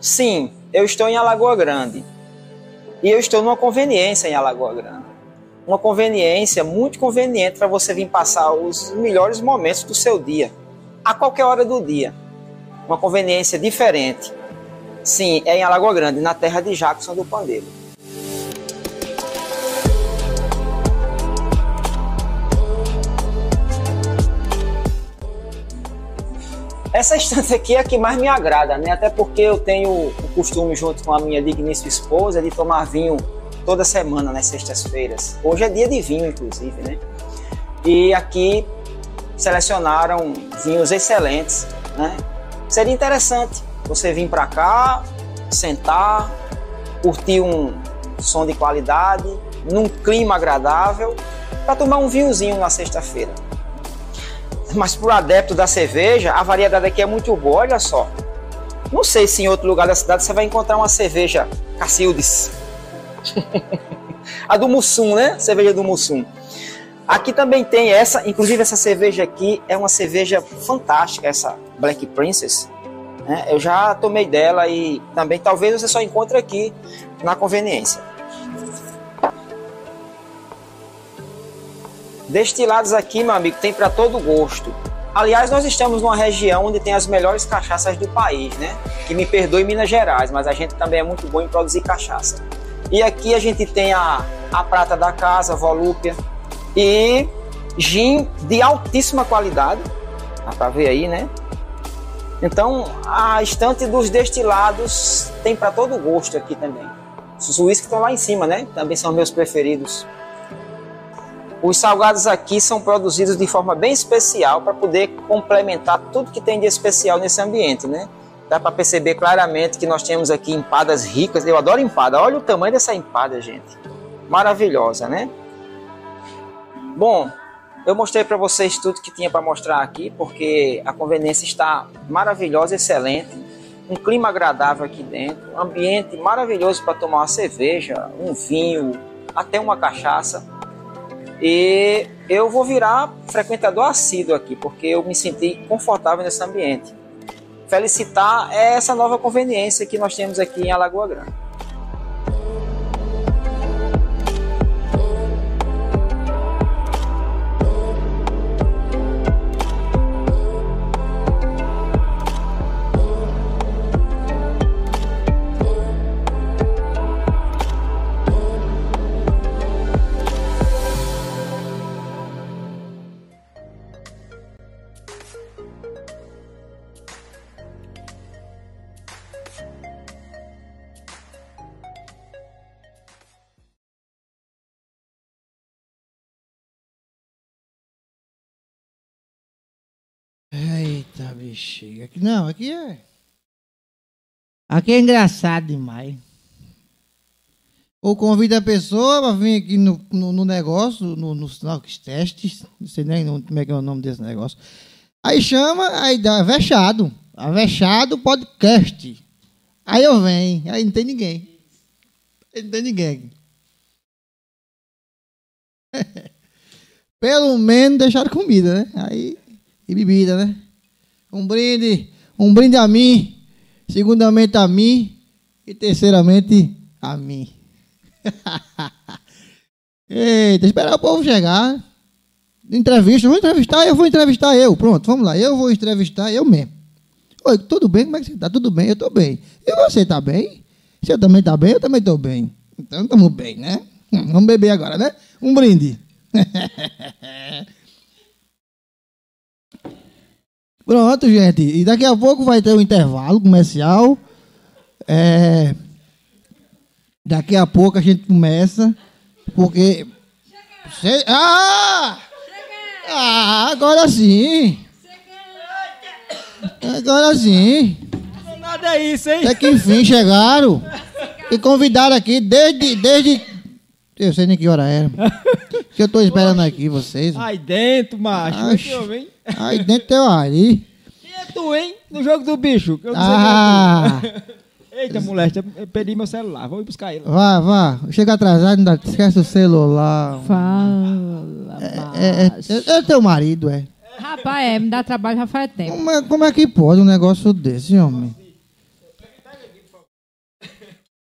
Sim, eu estou em Alagoa Grande. E eu estou numa conveniência em Alagoa Grande. Uma conveniência muito conveniente para você vir passar os melhores momentos do seu dia, a qualquer hora do dia. Uma conveniência diferente. Sim, é em Alagoa Grande, na terra de Jackson do Pandeiro. Essa estante aqui é a que mais me agrada, né? Até porque eu tenho o costume, junto com a minha digníssima esposa, de tomar vinho toda semana nas sextas-feiras. Hoje é dia de vinho, inclusive, né? E aqui selecionaram vinhos excelentes, né? Seria interessante você vir para cá, sentar, curtir um som de qualidade, num clima agradável, para tomar um vinhozinho na sexta-feira mas para o adepto da cerveja, a variedade aqui é muito boa, olha só. Não sei se em outro lugar da cidade você vai encontrar uma cerveja Cacildes. a do Mussum, né? Cerveja do Mussum. Aqui também tem essa, inclusive essa cerveja aqui é uma cerveja fantástica, essa Black Princess. Né? Eu já tomei dela e também talvez você só encontre aqui na conveniência. Destilados aqui, meu amigo, tem para todo gosto. Aliás, nós estamos numa região onde tem as melhores cachaças do país, né? Que me perdoe Minas Gerais, mas a gente também é muito bom em produzir cachaça. E aqui a gente tem a, a Prata da Casa, Volúpia, e gin de altíssima qualidade. Dá para ver aí, né? Então, a estante dos destilados tem para todo gosto aqui também. Os uísques estão lá em cima, né? Também são meus preferidos. Os salgados aqui são produzidos de forma bem especial para poder complementar tudo que tem de especial nesse ambiente, né? Dá para perceber claramente que nós temos aqui empadas ricas. Eu adoro empada. Olha o tamanho dessa empada, gente. Maravilhosa, né? Bom, eu mostrei para vocês tudo que tinha para mostrar aqui, porque a conveniência está maravilhosa, excelente. Um clima agradável aqui dentro, um ambiente maravilhoso para tomar uma cerveja, um vinho, até uma cachaça. E eu vou virar frequentador assíduo aqui, porque eu me senti confortável nesse ambiente. Felicitar é essa nova conveniência que nós temos aqui em Alagoa Grande. Eita, bexiga. Aqui- Não, aqui é. Aqui é engraçado demais. Ou convida a pessoa pra vir aqui no, no, no negócio, no, no, nos testes, não sei nem não- como é que é o nome desse negócio. Aí chama, aí dá vexado. A vexado podcast. Aí eu venho, aí não tem ninguém. Aí não tem ninguém aqui. Pelo menos deixaram comida, né? Aí, e bebida, né? Um brinde, um brinde a mim, segundamente a mim e terceiramente a mim. Eita, esperar o povo chegar. Entrevista, vou entrevistar, eu vou entrevistar eu. Pronto, vamos lá, eu vou entrevistar eu mesmo. Oi, tudo bem? Como é que você tá? Tudo bem? Eu tô bem. E você tá bem? Você também tá bem? Eu também tô bem. Então tamo bem, né? Hum, Vamos beber agora, né? Um brinde. Pronto, gente. E daqui a pouco vai ter o intervalo comercial. É, Daqui a pouco a gente começa. Porque. Che- Ah! Ah, agora sim! Agora sim! Nada é isso, hein? Até que enfim chegaram. E convidaram aqui desde. desde... Eu sei nem que hora era. Que eu tô esperando aqui vocês. Aí dentro, macho. Como é que eu, hein? Aí dentro tem ali. Quem é tu, hein? No jogo do bicho. que Eu não sei Ah! quem é tu. Eita, molesta, eu perdi meu celular. Vou ir buscar ele. Vá, vá. Chega atrasado, ainda esquece o celular. Fala, É, é, é, é teu marido, é. Rapaz, é, me dá trabalho já faz tempo. Como é, como é que pode um negócio desse, homem?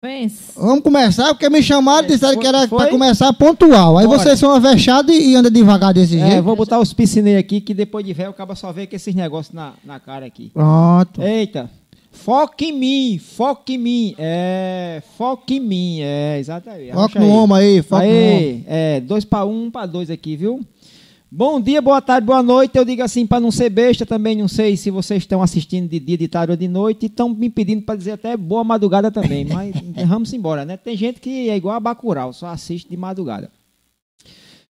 Vence. Vamos começar, porque me chamaram, disseram Foi- que era pra foi? começar pontual. Aí Bora. vocês são avexados e e andam devagar desse É, jeito. vou botar os piscineiros aqui, que depois de velho, acaba só ver com esses negócios na, na cara aqui. Pronto. Eita. Foca em mim, foca em mim. É, foca em mim, é, exatamente. Foca Arrocha no aí. homem aí, foca no homem. Aê, é, dois para um, um para dois aqui, viu? Bom dia, boa tarde, boa noite. Eu digo assim para não ser besta também, não sei se vocês estão assistindo de dia, de tarde ou de noite, estão me pedindo para dizer até boa madrugada também, mas vamos embora, né? Tem gente que é igual a Bacurau, só assiste de madrugada.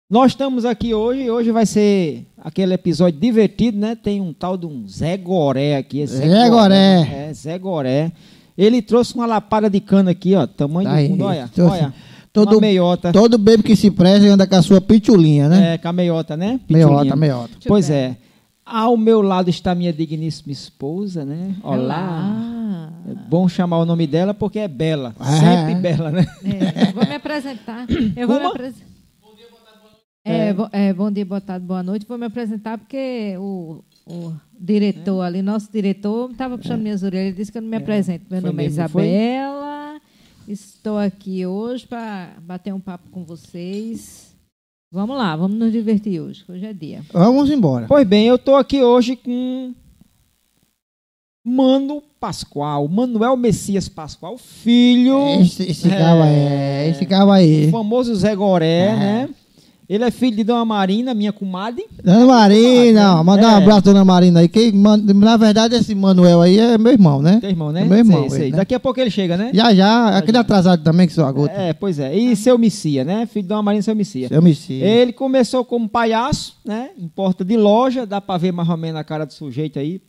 Nós estamos aqui hoje, hoje vai ser aquele episódio divertido, né? Tem um tal de um Zé Goré aqui. é Zé Goré. né? É, Zé Goré. Ele trouxe uma lapada de cana aqui, ó, tamanho Tá aí, do mundo, olha, trouxe. olha. Todo, uma meiota. todo bebo que se preza anda com a sua pitulinha, né? É, com a meiota, né? meiota, Pitulinha. meiota. Pois é. Ao meu lado está minha digníssima esposa, né? Olá. É bom chamar o nome dela porque é bela. Ah. Sempre bela, né? É, eu vou me apresentar. Eu vou me Uma? apresentar. É, bo- é, bom dia, boa tarde, boa noite. Vou me apresentar porque o, o diretor É. ali, nosso diretor, estava puxando minhas orelhas. Ele disse que eu não me apresento. Meu Foi nome é mesmo, foi? Isabela. Estou aqui hoje para bater um papo com vocês. Vamos lá, vamos nos divertir hoje. que Hoje é dia. Vamos embora. Pois bem, eu tô aqui hoje com Mano Pascoal, Manuel Messias Pascoal, filho, Esse, esse carro é, esse carro aí. famoso Zé Goré, É. né? Ele é filho de Dona Marina, minha comadre. Dona Marina, Ah, mandar um é. abraço, Dona Marina aí. Que, man- na verdade, esse Manuel aí é meu irmão, né? Teu irmão, né? Meu irmão, Sei, sei. ele, né? Daqui a pouco ele chega, né? Já, já, aquele atrasado também que sou a gota. É, pois é. E seu Messias, né? Filho de Dona Marina, seu Messias. Eu me sinto. Ele começou como palhaço, né? Em porta de loja, dá pra ver mais ou menos a cara do sujeito aí.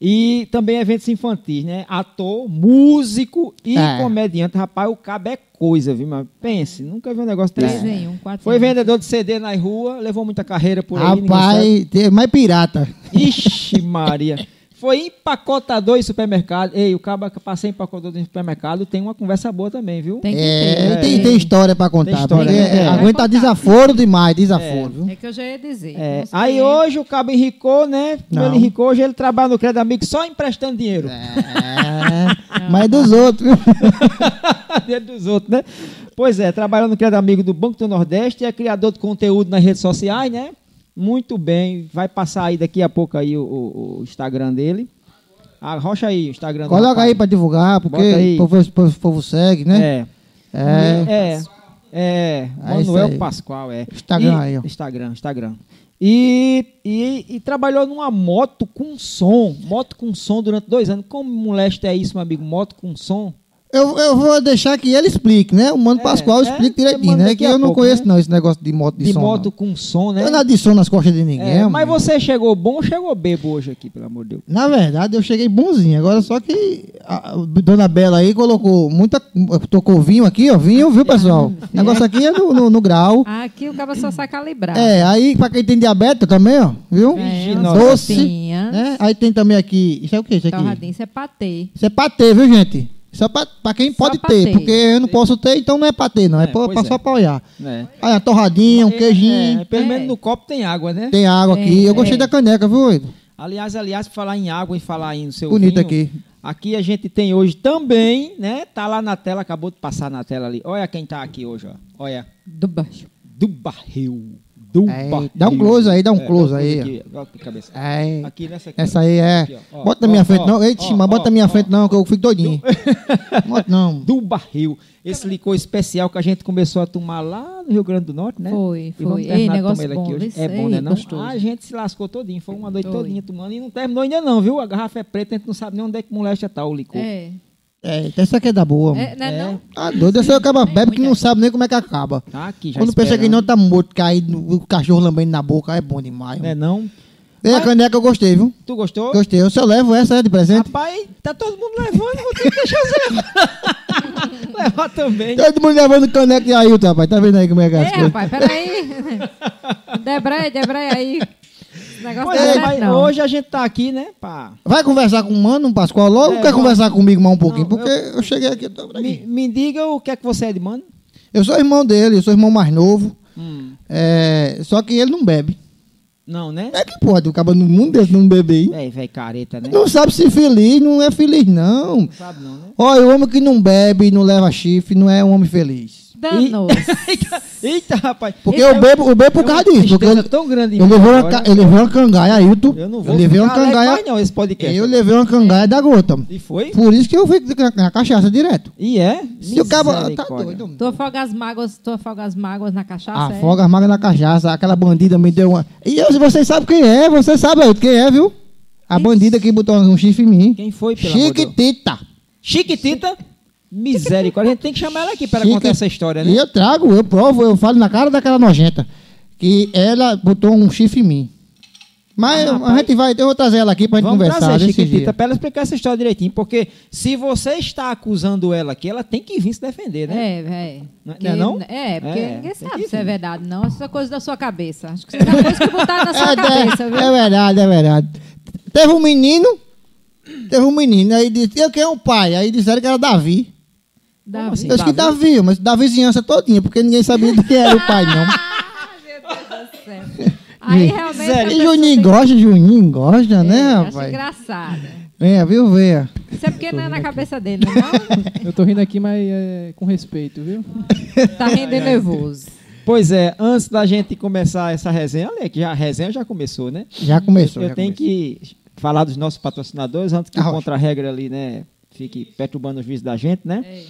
E também eventos infantis, né? Ator, músico e É. comediante. Rapaz, o cabo é coisa, viu? Mas pense, nunca vi um negócio Três desse. em um, quatro Foi em um. vendedor de CD na rua, levou muita carreira por aí. ninguém sabe. Rapaz, tem mais pirata. Ixi, Maria. Foi empacotador em supermercado. Ei, o cabo é que passei empacotador em supermercado tem uma conversa boa também, viu? Tem que É, ter. né? tem, tem história pra contar. Tem história, porque né? é, É. Aguenta Vai contar. desaforo demais, desaforo. viu? É que eu já ia dizer. É, Não sei. aí hoje o cabo enricou, né? Como Não. Ele enricou, hoje ele trabalha no Crédito Amigo só emprestando dinheiro. É, mas dos outros, viu? dinheiro dos outros, né? Pois é, trabalhando no Crédito Amigo do Banco do Nordeste, é criador de conteúdo nas redes sociais, né? Muito bem, vai passar aí daqui a pouco aí o, o- o Instagram dele. Arrocha aí o Instagram do Coloca rapaz. aí pra divulgar, Bota porque aí. o povo, o povo- o povo segue, né? É. É. É. É, É isso Manuel aí. Pascoal, é. Instagram E- aí, ó. Instagram, Instagram. E, e, e trabalhou numa moto com som, moto com som durante dois anos. Como moleste é isso, meu amigo? Moto com som? Eu, eu vou deixar que ele explique, né? O Mano É, Pascoal é, explica você direitinho, manda né? daqui Que a eu não pouco, conheço, né? não, esse negócio de moto de, De, som. moto não. com som, né? Eu nada de som nas costas de ninguém. É, mas amigo. você chegou bom ou chegou bebo hoje aqui, pelo amor de Deus? Na verdade, eu cheguei bonzinho. Agora só que a a dona Bela aí colocou muita. Tocou vinho aqui, ó. Vinho, viu, pessoal? O negócio aqui é no, no- no grau. Aqui o cara só sai calibrar. É, aí pra quem tem diabetes também, ó. Viu? É, Ah. nossa Doce. torradinha. Né? Aí tem também aqui. Isso é o que? Isso aqui? Torradinha, isso é patê. Isso é patê, viu, gente? Só pra, pra quem pode pra ter, ter. porque eu não posso ter, então não é patê, não. É, É, pra- pois pra- é. só pra olhar. É. Aí a torradinha, um queijinho. É, pelo É. menos no copo tem água, né? Tem água Tem, aqui. Eu tem. gostei da caneca, viu? Edu? Aliás, aliás, pra falar em água e falar em no seu Bonito vinho, aqui. Aqui a gente tem hoje também, né? Tá lá na tela, acabou de passar na tela ali. Olha quem tá aqui hoje, ó. Olha. Do baixo. Do barril. Do É, barril. dá um close aí, dá um É, close aí, Aqui, ó, com a cabeça. É. Aqui nessa aqui. Essa aí é. Aqui, ó, ó, bota na minha ó, frente, ó, não. Eita, ó, mas bota na minha ó, frente, não, que eu fico doidinho. Bota não. Do barril. Esse licor especial que a gente começou a tomar lá no Rio Grande do Norte, né? Foi, E vamos foi. Ei, terminar de tomar negócio ele bom. aqui hoje. vê É se- bom, ei, né? Não? gostoso. Ah, a gente se lascou todinho. Foi uma noite Foi. todinha tomando e não terminou ainda não, viu? A garrafa é preta, a gente não sabe nem onde é que molesta tá o licor. É. É, então essa aqui é da boa. É, não é não? Ah, doido, essa aí acaba bebe que não sabe nem como é que acaba. Tá aqui já Quando pensa que esperando. não tá morto, caído, o cachorro lambendo na boca, é bom demais. Né É. não? a caneca eu gostei, viu? Tu gostou? Gostei. Eu só levo essa né, de presente. Rapaz, tá todo mundo levando, vou ter que deixar você levar. levar também. Todo mundo levando caneca e aí, rapaz. Tá vendo aí como é que é É, as coisas? rapaz, peraí. Debrai, debrai aí. Esse negócio Pois não é, é mas certo, não. hoje a gente tá aqui, né, pá. Vai conversar com o Mano, um Pascoal logo? É, quer vamos. conversar comigo mais um pouquinho? Não, porque eu, cheguei aqui, eu tô por aqui. Me, me diga o que é que você é de mano. Hum. Eu sou irmão dele, eu sou irmão mais novo. É, só que ele não bebe. Não, né? É que pode, o cabo no mundo desse não beber, hein? Véi, velho, careta, né? Não sabe ser feliz, não é feliz, não. Não sabe não, né? Olha, o homem que não bebe, não leva chifre, não é um homem feliz. Danos. Eita, eita, rapaz. é um Porque eu bebo, eu bebo por causa disso. Porque Tristeza eu, tão grande em eu mim levei uma, agora. ca- eu levei uma cangaia aí, tu. Eu não vou levei uma ficar alegre cangaia. mais não, esse podcast. Eu levei uma cangaia da gota. E foi? Por isso que eu fico na, na cachaça direto. E é? Se o cabo. Tá Misericórdia. doido, homem. Tu afoga as mágoas, tu afoga as mágoas na cachaça? é? Ah, Afoga as magas na cachaça, aquela bandida me deu uma. E eu, vocês sabem quem é, você sabe aí quem é, viu? A bandida que botou um chifre em mim. Quem foi, pelo amor de Deus? Chiquitita. Chiquitita, misericórdia. A gente tem que chamar ela aqui para Chique- contar essa história, E né? eu trago, eu provo, eu falo na cara daquela nojenta. Que ela botou um chifre em mim. Mas a gente vai, eu vou trazer ela aqui pra gente Ah, Vamos conversar. trazer a desse Chiquitita dia. para ela explicar essa história direitinho, porque se você está acusando ela aqui, ela tem que vir se defender, né? É, velho. Não é não? É, porque É, ninguém tem sabe que se é vir. verdade, não. Isso é coisa da sua cabeça. Acho que isso é coisa que botaram na sua É, cabeça, é, é viu? verdade, é verdade. Teve um menino, teve um menino, aí disse, eu quero um pai. Aí disseram que era Davi. Davi. assim? Eu disse que Davi, mas da vizinhança todinha, porque ninguém sabia de quem era o pai, não. Ah, meu Deus do céu. Aí realmente. a E pessoa tem Juninho que- gosta, Juninho gosta, né, É, acho rapaz? engraçado. É, viu, veia? Isso é porque não é na cabeça dele, não? Eu tô rindo aqui, mas é com respeito, viu? Tá rindo e nervoso. Pois é, antes da gente começar essa resenha, olha que já, a resenha já começou, né? Já começou. Eu já tenho começou. que falar dos nossos patrocinadores antes que Ah, o contra-regra ali, né, fique perturbando o juiz da gente, né? É.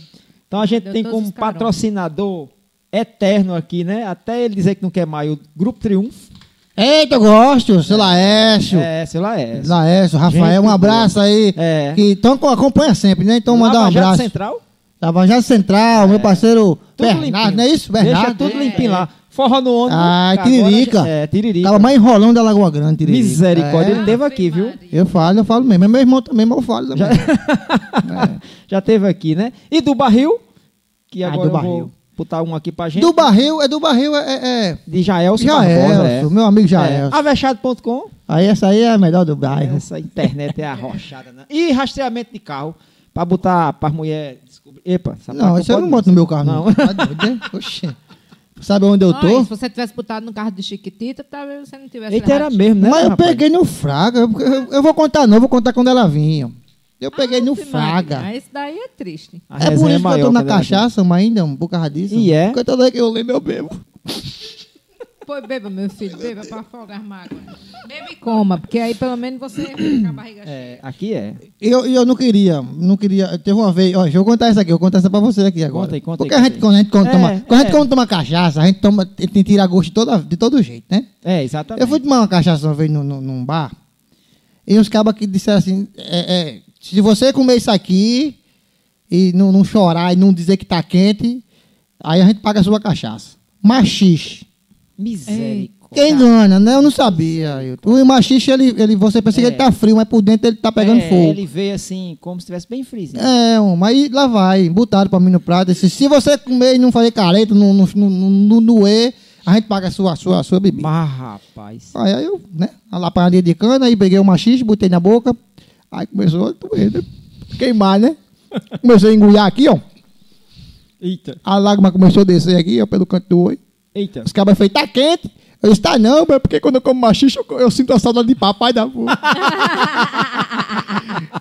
Então a gente Deu tem todos como os carões. patrocinador eterno aqui, né? Até ele dizer que não quer mais o Grupo Triunfo. Eita, eu gosto, seu Laércio. É, sei lá, é. Laércio, Rafael, Gente um abraço aí. É. Que tão, acompanha sempre, né? Então, mandar um Lava Jato abraço. Central. É. Tabajá Central, meu parceiro Tudo Bernardo, limpinho. não é isso? Deixa Bernardo. tudo limpinho é. lá. Forró no ônibus. Ah, Agora Tiririca. já- É, Tiririca. Tava mais enrolando da Lagoa Grande, Tiririca. Misericórdia, ele É. teve aqui, viu? Eu falo, eu falo mesmo. É meu irmão também, mas eu falo também. Já teve aqui, né? E do Barril, que Ah, do agora eu vou Barril. botar um aqui pra gente. Do barril, é do barril, é- é. é. De Jaelson Barbosa, é. Jaelson, meu amigo Jaelson. É. Avexado.com. Aí essa aí é a melhor do bairro. Essa internet é arrochada, né? E rastreamento de carro, pra botar pra mulher descobrir. Epa, essa parte Não, isso eu pode não boto no meu carro, tá Não. Ah, não. Tá doido, né? Oxi. Sabe onde eu Olha, tô? se você tivesse botado no carro de Chiquitita, talvez você não tivesse. Eita, era errado. mesmo, né? Mas eu rapaz? peguei no Fraga. Eu, eu- eu vou contar, não, eu vou contar quando ela vinha. Eu Ah, peguei no Ave Fraga. Maria, Ah, Esse daí é triste. né? A É resenha por isso que eu maior tô na quando ela cachaça, mas ainda um causa disso. E é? Porque toda vez que eu lembro, eu bebo. Pô, beba, meu filho, beba pra afogar mágoa. Beba e coma, porque aí pelo menos você fica com a barriga vem. cheia. É, aqui é. E eu, e eu não queria, não queria. Teve uma vez, ó, deixa eu contar isso aqui, eu vou contar isso pra vocês aqui agora. Conta aí, conta aí, Porque a conta gente, aí. quando a gente, quando É, toma, quando a gente é. quando toma cachaça, a gente toma, tem que tirar gosto de, toda, de todo jeito, né? É, exatamente. Eu fui tomar uma cachaça uma vez num, num- num bar, e uns cabas que disseram assim: é, é, se você comer isso aqui e não, não chorar e não dizer que tá quente, aí a gente paga a sua cachaça. Machixe. Misericórdia. Que engana, né? Eu não sabia. Hilton. O machixe, ele, ele, você pensa É. que ele tá frio, mas por dentro ele tá pegando É, fogo. Ele veio assim, como se estivesse bem freezing. É, homem, aí lá vai, botaram pra mim no prato. Disse, se você comer e não fazer careta, não, não, não, não, não doer, a gente paga a sua, sua, sua bebida. Mas, rapaz. Aí, aí eu, né, a lapadinha de cana, aí peguei o machixe, botei na boca, aí começou a doer, né? queimar, né? Começou a engolir aqui, ó. Eita. A lágrima começou a descer aqui, ó, pelo canto do olho. Eita. Os cabas falaram, tá quente? Eu disse, tá não, mas porque quando eu como machixe, eu, eu sinto a saudade de papai da rua.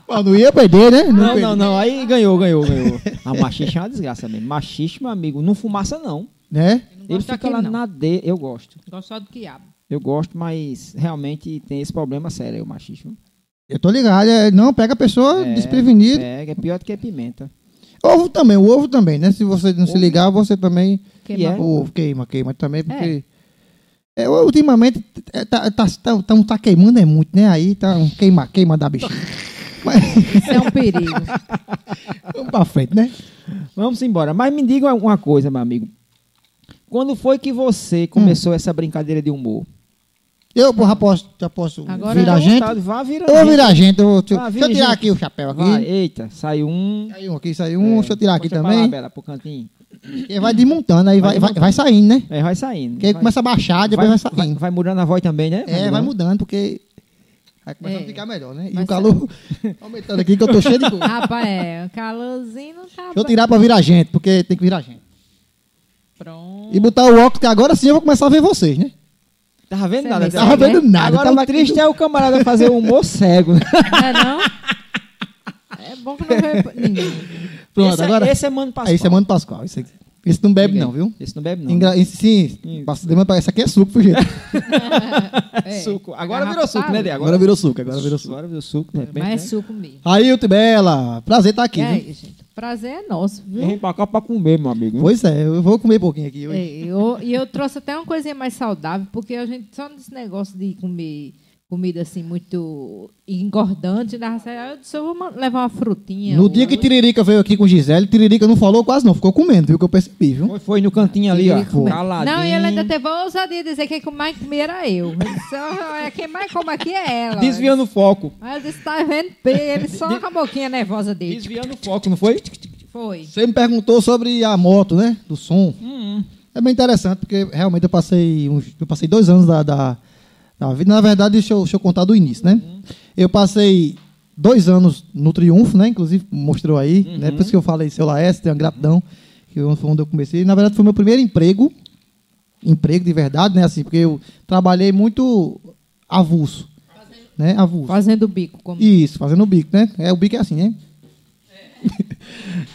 Mas não ia perder, né? Não, perdi. não, não. Aí ganhou, ganhou, ganhou. A machixe é uma desgraça mesmo. Machixe, meu amigo, não fumaça, não. Né? Não Ele gosto fica daquele, lá não. na D. Eu gosto. Gosto só do quiabo. Eu gosto, mas realmente tem esse problema sério aí, o machismo. Eu tô ligado, é, não, pega a pessoa É, desprevenida. É, é pior do que pimenta. Ovo também, o ovo também, né? Se você não se ligar, você também. Queima é? a boca. O ovo queima, queima também, porque. É, ultimamente, é, tá, tá, tá, tá- tá queimando é muito, né? Aí tá um queima, queima da bichinha. Mas Isso é um perigo. vamos pra frente, né? Vamos embora. Mas me diga uma coisa, meu amigo. Quando foi que Hum. você começou essa brincadeira de humor? Eu porra, posso, já posso Agora virar é gente? Vontade, Vá virar. Eu vou virar gente, eu vou, Ah, deixa, vira eu tirar gente. aqui o chapéu aqui. Vai, eita, saiu um. Saiu um aqui, saiu um, deixa eu tirar aqui Mostra pra lá, também. Bela, pro cantinho. Porque vai desmontando, aí vai, Vai vai, vai saindo, né? É, vai saindo. Porque aí vai, começa a baixar, depois vai, saindo. Vai, vai mudando a voz também, né? É, vai mudando, porque aí começa É. a ficar melhor, né? E Vai o calor aumentando aqui, que eu tô cheio de coisa. Rapaz, é, o calorzinho não tá Deixa eu bom. tirar pra virar gente, porque tem que virar gente. Pronto. E botar o óculos, que agora sim eu vou começar a ver vocês, né? Tava vendo nada. mesmo. até Tava agora, vendo nada, Agora tava o triste é o camarada fazer um humor cego. Não é não? É bom que não veio ninguém. Pronto, esse, é- agora. Esse é Mano Pascoal. Aí esse é Mano Pascoal. Esse, aqui- esse não bebe, não, viu? Esse não bebe, não. Engra... esse- Sim, Isso. passa- lembra, esse aqui é suco, viu, gente? É. Suco. Agora Garrafa virou suco, né, Dê? Agora virou suco, agora virou suco. Agora virou suco, de repente, Mas é né? suco mesmo. Aí, Utibela, prazer estar aqui, E viu? aí, É gente? Prazer é nosso, Vem viu? pra cá pra comer, meu amigo. Pois é, eu vou comer pouquinho aqui hoje. É, eu- e eu trouxe até uma coisinha mais saudável, porque a gente só nesse negócio de comer comida assim muito engordante, né? eu disse, eu vou ma- levar uma frutinha. um No ou- dia que Tiririca veio aqui com Gisele, Tiririca não falou quase não, ficou comendo, viu? Que eu percebi, viu? Foi, foi no cantinho ali, ó. Ele comeu. Caladinho. Não, e ela ainda tá teve a ousadia de dizer que quem mais comia era eu. Eu disse, "Ah, é quem mais come aqui é ela. Tá Desviando o foco. Aí eu disse, tá vendo? P, Ele só com a boquinha nervosa dele. Desviando o foco, não foi? Foi. Você me perguntou sobre a moto, né? Do som. É bem interessante, porque realmente eu passei uns, eu passei dois anos da, da, da vida. Na verdade, deixa eu, deixa eu contar do início, né? Eu passei dois anos no Triunfo, né? Inclusive, mostrou aí, né? Por isso que eu falei seu Laércio, tenho uma gratidão, que eu- foi onde eu comecei. Na verdade, foi meu primeiro emprego, emprego de verdade, né? Assim, porque eu trabalhei muito avulso, né? Avulso. Fazendo o bico. Como... Isso, fazendo o bico, né? É, o bico é assim, né?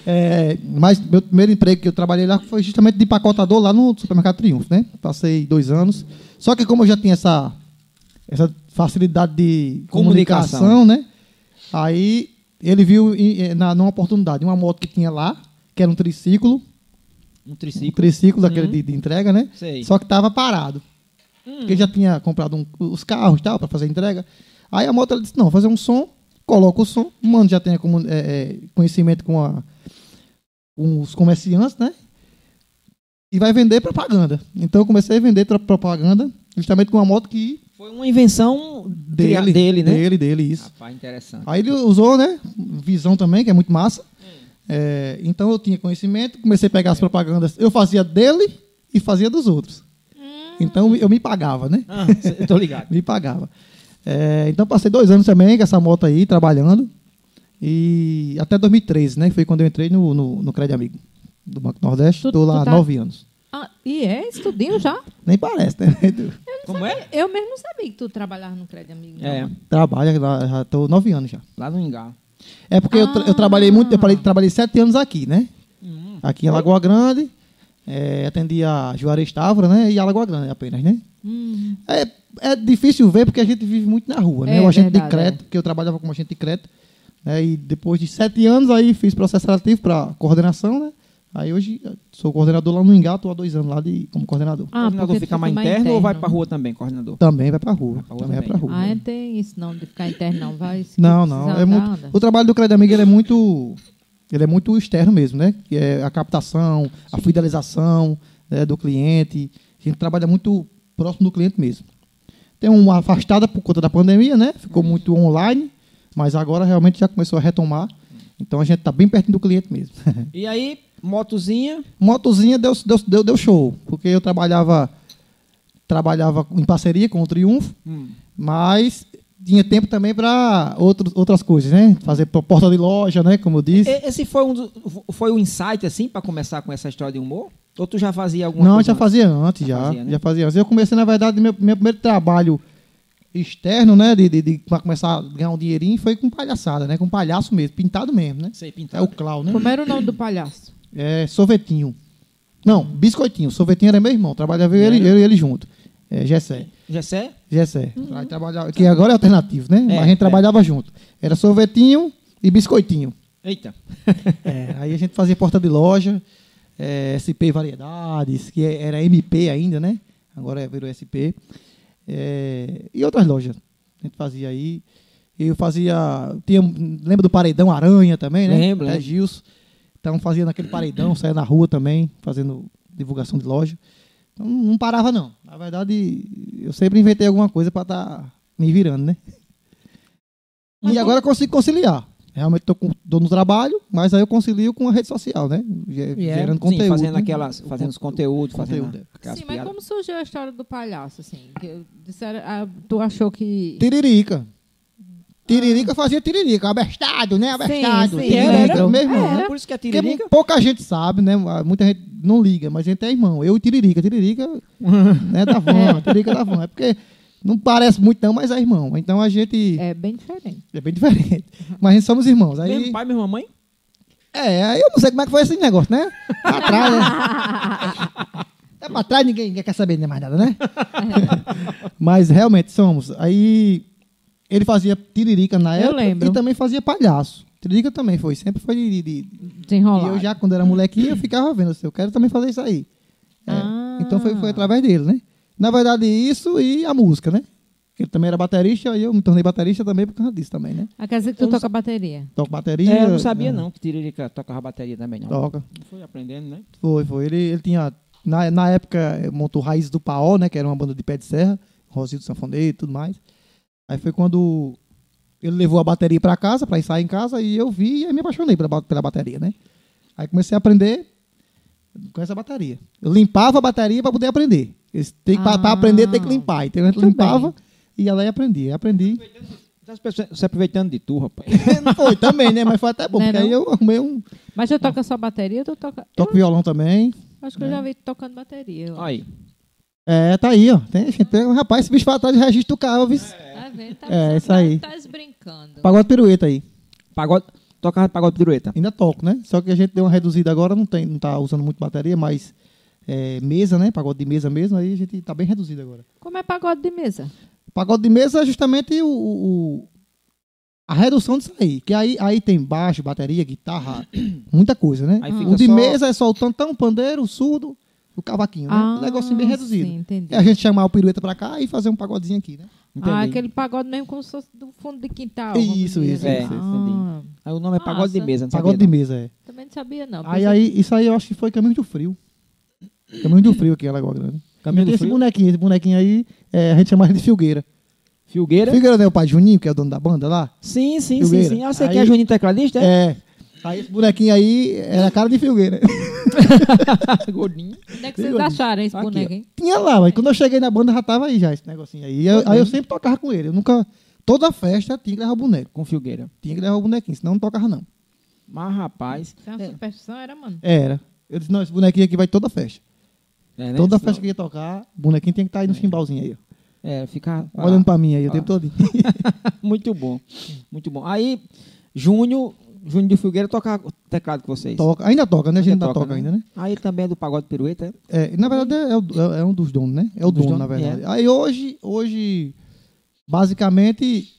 É, mas meu primeiro emprego que eu trabalhei lá foi justamente de empacotador lá no supermercado Triunfo, né? Passei dois anos. Só que como eu já tinha essa, essa facilidade de Comunicação. comunicação, né? Aí ele viu em- eh, na, numa oportunidade uma moto que tinha lá, que era um triciclo, Um um triciclo. triciclo daquele de, de entrega, né? Uhum. Sei. Hum. Só que estava parado. Porque já tinha comprado um- os carros e tal para fazer a entrega. Aí a moto ela disse: não, fazer um som, coloca o som, o mano já tem como, é, é, conhecimento com, a- com os comerciantes, né? E vai vender propaganda. Então eu comecei a vender tra- propaganda justamente com uma moto que. Foi uma invenção cria- Dele, dele né? Dele, dele, isso. Rapaz, interessante. Aí ele usou, né? Visão também, que é muito massa. É, então eu tinha conhecimento, comecei a pegar as propagandas. Eu fazia dele e fazia dos outros. Hum. Então eu me pagava, né? Ah, cê- eu tô ligado. Me pagava. É, então passei dois anos também com essa moto aí, trabalhando. E até 2013, né? Foi quando eu entrei no, no, no Crédito Amigo do Banco Nordeste. Tu- Estou tu lá há tá- nove anos. Ah, e é? Estudinho já? Nem parece, né? Como é? Eu mesmo não sabia que tu trabalhava no Crédito Amigo. não. É, Trabalho lá, já estou nove anos já. lá no Engar. É porque eu, tra- eu trabalhei muito, eu falei, trabalhei sete anos aqui, né? Aqui em Lagoa Grande, é, atendi a Juarez Távora, né? E a Lagoa Grande apenas, né? Hum, É, é difícil ver porque a gente vive muito na rua, né? É o agente de verdade, crédito, porque eu trabalhava como agente de crédito. Né? E depois de sete anos aí fiz processo seletivo para coordenação, né? Aí hoje eu sou coordenador lá no Engato há dois anos lá de, como coordenador. o coordenador porque fica tu mais interno, ou vai pra rua também, coordenador? Também vai para rua. pra rua também vai também. para rua. né? Ah, não tem isso não, de ficar interno não. Vai, se Não, precisar não. É andar, muito- anda. o trabalho do Crédito Amigo ele é muito, ele é muito externo mesmo, né? Que é a captação, a fidelização né, do cliente. A gente trabalha muito próximo do cliente mesmo. Tem uma afastada por conta da pandemia, né? Ficou muito online, mas agora realmente já começou a retomar. Então a gente está bem pertinho do cliente mesmo. E aí, motozinha, Motozinha deu, deu, deu, deu show, porque eu trabalhava trabalhava em parceria com o Triunfo, mas tinha tempo também para outras coisas, né? Fazer pro- porta de loja, né? Como eu disse. E- Esse foi um, do- foi um insight, assim, pra começar com essa história de humor? Ou tu já fazia alguma Não, eu coisa já fazia antes, Já já. fazia, né? Já fazia antes. Eu comecei, na verdade, meu, meu primeiro trabalho externo, né? De, de, de- pra começar a ganhar um dinheirinho foi com palhaçada, né? Com palhaço mesmo, pintado mesmo, né? Sei, É pintar. o Clau, né? Como era o nome do palhaço? É, sorvetinho. Não, biscoitinho. Sorvetinho era meu irmão. Trabalhava eu e ele, eu e ele junto. É, Gessé. Jessé? Gessé. Aí trabalhava- assim, que agora é alternativo, né? Mas a gente Hum. é. trabalhava junto. Era sorvetinho e biscoitinho. Eita. É, aí a gente fazia porta de loja, é, SP Variedades, que é- era MP ainda, né? Agora é- virou SP. É, e outras lojas. A gente fazia aí. Eu fazia. Tinha, lembra do Paredão Aranha também, né? Lembro, Até lembro. Gilson. Então fazia naquele paredão, saía na rua também, fazendo divulgação de loja. Então não parava, não. Na verdade, eu sempre inventei alguma coisa para estar me virando, né? E agora eu consigo conciliar. Realmente estou no trabalho, mas aí eu concilio com a rede social, né? Ge- Gerando conteúdo. é, Sim, fazendo né? aquelas, fazendo os conteúdos, Conteúdo, fazendo aquelas Sim, mas piadas. como surgiu a história do palhaço, assim? Que disseram, ah, tu achou que... Tiririca. Tiririca fazia tiririca, abestado, né? Abestado. sim. Tiririca, Era? meu irmão. Era. né? Por isso que é Porque tiririca. pouca gente sabe, né? Muita gente não liga, mas a gente é irmão. Eu e Tiririca. Tiririca né, da van, Tiririca da van. É porque não parece muito não, mas é irmão. Então a gente é, É bem diferente. bem diferente. Mas a gente somos irmãos. Mesmo Aí, pai, mesma mãe? é, aí eu não sei como é que foi esse negócio, né? Tá atrás, né? Tá pra trás, ninguém, ninguém quer saber nem mais nada, né? mas realmente somos. Aí ele fazia Tiririca na Eu época lembro. e também fazia palhaço. Tiririca também foi, sempre foi de- de, Desenrolar. e eu já, quando era molequinho, eu ficava vendo assim, eu quero também fazer isso aí. É, Ah. Então foi, foi através dele, né? Na verdade, isso e a música, né? Porque ele também era baterista e eu me tornei baterista também por causa disso também, né? Ah, quer dizer que tu toca bateria. Toco bateria. É, eu não sabia é, não que tiririca tocava bateria também, não. Toca. Foi aprendendo, né? Foi, foi. Ele, ele tinha. Na, na época, eh, montou Raízes do Paó, né? Que era uma banda de pé de serra, Rosinho do Sanfoneiro e tudo mais. Aí foi quando ele levou a bateria pra casa, pra ensaiar em casa, e eu vi e aí me apaixonei pela, ba- pela bateria, né? Aí comecei a aprender com essa bateria. Eu limpava a bateria pra poder aprender. Eles têm que, pra, pra Ah. aprender, tem que limpar. Então eu Muito limpava e ia lá e aprendia. Aprendi. Tá se perce- se aproveitando de tu, rapaz. Não foi também, né? Mas foi até bom, Né, porque aí não? eu arrumei um. Mas eu toco só bateria ou tu toca. Toco violão também. Eu acho que eu já vi tu tocando bateria. ó. Aí. É, tá aí, ó. Tem, tem, rapaz, esse bicho vai atrás de registro do carro, viu? Tá vendo? Tá Ah, É, isso aí. Tá brincando. Pagode pirueta aí. Pagode. Tocava pagode pirueta. Ainda toco, né? Só que a gente deu uma reduzida agora, não, tem, não tá usando muito bateria, mas é, mesa, né? Pagode de mesa mesmo, aí a gente tá bem reduzido agora. Como é pagode de mesa? Pagode de mesa é justamente o, o- a redução disso aí. Que aí, aí tem baixo, bateria, guitarra, muita coisa, né? Aí o fica de só- mesa é só o tantão, o pandeiro, o surdo, o cavaquinho, né? Ah, um negocinho bem reduzido. Sim, entendi. É a gente chamar o pirueta pra cá e fazer um pagodezinho aqui, né? Entendi. Ah, aquele pagode mesmo como se fosse do fundo de quintal. Isso, vamos isso, dizer. isso, isso, Ah, Aí o nome é pagode de Nossa. mesa, não sabia, Pagode de não. mesa, é. Também não sabia, não. Aí, aí, isso aí eu acho que foi Caminho do Frio. Caminho do Frio aqui em Lagoa Grande. Caminho E do tem esse Frio? bonequinho, esse bonequinho aí, é, a gente chama ele de Filgueira. Filgueira? Filgueira não é o pai Juninho, que é o dono da banda lá? Sim, sim, Filgueira. sim, sim. Ah, você Aí- quer Juninho Tecladista? É. É. Aí esse bonequinho aí era a cara de Filgueira. Gordinho. Onde é que vocês acharam esse Aqui, ó. boneco, hein? Tinha lá, mas quando eu cheguei na banda já tava aí já esse negocinho aí. Eu- Uhum. aí eu sempre tocava com ele. Eu nunca. Toda festa tinha que levar o boneco. Com Filgueira. Tinha que levar o bonequinho, senão não tocava não. Mas, rapaz. Então, a superstição era, mano. Era. Eu disse, não, esse bonequinho aqui vai toda festa. É, né? Toda Senão- festa que ia tocar, o bonequinho tem que estar aí no chimbalzinho aí. ó. É, fica. Olhando pra mim aí o Ah. tempo todo. Muito bom. Muito bom. Aí, Júnior, Júnior de Filgueira toca teclado com vocês. Toca, ainda toca, né? A gente ainda toca ainda, né? Aí ele também é do pagode pirueta. é? É, na verdade, é, o- é- é um dos donos, né? É o Dos dono, donos, na verdade. Aí hoje, hoje, basicamente,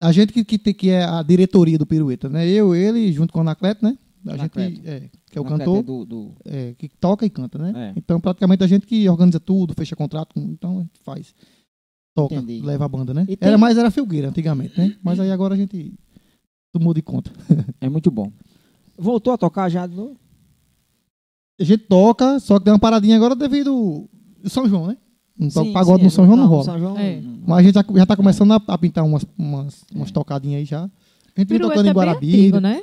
a gente que, que, tem- que é a diretoria do Pirueta, né? Eu, ele, junto com o Anacleto, né? A gente, Anacleto. é, que é o Na cantor, É do, do- é, que toca e canta, né? É. Então, praticamente, a gente que organiza tudo, fecha contrato, com- então a gente faz. Toca, Entendi. leva a banda, né? E tem- Era mais, era Filgueira antigamente, né? Mas aí agora a gente tomou de conta. É muito bom. Voltou a tocar já de novo? A gente toca, só que deu uma paradinha agora devido ao São João, né? Não toca Sim, pagode sim, no São João, não rola. São João, É. não- Mas a gente já, já tá começando a, a pintar umas, umas, É. umas tocadinhas aí já. A gente vem tocando Pirueta em é bem Guarabira, antigo, né?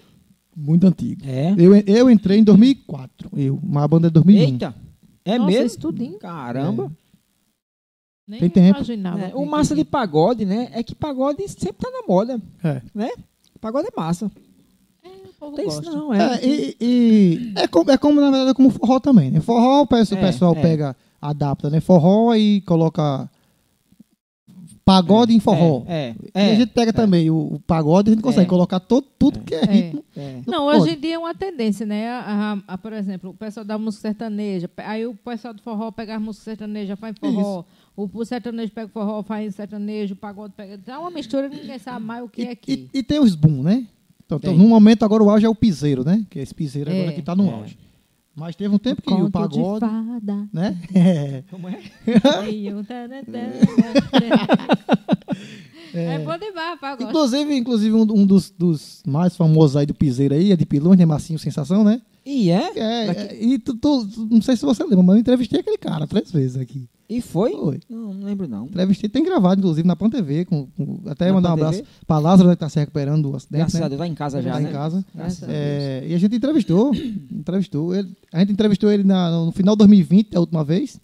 muito antigo. É. Eu, eu entrei em 2004, eu, mas a banda é de 2001. Eita. É Nossa, mesmo? isso tudinho. Caramba. Nem Tem tempo. imaginava. É, O massa de pagode, né? É que pagode sempre tá na moda, É. né? Pagode é massa. O um povo Tem isso gosta. não, é. É, e, e é, como, é como, na verdade, é como forró também, né? Forró, o pessoal, É, o pessoal é. pega, adapta, né? Forró e coloca pagode em forró. É, E é, a gente pega também o, o pagode, a gente consegue É. colocar todo, tudo que é ritmo. é. Não, Pode. hoje em dia é uma tendência, né? A- a- a- por exemplo, o pessoal da música sertaneja, pe- aí o pessoal do forró pega a música sertaneja, faz É forró. O, o sertanejo pega forró, faz sertanejo, o pagode pega. Dá uma mistura, ninguém sabe mais o que E- é aqui. E, e tem os boom, né? Então, então, Tem. no momento agora o auge é o piseiro, né? Que é esse piseiro É. agora que tá no É. auge. Mas teve um tempo que o Conto pagode, De fada. né? Como é? E um tarantã. é bom demais, pagode. inclusive, inclusive um, um dos, dos mais famosos aí do piseiro aí, é de pilões, né? Marcinho Sensação, né? E é? É, é, e tu, tu- tu- não sei se você lembra, mas eu entrevistei aquele cara três vezes aqui. E foi? Foi. Não, não lembro não. Entrevistei, tem gravado, inclusive, na Pan TV, com, com- até Na mandar um Pan abraço TV? pra Lázaro, né, que tá se recuperando do acidente, Graças né? a Deus, lá em casa já, Tá né? em casa. Graças a É, e a gente entrevistou, entrevistou ele. A gente entrevistou ele na- no final de 2020, a última vez,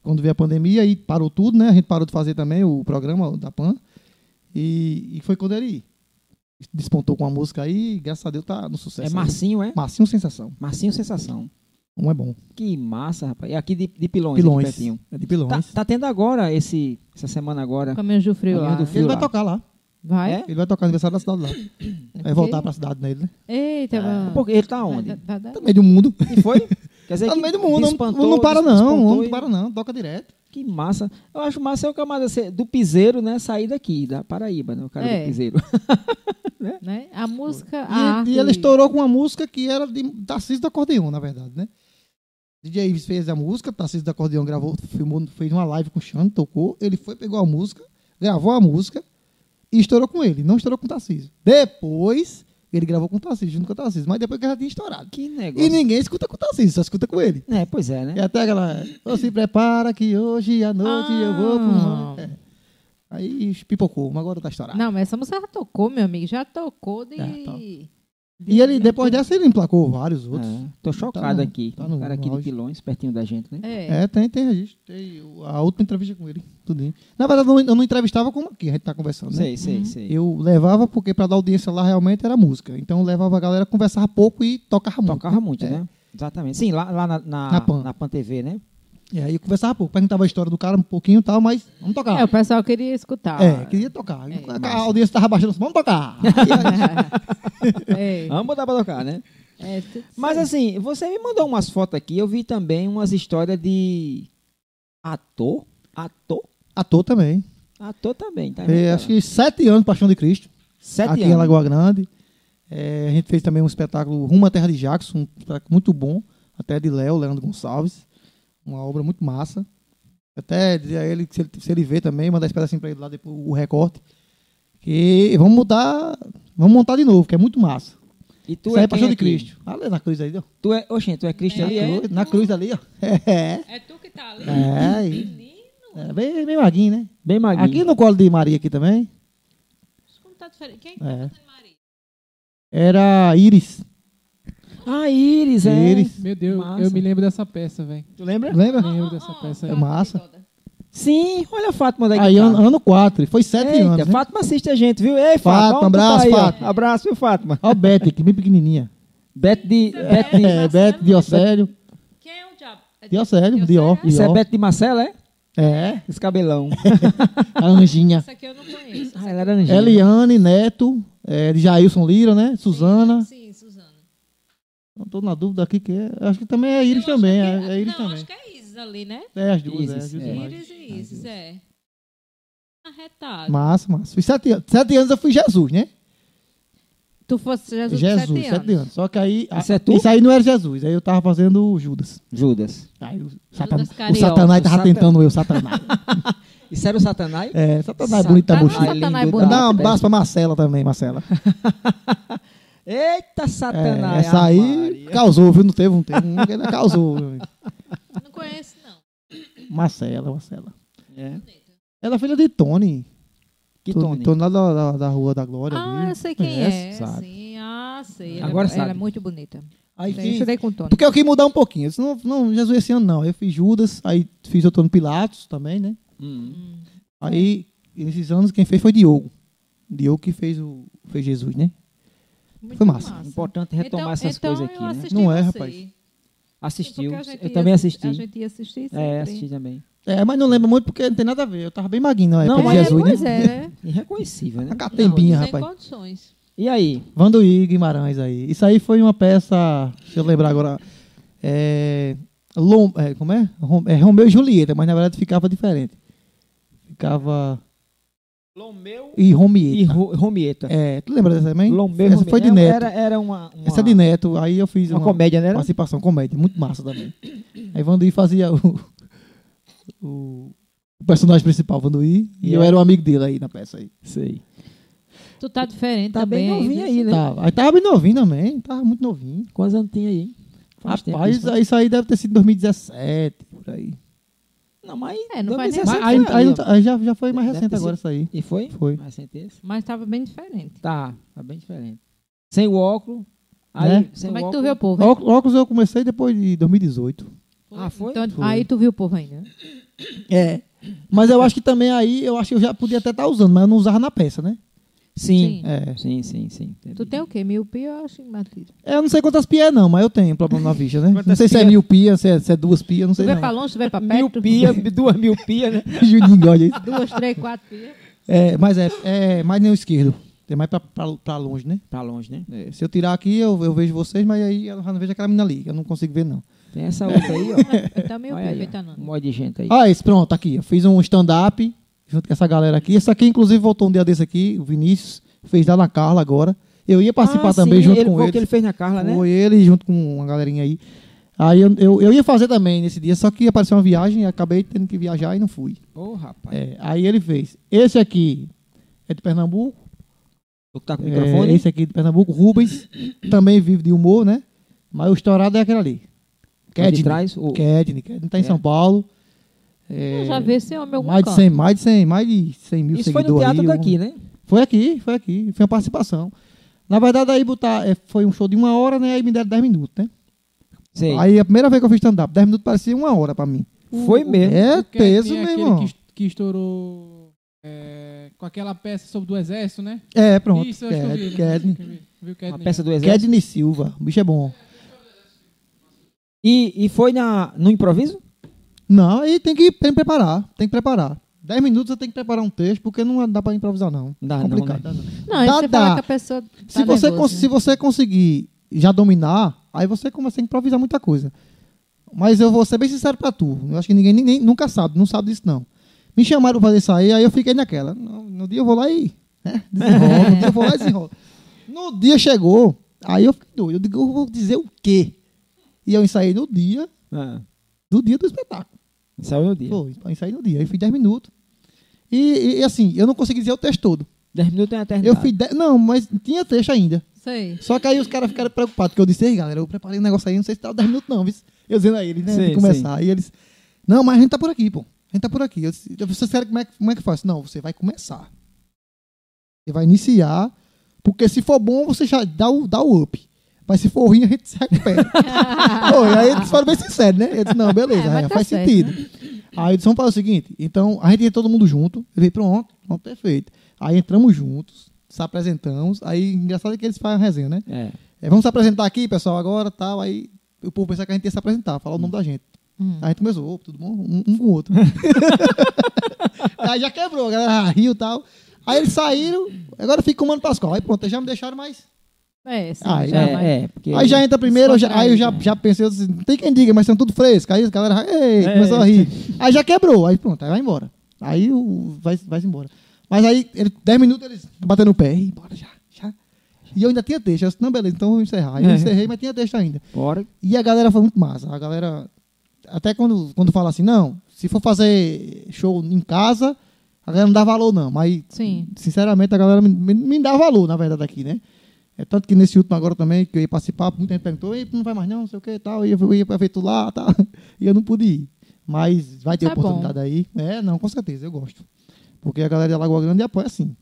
quando veio a pandemia, aí parou tudo, né? A gente parou de fazer também o programa da PAN. E, e foi quando ele despontou com a música aí, e graças a Deus tá no sucesso. É aí. Marcinho, é? Marcinho Sensação. Marcinho Sensação. Um é bom. Que massa, rapaz. É aqui de, de Pilões, aqui Pilões. pertinho. É de Tá, Pilões. tá tendo agora, esse, essa semana agora. Caminhão do Frio Caminhão lá. do né? Frio. Ele vai lá. tocar lá. Vai? É? Ele vai tocar no aniversário da cidade lá. Vai voltar pra cidade nele, né? Eita, mano. Porque ele tá onde? Vai- vai- vai- Tá no meio do mundo. E foi? Quer dizer, Tá que no meio do mundo. Não, despantou, não para despantou não. Não e- para não. Toca direto. Que massa. Eu acho massa é o camada ser do piseiro, né? Sair daqui, da Paraíba, né? O cara É. do piseiro. né? A música, E, a arte... e ele estourou com uma música que era de Tarcísio do Acordeon, na verdade, né? DJ Ives fez a música, Tarcísio do Acordeon gravou, filmou, fez uma live com o Xande, tocou. Ele foi, pegou a música, gravou a música e estourou com ele, não estourou com o Tarcísio. Depois, ele gravou com o Tarcísio, junto com o Tarcísio, mas depois que já tinha estourado. Que negócio. E ninguém escuta com o Tarcísio, só escuta com ele. É, pois é, né? E até aquela, "Ô, se prepara que hoje à noite eu vou pro Ah. mar." É. Aí pipocou, mas agora tá estourado. Não, mas essa música já tocou, meu amigo. Já tocou de... Já E ele, depois dessa, ele emplacou vários outros. É, tô chocado no- aqui. tá no- o cara no aqui de auge. Pilões, pertinho da gente, né? É. É, tem, tem registro. Tem o- a última entrevista com ele, tudinho. Na verdade, eu não, eu não entrevistava como aqui, a gente tá conversando, né? Sei, sei, sei. Eu levava porque pra dar audiência lá realmente era música. Então eu levava a galera, conversava pouco e tocava muito. Tocava muito, É. né? Exatamente. Sim, lá, lá na, na, Na Pan. na Pan TV, né? E aí eu conversava pouco, perguntava a história do cara um pouquinho e tal, mas vamos É, tocar. o pessoal queria escutar. É, queria tocar. É, a massa. audiência tava baixando, vamos tocar. E aí, É. Vamos botar pra tocar, né? É, tudo Mas assim, você me mandou umas fotos aqui, eu vi também umas histórias de ator, ator, ator também. ator também, tá? É, vendo, acho cara? que sete anos Paixão de Cristo. Sete aqui anos. em Lagoa Grande. É, a gente fez também um espetáculo Rumo à Terra de Jackson, um espetáculo muito bom, até de Léo, Leandro Gonçalves. Uma obra muito massa. Até dizer a ele, que se ele, se ele ver também, mandar esse pedacinho pra ele lá depois, o recorte. Que vamos mudar, vamos montar de novo, que é muito massa. E tu Isso aí é é Paixão quem de aqui? Cristo. Ali na cruz aí, ó. Tu é, oxente, tu é Cristo ali, é? Cruz- na cruz ali, ó. É, É tu que tá ali? é, aí. é bem, bem maguinho, né? Bem magrinho. Aqui no colo de Maria aqui também. Como tá diferente? Quem É. Maria? Era Iris. Ah, Iris, é. Iris. Meu Deus, Massa. eu me lembro dessa peça, velho. Tu lembra? Lembra? Lembro dessa peça É aí. massa. Sim, olha a Fátima daí. Aí, ano, 4, foi 7 Eita, anos. Né? Fátima assiste a gente, viu? Ei, Fátima, Fátima, onde tu tá abraço, aí, ó? Fátima. Abraço, viu, Fátima? Olha o Bete, que bem pequenininha. Beto de... Beto de... É, Bete, Diocélio. Quem é o diabo? É Diocélio, Dió. Isso é Dió. Beto de Marcela, é? É, Esse cabelão. a Anjinha. Essa aqui eu não conheço. ah, é laranjinha. Eliane, Neto, é, de Jailson Lira, né? Suzana. Sim, Suzana. Não tô na dúvida aqui que é. Acho que também é Iris também. É, é Iris não, também. acho que é Isis ali, né? É, as duas. Isis, é, as duas é. imagens. Iris e Isis, é. Arretado. Massa, massa. Os 7 anos, sete anos eu fui Jesus, né? Tu fosse Jesus, Jesus, de 7 sete anos. anos. Só que aí. a- Isso é tu? Isso aí não era Jesus. Aí eu tava fazendo o Judas. Judas. Aí o, satan... o Carioca. Satanás tava O satan- tentando eu, Satanás. Isso era o Satanás? tá É, Satanás bonito da Satanás. bochecha. Satanás é lindo bonito. da Dá um peste. abraço pra Marcela também, Marcela. Eita, É, Satanás. essa aí Maria. causou, viu? Não teve, não teve. Não, ela causou. meu amigo. Não conheço, não. Marcela, Marcela. É. Ela é filha de Tony. Que Tony, Tony? Tony lá da, da, da Rua da Glória. Ah, ali. eu sei quem é. Conhece, sabe. Sim, ah, sei. Ela, Agora ela sabe. é muito bonita. Aí Eu fiz- estudei com o Tony. Porque eu quis mudar um pouquinho. Eu disse, não, não, Jesus esse ano não. Aí Eu fiz Judas, aí fiz Antônio Pilatos também, né? Hum. Aí, nesses anos, quem fez foi Diogo. Diogo que fez, o, fez Jesus, né? Muito Foi massa. Importante retomar essas então coisas aqui, eu né? assisti Não é, você. rapaz. Assistiu. Porque a gente Eu ia também assistir- assisti. A gente ia assistir sempre. É, assisti também. É, mas não lembro muito porque não tem nada a ver. Eu tava bem magrinho na época Não, de é, Jesus, pois né? é, né? Irreconhecível, né? A tempinha, Não, rapaz. Sem condições. E aí? Vanduí Guimarães aí. Isso aí foi uma peça. Deixa eu lembrar agora. É, Lom- é, como é? Rom- é Romeu e Julieta, mas na verdade ficava diferente. Ficava. Lomeu E Romieta. e Ro- Romieta. É, tu lembra dessa também? Lomeu e Essa foi de Romieta. Neto. Era, era uma, uma, Essa é de Neto. Aí eu fiz uma uma, comédia, né? era? participação, comédia. Muito massa também. Aí Vanduí fazia o. o o personagem principal, Vanduí, e eu Yeah. era o amigo dele aí na peça aí. Sei. Tu tá diferente Tá também. bem aí, novinho né? aí, né? Tava, aí tava bem novinho também, tava muito novinho. Quantos anos tem aí? hein? Faz tempo Rapaz, é. isso. isso aí deve ter sido 2017, por aí. Não, mas... É, não faz nem- 2017 Mas aí, foi aí ali, não tá- aí já, já foi mais Deve recente ter agora isso aí. ó. E foi? Foi. Mais recente esse? Mas tava bem diferente. Tá, tá bem diferente. Sem o óculos. Aí, Né? sem Como é o que tu óculos. vê o povo? hein? Ó- Óculos eu comecei depois de 2018. Ah, foi? Então, Aí tu viu o povo ainda. né? É. Mas eu acho que também aí, eu acho que eu já podia até estar usando, mas eu não usava na peça, né? Sim. É. Sim, sim, sim. Tu tem o quê? Miopia, eu acho, Matilde. Eu não sei quantas pias é, não, mas eu tenho problema na vista, né? não Quantas sei se é pia? mil pias, se é, se é duas pias, não Tu sei vê pra não. longe, tu vê pra perto. Miopia, duas miopia, né? Juninho, olha isso. Duas, três, quatro pias. É, mas é, é mais nem o esquerdo. Tem mais pra, pra, pra longe, né? Pra longe, né? É, se eu tirar aqui, eu, eu vejo vocês, mas aí eu já não vejo aquela menina ali. Eu não consigo ver, não. Tem essa outra aí, ó. Então, Olha miopia, aí, ó. Um coitando. monte de gente aí. Ah, esse, pronto, aqui. Eu fiz um stand-up junto com essa galera aqui. Esse aqui, inclusive, voltou um dia desse aqui, o Vinícius. Fez lá na Carla agora. Eu ia participar Ah, também sim, junto ele, com foi o ele. que ele fez na Carla, né? Foi ele junto com uma galerinha aí. Aí eu, eu, eu ia fazer também nesse dia, só que apareceu uma viagem e acabei tendo que viajar e não fui. Ô, rapaz. É, aí ele fez. Esse aqui é de Pernambuco. Tu que tá com o é, microfone? esse aqui é de Pernambuco. Rubens também vive de humor, né? Mas o estourado é aquele ali. Lá Tá de Kedney. trás, o... Kedney. Kedney tá em É. São Paulo. É, Eu já vi esse homem em algum mais, de canto. 100, mais de 100, mais de 100 mil Isso foi seguidores. no teatro aí, o daqui, né? foi aqui, foi aqui. Foi uma participação. Na verdade, aí botar, é, foi um show de uma hora, né? Aí me deram 10 minutos, né? Sei. Aí a primeira vez que eu fiz stand-up, 10 minutos parecia uma hora pra mim. Foi mesmo. É O Cat peso, tem meu aquele irmão. Que, est- que estourou é, com aquela peça sobre do exército, né? É, pronto. Isso, eu acho que eu vi. Kedney, né? Kedney. Acho que eu vi. Uma Viu, Kedney? peça do exército. Kedney Silva. O bicho é bom. E, e foi na, no improviso? Não, aí tem que, tem que preparar. Tem que preparar. 10 minutos eu tenho que preparar um texto, porque não dá pra improvisar, não. Não dá não, Complicado. né? dá não. Não, aí Dá, você dá. fala que a pessoa tá Se, você nervosa. cons- se você conseguir já dominar, aí você começa a improvisar muita coisa. Mas eu vou ser bem sincero pra tu. Eu acho que ninguém nem- nem- nunca sabe, não sabe disso, não. Me chamaram pra fazer isso aí, aí eu fiquei naquela. No, no dia eu vou lá e. Né? Desenrolo, no dia eu vou lá e desenrolo. No dia chegou, aí eu fiquei doido. Eu digo, eu vou dizer o quê? E eu ensaiei no dia, Ah, do dia do espetáculo. saiu no dia. Foi, eu ensaiei no dia, aí fiz 10 minutos. E, e- e assim, eu não consegui dizer o texto todo. 10 minutos é uma eternidade. Eu fiz 10, não, mas tinha texto ainda. Sei. Só que aí os caras ficaram preocupados, porque eu disse, ei, galera, eu preparei um negócio aí, não sei se tá 10 minutos não, viu? eu dizendo a eles, né, Sim, de começar. E eles, não, mas a gente tá por aqui, pô, a gente tá por aqui. Eu disse, vocês querem como é, que- como é que eu faço? Não, você vai começar. Você vai iniciar, porque se for bom, você já dá o, dá o up. Mas se for ruim, a gente se recupera. Pô, e aí eles foram bem sinceros, né? Eu disse, não, beleza, É, mas já tá faz certo, sentido. Aí eu disse, vamos fazer o seguinte, então, a gente ia todo mundo junto, eu disse, pronto, pronto, perfeito. Aí entramos juntos, se apresentamos, aí engraçado é que eles fazem a resenha, né? É. É, vamos se apresentar aqui, pessoal, agora, tal. Aí o povo pensava que a gente ia se apresentar, falar o nome da gente. Hum. Aí A gente começou, "Opa, tudo bom? Um, um com o outro. aí já quebrou, a galera riu e tal. Aí eles saíram, agora fica com o Mano Pascoal. Aí pronto, aí já me deixaram mais. É, sim, Ah, já é, vai. É, é, porque... aí já entra primeiro, eu já- aí eu já, descontraído, já pensei, eu disse, não tem quem diga, mas são tudo fresco. Aí a galera ei, começou a rir. Aí já quebrou, aí pronto, aí vai embora. Aí o, vai, vai embora. Mas aí, ele, 10 minutos eles batendo o pé, e bora já, já. E eu ainda tinha texto, eu disse, não, beleza, então eu vou encerrar. Aí eu É. encerrei, mas tinha texto ainda. Bora. E a galera foi muito massa. A galera, até quando, quando fala assim, não, se for fazer show em casa, a galera não dá valor, não. Mas, Sim. sinceramente, a galera me, me, me dá valor, na verdade, aqui, né? É tanto que nesse último agora também, que eu ia participar, muita gente perguntou, Ei, tu não vai mais não, não sei o que e tal, e eu ia pra feito lá tal, e eu não pude ir. Mas vai ter Isso é oportunidade aí. É, não, com certeza, eu gosto. Porque a galera de Alagoa Grande apoia sim.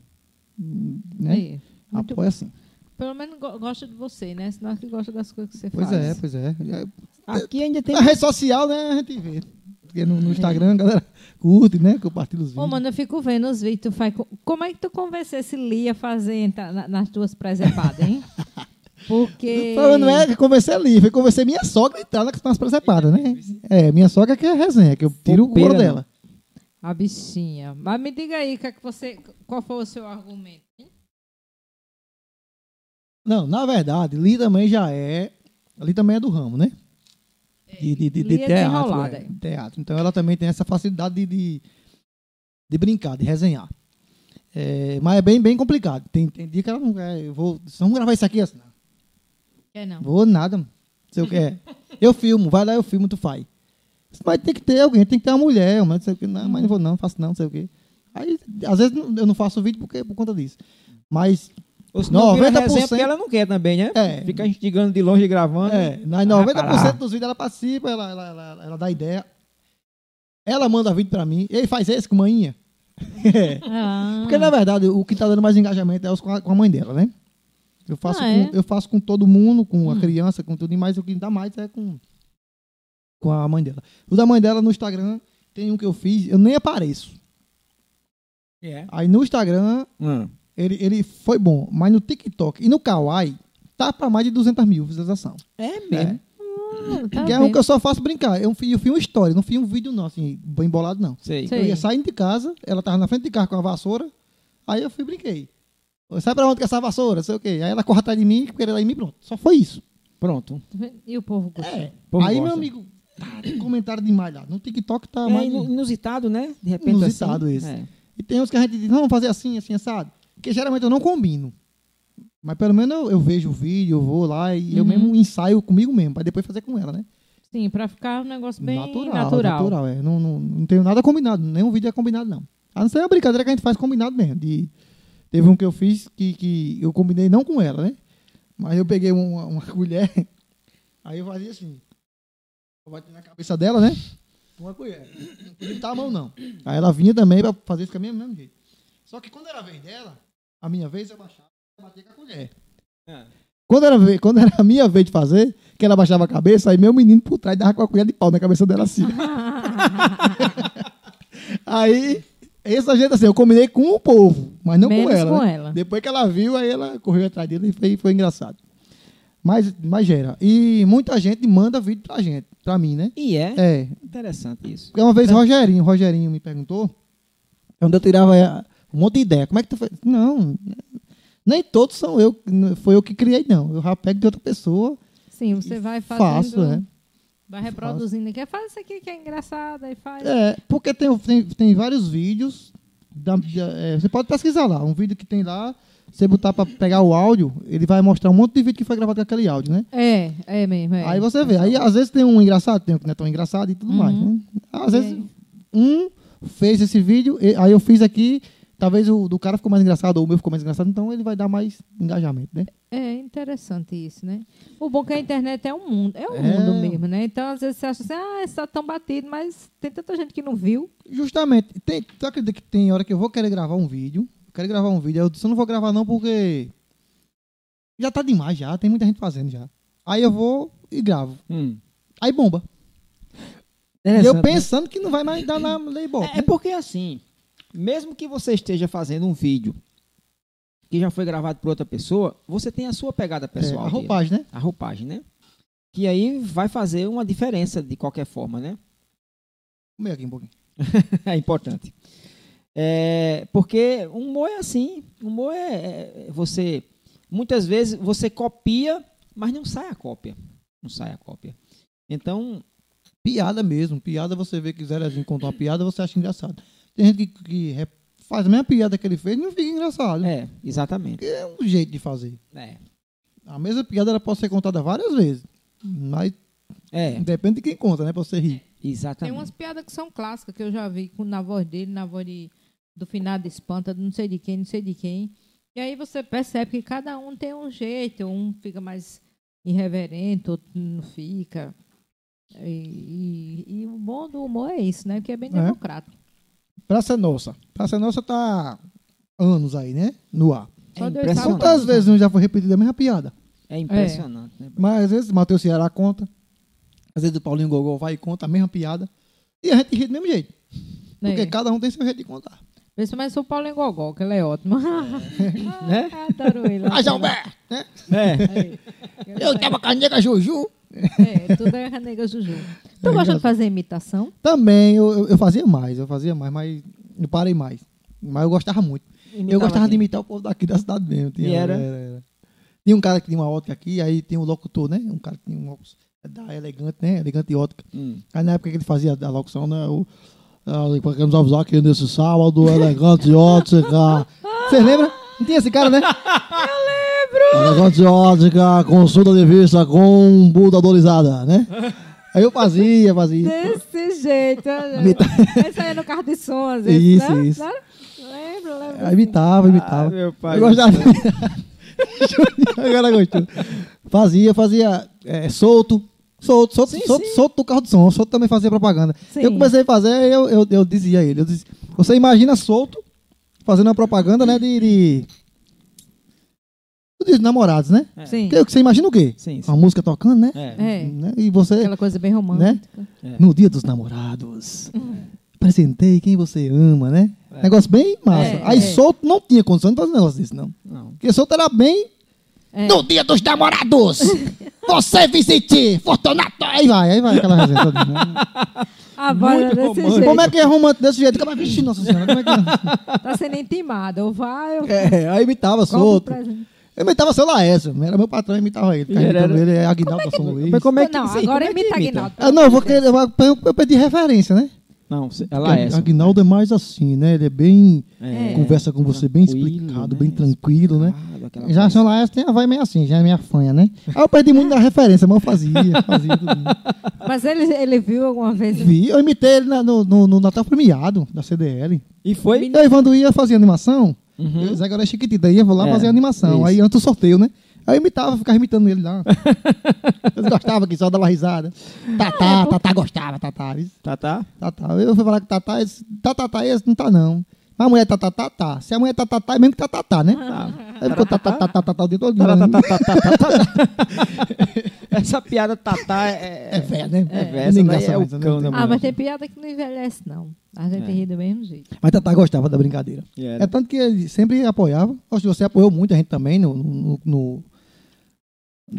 Hum, Né? Aí. Muito apoia sim. Pelo menos go- gosta de você, né? Senão é que gosta das coisas que você Pois faz. é, pois é. É, Aqui ainda tem... Na rede social, né, a gente vê. Porque no, no Instagram, a galera curte, né? Compartilha os vídeos. Ô, mano, eu fico vendo os vídeos. que Tu faz... co- Como é que tu convencesse Lia a fazer enta- na- nas tuas presepadas, hein? Porque. O problema não é que eu conversei ali, foi conversei minha sogra e tal, ela que tá nas presepadas, né? É, minha sogra que é resenha, que eu tiro o Poupeira, couro dela. A bichinha. Mas me diga aí, que é que você... qual foi o seu argumento? hein? Não, na verdade, Li também já é. Li também é do ramo, né? De, de, de, de Li é teatro. desenrolada, é, é. de teatro. Então ela também tem essa facilidade de, de, de brincar, de resenhar. É, mas é bem, bem complicado. Tem, tem dia que ela não quer. Eu vou, vamos gravar isso aqui assim. É, não. Vou nada, mano. Sei o que é. Eu filmo, vai lá, eu filmo, tu faz. Mas tem que ter alguém, tem que ter uma mulher, mas não sei o que. Não, mas não vou não, faço não, não sei o que. Aí, às vezes, não- eu não faço vídeo porque, por conta disso. Mas, Ou se não, 90%... Resenha, 90%. porque ela não quer também, né? É. Fica instigando de longe gravando. é, na- Ah, 90% caralho. dos vídeos ela participa, ela, ela, ela, ela dá ideia. Ela manda vídeo pra mim. Ei, faz esse com maninha. Ah, Porque, na verdade, o que tá dando mais engajamento é os com a, com a mãe dela, né? Eu faço, Ah, com, é? Hum. eu faço com todo mundo, com a criança, com tudo, e mais o que dá mais é com, com a mãe dela. O da mãe dela no Instagram Tem um que eu fiz, eu nem apareço. É. Aí no Instagram, Hum. ele, ele foi bom, mas no TikTok e no Kawaii, tá pra mais de 200 mil visualização. É mesmo? Tá que é um bem. que eu só faço brincar. Eu fiz, eu fiz uma história, não fiz um vídeo não, assim, bem bolado não. Sei. Sei. Eu ia saindo de casa, ela tava na frente de carro com a vassoura, aí eu fui e brinquei. Ô, Sai pra onde com essa vassoura? Sei o quê. Aí ela corre atrás de mim, querer lá em mim, pronto. Só foi isso. É. Pronto. E o povo gosta. O povo aí, meu gosta. amigo, tá, tem comentário demais lá. No TikTok tá É mais. inu- inusitado, né? De repente Inusitado assim. esse. É. E tem uns que a gente diz, não, vamos fazer assim, assim, assado. Porque geralmente eu não combino. Mas pelo menos eu, eu vejo o vídeo, eu vou lá e eu Uhum. mesmo ensaio comigo mesmo, pra depois fazer com ela, né? Sim, pra ficar um negócio bem natural. natural, é. Não, não, não tenho nada combinado, nenhum vídeo é combinado, não. A não ser a brincadeira que a gente faz combinado mesmo. De, teve um que eu fiz que, que eu combinei não com ela, né? Mas eu peguei uma, uma colher, aí eu fazia assim. Eu bati na cabeça dela, né? Com Uma colher. Não podia botar a mão, não. Aí ela vinha também pra fazer isso com a minha do mesmo jeito. Só que quando era a vez dela, a minha vez eu baixava e batia com a colher. Quando era, ve- quando era a minha vez de fazer, que ela baixava a cabeça, aí meu menino por trás dava com a colher de pau na cabeça dela assim. Aí, essa gente assim, eu combinei com o povo, mas não Menos com ela. com né? ela. Depois que ela viu, aí ela correu atrás dele e foi, foi engraçado. Mas, mas gera. E muita gente manda vídeo pra gente, pra mim, né? E é, É. interessante isso. Porque uma vez Rogerinho, Rogerinho me perguntou, onde eu tirava é, um monte de ideia. Como é que tu fez? Não, nem todos são eu, não foi eu que criei, não. Eu já pego de outra pessoa, Sim, você vai fazendo. faço, né? Vai reproduzindo. Quer fazer isso aqui que é engraçado. Aí faz. É, porque tem, tem, tem vários vídeos. da- da- é, você pode pesquisar lá. Um vídeo que tem lá, você botar pra pegar o áudio, ele vai mostrar um monte de vídeo que foi gravado com aquele áudio, né? É, é, mesmo. é. Aí você vê. Aí às vezes tem um engraçado, tem um que não é tão engraçado e tudo mais. Né? Às E vezes aí? um fez esse vídeo, e- aí eu fiz aqui. Talvez o do cara ficou mais engraçado ou o meu ficou mais engraçado, então ele vai dar mais engajamento, né? É interessante isso, né? O bom é que a internet é um mundo, é um É. mundo mesmo, né? Então, às vezes você acha assim, ah, isso tá tão batido, mas tem tanta gente que não viu. Justamente. Tem, tu acredita que tem hora que eu vou querer gravar um vídeo? Eu quero gravar um vídeo. Aí eu disse, eu não vou gravar não porque já tá demais já, tem muita gente fazendo já. Aí eu vou e gravo. Hum. Aí bomba. E eu pensando que não vai mais dar na lei bola. né? É, é porque assim, mesmo que você esteja fazendo um vídeo que já foi gravado por outra pessoa, você tem a sua pegada pessoal. a dele. roupagem, né? a roupagem, né? Que aí vai fazer uma diferença de qualquer forma, né? Comer aqui um pouquinho. É importante. É, porque o humor é assim. O humor é, é- você. Muitas vezes você copia, mas não sai a cópia. Não sai a cópia. Então, Piada mesmo. Piada você vê que Zerezinho contou uma piada, você acha engraçado. Tem gente que, que re- faz a mesma piada que ele fez e não fica engraçado. é, exatamente. Porque é um jeito de fazer. É. A mesma piada ela pode ser contada várias vezes. Mas É, depende de quem conta, né? Pra você rir. Tem umas exatamente. piadas que são clássicas que eu já vi com, na voz dele, na voz de, do finado espanta, não sei de quem, não sei de quem. E aí você percebe que cada um tem um jeito, um fica mais irreverente, outro não fica. E, e- e o bom do humor é isso, né? Porque é bem É. democrático. Praça Nossa. Praça Nossa tá anos aí, né? No ar. Só É Deus sabe impressionante. Quantas vezes não já foi repetida a mesma piada? É impressionante. né? Mas às vezes o Matheus Ceará conta. Às vezes o Paulinho Gogol vai e conta a mesma piada. E a gente ri do mesmo jeito. né? Porque cada um tem seu jeito de contar. Principalmente se o Paulo Engogol, que ele é ótimo. Né? Ah, adoro ele. Ah, Jalber! É. Eu tava com a nega Juju. É, tudo é nega Juju. Tu gosta de fazer imitação? Também, eu, eu- eu fazia mais, eu fazia mais, mas eu parei mais. Mas eu gostava muito. eu Imitava gostava de quem? imitar o povo daqui da cidade mesmo. Tinha, E era? Tinha um cara que tinha uma ótica aqui, aí tem um locutor, né? Um cara que tinha um óculos da elegante, né? Elegante ótica. Hum. Aí na época que ele fazia a locução, né? O, ah, queremos avisar que nesse sábado, elegante ótica. Vocês lembram? Não tinha esse cara, né? Eu lembro! Elegante ótica, consulta de vista computadorizada, né? Aí eu fazia, fazia. Desse jeito. Imita- Esse aí é no carro de som, às vezes, Isso, né? isso. Né? Lembro, lembro. Aí imitava, imitava. Ah, meu pai. eu gostava. Agora gostou. Fazia, fazia é, solto. Solto, solto, solto, solto do carro de som. Solto também fazia propaganda. Sim. Eu comecei a fazer, eu, eu, eu dizia a ele. Eu disse, você imagina solto fazendo uma propaganda, né? De. de... Eu disse, namorados, né? Sim. Porque Você imagina o quê? Sim, sim. Uma música tocando, né? É. É, Né? E você, É. aquela coisa bem romântica. no dia dos namorados, Apresentei quem você ama, né? É. Negócio bem massa. É, Aí é. solto não tinha condição de fazer um negócio desse, não. Não. Porque solto era bem. É. No dia dos namorados! você, Vicente! Fortunato! Aí vai, aí vai aquela resenha toda, né? A Bárbara Muito desse romântico. jeito. Como é que é romântico desse jeito? Como é- Vixe, nossa senhora, como é que Tá sendo intimada. Ou vai, ou é? é aí imitava compra solto. um presente. Eu imitava seu Laércio, era meu patrão, eu imitava ele. E ele Ele, era- ele é Aguinaldo da São Luís. Mas como é que Não, sei, agora como é que imita Aguinaldo. Ah, não, eu vou querer, eu, eu- eu pedi referência, né? Não, se- ela é. Porque Aguinaldo é mais assim, né? Ele é bem. É. Conversa com você bem Tranquilo, explicado, né? bem tranquilo, né? Explicado, aquela Já coisa. seu Laércio tem a voz meio assim, já é minha fanha, né? Aí eu perdi muito da referência, mas eu fazia, fazia tudo. Mas ele, ele viu alguma vez. Vi, eu imitei ele na- no, no- no Natal Premiado, da CDL. E foi. Eu, Evandro ia fazer animação. Uhum. Eu, Zé Garoto Chiquitita ia, vou lá É, fazer animação. isso. Aí antes do sorteio, né? Aí eu imitava, ficava imitando ele lá. Eles gostavam que só dava risada. Tá, É, Tatá, Tatá gostava, Tatá. isso. Tá, tá. Tatá. Eu fui falar com Tatá, esse, tá, tá, tá, esse não tá não. Mas a mulher tá, tá, tá, tá. Se a mulher tá, tá, tá, é mesmo que tá, tá, tá, né? Ah. Aí ficou tá, tá, tá, tá, tá, tá o dia todo. Tá, tá, né? tá, tá, tá, tá, tá. Essa piada tatá é. É velha, né? É velha, Não essa daí engraçado, é o essa, né? cão da Ah, mas mulher. tem piada que não envelhece, não. A gente É. ri do mesmo jeito. Mas Tatá gostava da brincadeira. E É era. tanto que ele sempre apoiava. Acho que você apoiou muito a gente também no, no, no,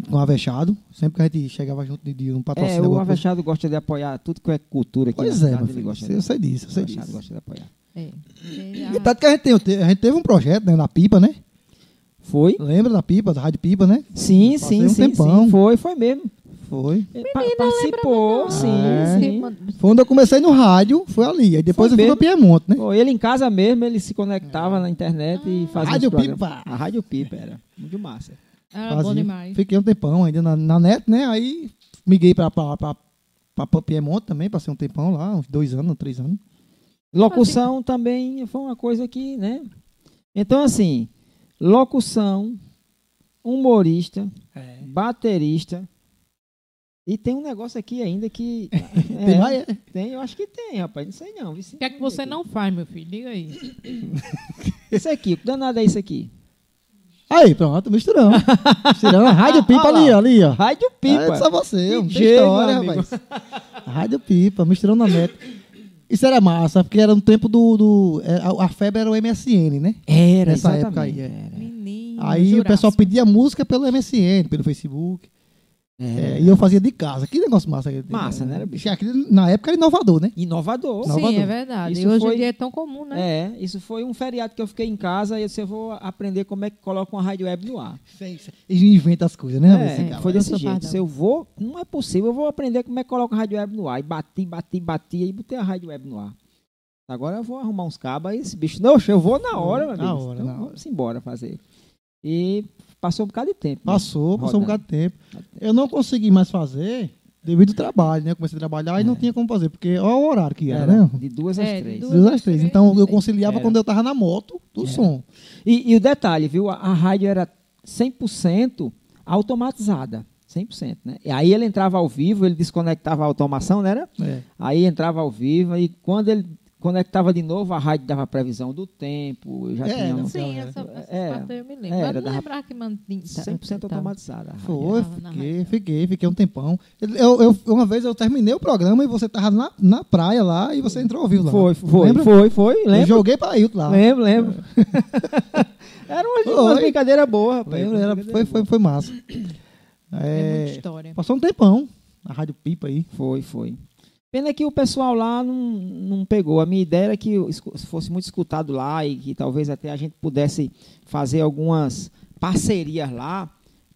no Avexado. Sempre que a gente chegava junto de, de um patrocínio. É, o alguma coisa. Avechado gosta de apoiar tudo que é cultura aqui. Pois na é, cidade, meu ele filho. gosta Eu de- sei disso, eu sei o Avechado disso. gosta de apoiar. É. E tá tanto que a gente, tem, a gente teve um projeto né, na Pipa, né? Foi? Lembra da Pipa, da Rádio Pipa, né? Sim, Passei sim, um sim, tempão. sim. Foi, foi mesmo. Foi. Ele pa- participou, sim, Ah, sim. Foi onde eu comecei no rádio, foi ali. Aí depois Foi eu fui mesmo. pro Piemonte, né? Pô, ele em casa mesmo, ele se conectava na internet Ah. e fazia É. Rádio os programas. Pipa. A Rádio Pipa era. Muito massa. Era bom Fazia. é demais. Fiquei um tempão ainda na, na net, né? Aí miguei pra, pra, pra, pra, pra Piemonte também, passei um tempão lá, uns dois anos, três anos. Locução também foi uma coisa que, né? Então, assim, locução, humorista, É. baterista. E tem um negócio aqui ainda que. é, Tem mais? é? tem, eu acho que tem, rapaz. Não sei não. Isso O que é que você não faz, meu filho? Diga aí. Isso aqui, que danado é isso aqui? Aí, pronto, misturamos. misturamos a Rádio Pipa Ah, lá. ali, ó, ali, ó. Rádio Ah, Pipa. É só você, não tem DJ, história, meu rapaz. Rádio Pipa, misturando na net. Isso era massa, porque era no tempo do. do- é, a, a febre era o MSN, né? Era, Nessa exatamente. época aí, é. era. Menino. Aí o Jurassic. pessoal pedia música pelo MSN, pelo Facebook. É, Era. e eu fazia de casa. Que negócio massa. aquele- Massa, né, era bicho? Aquele, na época era inovador, né? Inovador. Sim, Salvador. é verdade. Isso e hoje foi- em dia é tão comum, né? É, isso foi um feriado que eu fiquei em casa e eu disse, eu vou aprender como é que coloca uma rádio web no ar. E inventa as coisas, né? É, esse cara? foi desse Sou jeito. fadão. Se eu vou, não é possível, eu vou aprender como é que coloca a rádio web no ar. E bati, bati, bati, e botei a rádio web no ar. Agora eu vou arrumar uns cabos aí, esse bicho. Não, eu vou na hora, meu Hum, Na amigo. hora, Então, na hora. Vamos embora fazer. E passou um bocado de tempo. né? Passou, passou um bocado Rodando. de tempo. Eu não consegui mais fazer devido ao trabalho, né? Eu comecei a trabalhar e não tinha como fazer, porque olha o horário que era, né? É. de duas É, às de três. duas. Duas às três. Então eu conciliava Era. quando eu tava na moto do som. E, e o detalhe, viu? A, a rádio era 100% automatizada. 100%, né? E aí ele entrava ao vivo, ele desconectava a automação, né? Era? É. Aí entrava ao vivo e quando ele conectava de novo, a rádio dava previsão do tempo, já É, tinha um- não sei. Sim, Era- essa, essa é, era- parte eu me lembro. era Mas não da- lembrar que mantinha. Tá, tá. É 100% automatizada. a rádio. Foi, tava na fiquei, rádio. fiquei, fiquei um tempão. Eu, eu- uma vez eu terminei o programa e você tava na, na praia lá e você entrou ao vivo lá. Foi, foi, Lembra? foi, foi, Eu lembro. joguei pra Ailton lá. Lembro, lembro. era uma, uma Foi. brincadeira boa, rapaz. Lembro, era- foi, foi, foi massa. É É, muita história. passou um tempão na Rádio Pipa aí. Foi, foi. Pena que o pessoal lá não, não pegou. A minha ideia era que eu escu- fosse muito escutado lá e que talvez até a gente pudesse fazer algumas parcerias lá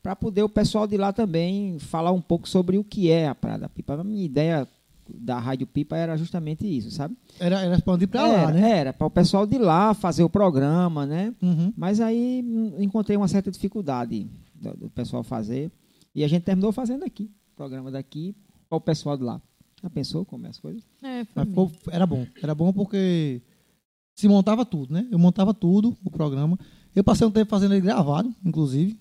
para poder o pessoal de lá também falar um pouco sobre o que é a Praia da Pipa. A minha ideia da Rádio Pipa era justamente isso, sabe? Era, era expandir pra era, lá, né? Era, para o pessoal de lá fazer o programa, né? Uhum. Mas aí hum, encontrei uma certa dificuldade do, do pessoal fazer. E a gente terminou fazendo aqui. O programa daqui para o pessoal de lá. Já pensou como é as coisas? É, foi Mas mesmo. foi- era bom. Era bom porque se montava tudo, né? Eu montava tudo, o programa. Eu passei um tempo fazendo ele gravado, inclusive.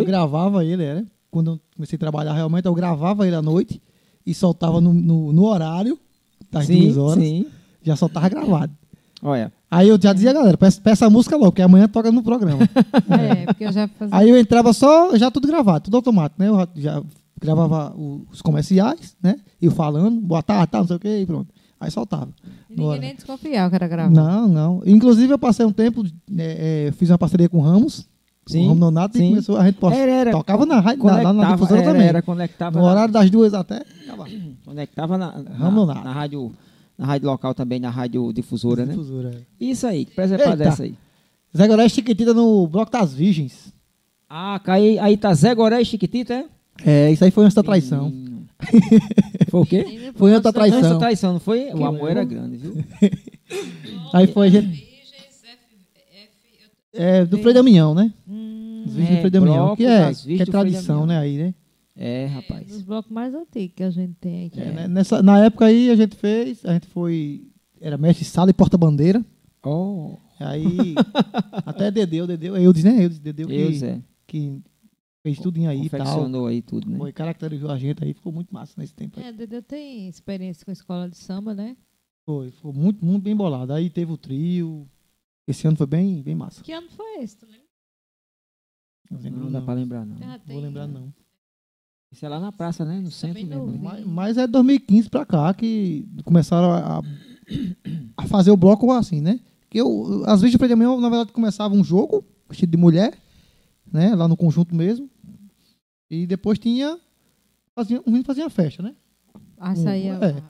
Eu gravava ele, era. Quando eu comecei a trabalhar realmente, eu gravava ele à noite e soltava no, no- no horário das duas horas. sim. Já soltava gravado. Olha, Aí eu já dizia, galera, peça, peça a música logo, porque amanhã toca no programa. É, porque eu já fazia. Aí eu entrava só, já tudo gravado, tudo automático, né? Eu já- já gravava o- os comerciais, né? Eu falando, boa tarde, tá, não sei o quê, e pronto. Aí soltava. E Na hora. Ninguém nem desconfiava que era gravado. Não, não. Inclusive, eu passei um tempo, né, é, fiz uma parceria com o Ramos, com Sim. o Ramos Nonato, e sim. começou a gente posta, Era, era. tocava na rádio, na, lá na Conectava, difusora era, também. Era, conectava no na- horário das duas até. acabava. Conectava é na, Vamos na, lá. na rádio, na rádio local também, na rádio difusora, né? Difusora, é. Isso aí, que preservada Eita. dessa aí. Zé Goré é Chiquitita no Bloco das Virgens. Ah, aí, aí tá Zé Goré e Chiquitita, é? É, isso aí foi antes da traição. Foi o quê? Menino, Foi antes da Antes da traição. traição, não foi? O amor era grande, viu? Aí foi a gente. É, do Frei Damião, né? Os vídeos É, do Frei Damião, bloco que é, das que virgens é do Frei tradição, Damião. né? Aí, né? É, Um rapaz. dos blocos mais antigos que a gente tem aqui. É, né? Nessa, na época aí a gente fez, a gente foi. Era mestre de sala e porta-bandeira. Oh, Aí. até Dedeu, Dedeu. Eu disse, né? Eu disse, Dedeu que, eu, Zé. que fez tudinho aí e tal. é. Confeccionou aí tudo, né? Foi, caracterizou a gente aí, ficou muito massa nesse tempo. aí. É, Dedeu tem experiência com escola de samba, né? Foi, foi muito, muito bem bolado. Aí teve o trio. Esse ano foi bem, bem massa. Que ano foi esse? Tu lembra? Eu lembro, Não dá pra lembrar, não. Ah, tem- Vou lembrar, não. Isso é lá na praça, né? Tá No centro Também mesmo. não. né? Mas, mas é 2015 pra cá que começaram a, a- a fazer o bloco assim, né? Que eu, às vezes, pra mim, eu, na verdade, começava um jogo vestido de mulher, né? Lá no conjunto mesmo. E depois tinha. Fazia, um menino fazia festa, né? Ah, isso aí é. É.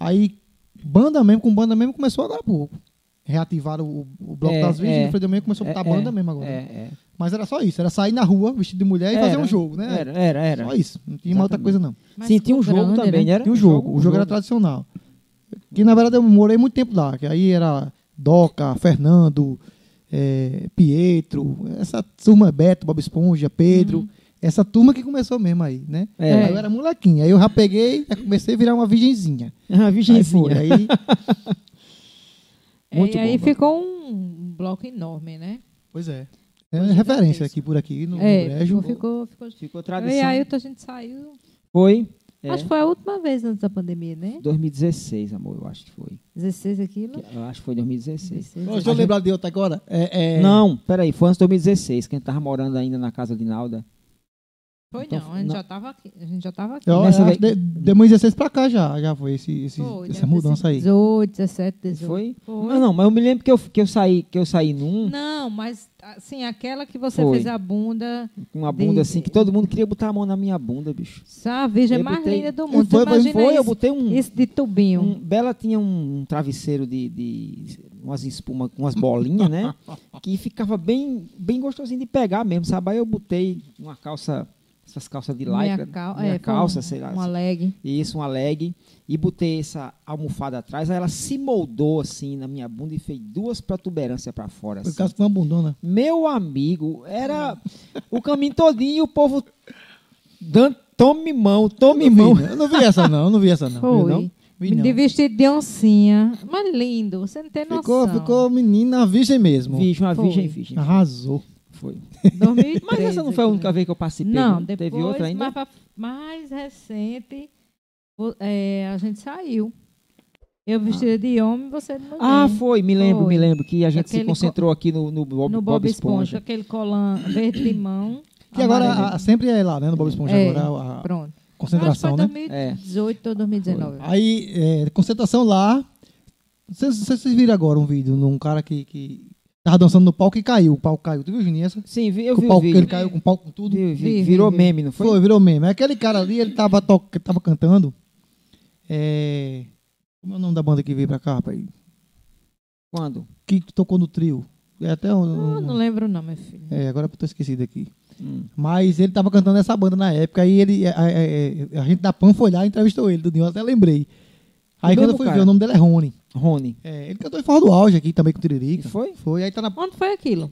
Aí, banda mesmo, com banda mesmo, começou agora há pouco. Reativaram o, o bloco É, das virgens, é. e o Freio Domingo começou a botar É, banda é, mesmo agora. É, é. Mas era só isso, era sair na rua vestido de mulher e fazer Era, um jogo, né? Era, era, era. Só isso, não tinha uma outra Exatamente. coisa não. Mas Sim, tinha um ficou jogo grande, também, né? era? Tinha um jogo. O jogo era tradicional. Que na verdade eu morei muito tempo lá. Que aí era Doca, Fernando, eh, Pietro, essa turma Beto, Bob Esponja, Pedro. Essa turma que começou mesmo aí, né? É. Aí eu era molequinho. Aí eu já peguei, já comecei a virar uma virgenzinha. Ah, Aí foi. vigenzinha. Aí É, Muito e aí bom, ficou um bloco enorme, né? Pois é. É referência aqui por aqui no, no é, Brejo. ficou, ficou, ficou. Ficou Eu tradição. E aí a gente saiu. Foi. É, Acho que foi a última vez antes da pandemia, né? 2016, amor, eu acho que foi. 16 aquilo. Eu acho que foi 2016. 16. Deixa eu lembrar de outra agora. É, é- Não, peraí, foi antes de 2016, que a gente tava morando ainda na casa de Nalda. Foi Então, não, a gente não. já tava aqui. A gente já tava aqui. Eu, Nessa acho vez- que de, de 2016 pra cá já, já foi, esse, esse- Foi, essa deve ter mudança sido aí. 18, 17, 18. Foi? Foi. Não, não, mas eu me lembro que eu, que eu saí, que eu saí num, Não, mas assim, aquela que você Foi. fez a bunda, com uma bunda assim, que todo mundo queria botar a mão na minha bunda, bicho. sabe? A virgem Eu mais botei- linda do mundo. Foi, Você imagina foi, eu isso, botei um, isso de tubinho. um- Bela tinha um, travesseiro de, de umas espuma, com umas bolinhas, né? que ficava bem, bem gostosinho de pegar mesmo, sabe? Aí eu botei uma calça, essas calças de lycra, minha, cal- minha é, foi calça, um- sei lá, assim. Uma leg. Isso, uma leg. E botei essa almofada atrás. Aí ela se moldou assim na minha bunda e fez duas protuberâncias pra fora. Por assim. causa de uma bundona. Meu amigo, era Hum. o caminho todinho e o povo dando tome mão, tome Eu não mão. vi, não. Eu não vi essa não, eu não vi essa não. Foi. Eu não vi, Me não. de vestido de oncinha. Mas lindo, você não tem noção. Ficou, ficou menina virgem mesmo. Virgem, uma Foi. virgem, virgem. Arrasou. Foi. 2013, Mas essa não foi um a única aquilo. vez que eu participei. Não, depois, Teve outra ainda? Mais, pra- mais recente, o- é, a gente saiu. Eu vestida de homem, você de mulher. Ah, foi, me lembro, Foi. me lembro que a gente Aquele se co- concentrou aqui no, no Bob, no Bob, Esponja. aquele colã verde limão. Que agora amarelo. a- a- sempre é lá, né? No Bob Esponja É. agora a- a, Pronto. concentração, Acho né? que foi 2018 ou 2019. Aí, é, concentração lá. Não sei se vocês viram agora um vídeo de um cara que, que tava dançando no palco e caiu. O palco caiu. Tu viu, Juninho, essa? Sim, vi- eu Que vi o o palco que ele vídeo. caiu com o palco com tudo. Vi- vi- Vi, vi, virou vi. meme, não foi? Foi, virou meme. É Aquele cara ali, ele tava, to... tava cantando. É... Como é o nome da banda que veio pra cá, rapaz? Quando? Que tocou no trio. É até um. Eu Ah, não lembro não, meu filho. É, agora eu tô esquecido aqui. Hum. Mas ele tava cantando essa banda na época, aí ele. A, a- a- a gente da PAN foi lá e entrevistou ele, do Dinho, eu até lembrei. Aí quando O eu mesmo fui cara? ver, o nome dele é Rony. Rony. É, ele cantou em Forra do Auge aqui também com o E Tiririca. foi? Foi, aí tá na. Onde foi aquilo?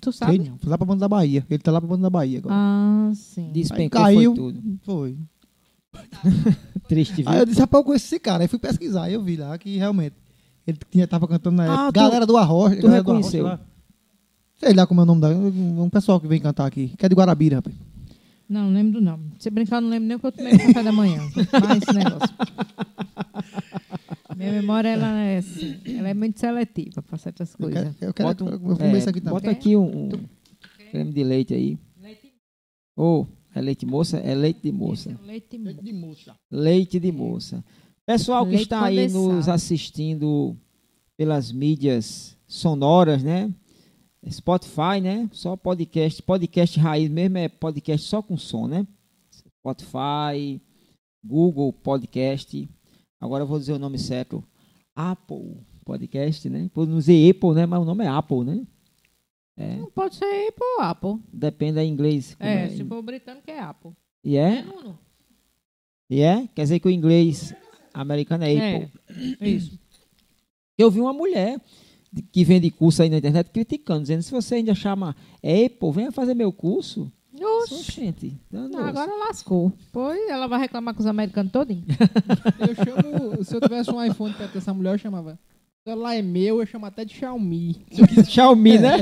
Tu Sei sabe? não, Foi lá pra banda da Bahia. Ele tá lá pra banda da Bahia agora. Ah, sim. Despencou, Aí caiu. foi tudo. Foi. Triste, viu? Aí eu disse, rapaz, eu conheço esse cara. Aí fui pesquisar, aí eu vi lá que realmente. Ele tinha, tava cantando na Ah, época. tu- Galera do Arrocha. tu galera do Arrocha reconheceu? lá. Sei lá como é o nome da. Um pessoal que vem cantar aqui, que é de Guarabira, rapaz. Não, não lembro não. Se brincar, eu não lembro nem o que eu tomei no café da manhã. Mais esse negócio. Minha memória, ela é assim. Ela é muito seletiva para certas Eu coisas. quero, eu quero Bota um- eu comer é, isso aqui também. Bota aqui um, um creme de leite aí. Ou, é leite moça? É leite de moça. Leite e mel. de moça. Leite de moça. Pessoal que Leite está aí condensado. nos assistindo pelas mídias sonoras, né? Spotify, né? Só podcast, podcast raiz mesmo é podcast só com som, né? Spotify, Google Podcast. Agora eu vou dizer o nome certo. Apple Podcast, né? Por não dizer Apple, né? Mas o nome é Apple, né? Não pode ser Apple ou Apple. Depende da inglês. como É, se for britânico é Apple. E é? Nuno? E é? Quer dizer que o inglês americano é Apple. É, isso. Eu vi uma mulher de- que vende curso aí na internet criticando, dizendo se você ainda chama Apple, venha fazer meu curso. Sou Oxi. gente. Não, Não, agora lascou. Pois ela vai reclamar com os americanos todinho. Eu chamo. Se eu tivesse um iPhone pra ter essa mulher, eu chamava. O celular é meu, eu chamo até de Xiaomi. É. Xiaomi, né?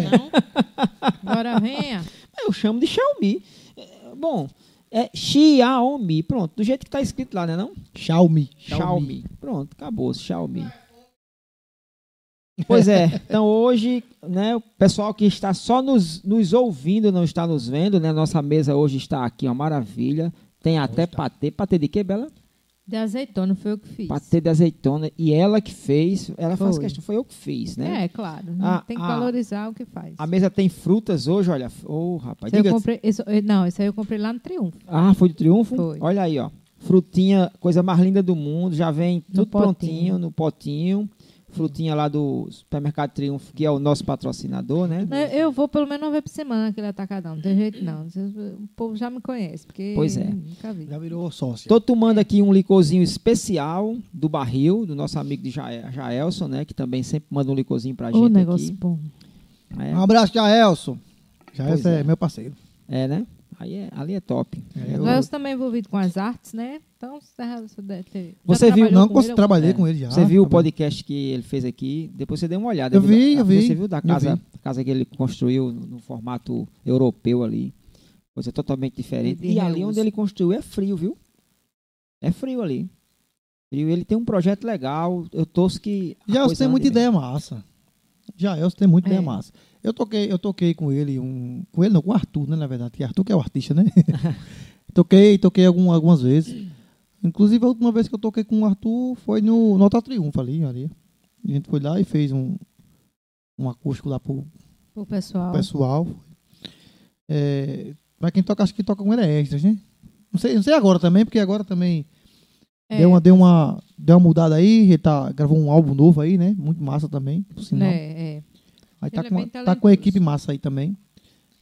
Agora venha. Eu chamo de Xiaomi. É, Bom, é Xiaomi. Pronto, do jeito que tá escrito lá, né não? Xiaomi. Xiaomi. Pronto, acabou, Xiaomi. Pois é, então hoje, né, o pessoal que está só nos, nos ouvindo, não está nos vendo, né, nossa mesa hoje está aqui, uma maravilha. Tem até patê, patê de que, Bela? De azeitona foi eu que fiz. Patê de azeitona. E ela que fez, ela faz Foi. questão, foi eu que fiz, né? É, claro. Ah, tem que ah. valorizar o que faz. A mesa tem frutas hoje, olha. Ô, rapaz, Isso aí eu diga- comprei- isso- eh, não, isso aí eu comprei lá no Triunfo. Ah, foi do Triunfo? Foi. Olha aí, ó. Frutinha, coisa mais linda do mundo, já vem tudo No prontinho potinho. no potinho. Frutinha lá do supermercado Triunfo, que é o nosso patrocinador, né? Né, Eu vou pelo menos uma vez por semana naquele atacadão. Não tem jeito não. O povo já me conhece, porque Pois é. nunca vi. Já virou sócio. Tô tomando aqui um licorzinho especial do barril, do nosso amigo de Jael- Jaelson, né? Que também sempre manda um licorzinho pra gente Ô, negócio aqui. bom. É. Um abraço, Jaelson. Pois Jaelson é. é. meu parceiro. É, né? Aí é- ali é top. É, eu- Eu, eu também envolvido com as artes, né? Então, você já- você deve ter- já Você viu- trabalhou Não, com cons- ele, trabalhei é. com ele já. você viu o Trabalhei. podcast que ele fez aqui? Depois você deu uma olhada. Ah, tá Eu viu da- vi, eu vi. Você viu da Eu casa, vi. a casa que ele construiu no, no formato europeu ali. Coisa totalmente diferente. De E ali reuso. onde ele construiu é frio, viu? É frio ali. Frio. Ele tem um projeto legal. Eu torço que. a Jaelson coisa tem ande muita bem. ideia massa. Jaelson tem muita É. ideia massa. Eu toquei, eu toquei com ele, um, com ele não, com o Arthur, né, na verdade, que Arthur que é o artista, né? toquei, toquei algum- algumas vezes. Inclusive, a última vez que eu toquei com o Arthur foi no Nota Triunfo ali, ali. A gente foi lá e fez um, um acústico lá pro O pessoal. pessoal. É, pra quem toca, acho que toca com ele é extras, né? Não sei, não sei agora também, porque agora também É, Deu, uma, deu, uma, deu uma mudada aí, ele tá, gravou um álbum novo aí, né? Muito massa também, por sinal. né, é. Aí tá Ele é com, bem tá com talentoso. a equipe massa aí também.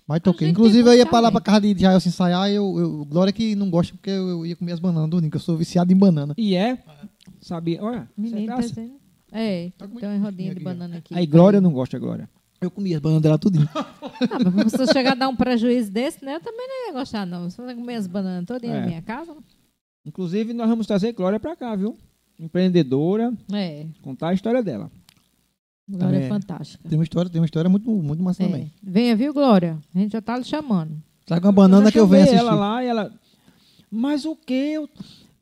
Mas toquei. gente tem Inclusive, eu ia muito pra lá pra talento. casa de Jael se ensaiar. Eu, eu, Glória que não gosta porque eu, eu ia comer as bananas do Ninho, que eu sou viciado em banana. E é. Sabia? Olha. Menino, tá você tá- sendo- É, tem uma rodinha de banana aqui. Aí Glória não gosta, Glória. Eu comia as bananas dela tudinho. Ah, mas se eu chegar a dar um prejuízo desse, né? Eu também não ia gostar, não. Se eu comer as bananas todinha É. na minha casa. Inclusive, nós vamos trazer Glória pra cá, viu? Empreendedora, É. contar a história dela. Glória é. é fantástica. Tem uma história, tem uma história muito, muito massa também. É. Venha, viu, Glória? A gente já tá lhe chamando. Traga uma banana já que eu venho chamei assistir. ela lá e ela. Mas o que? Eu,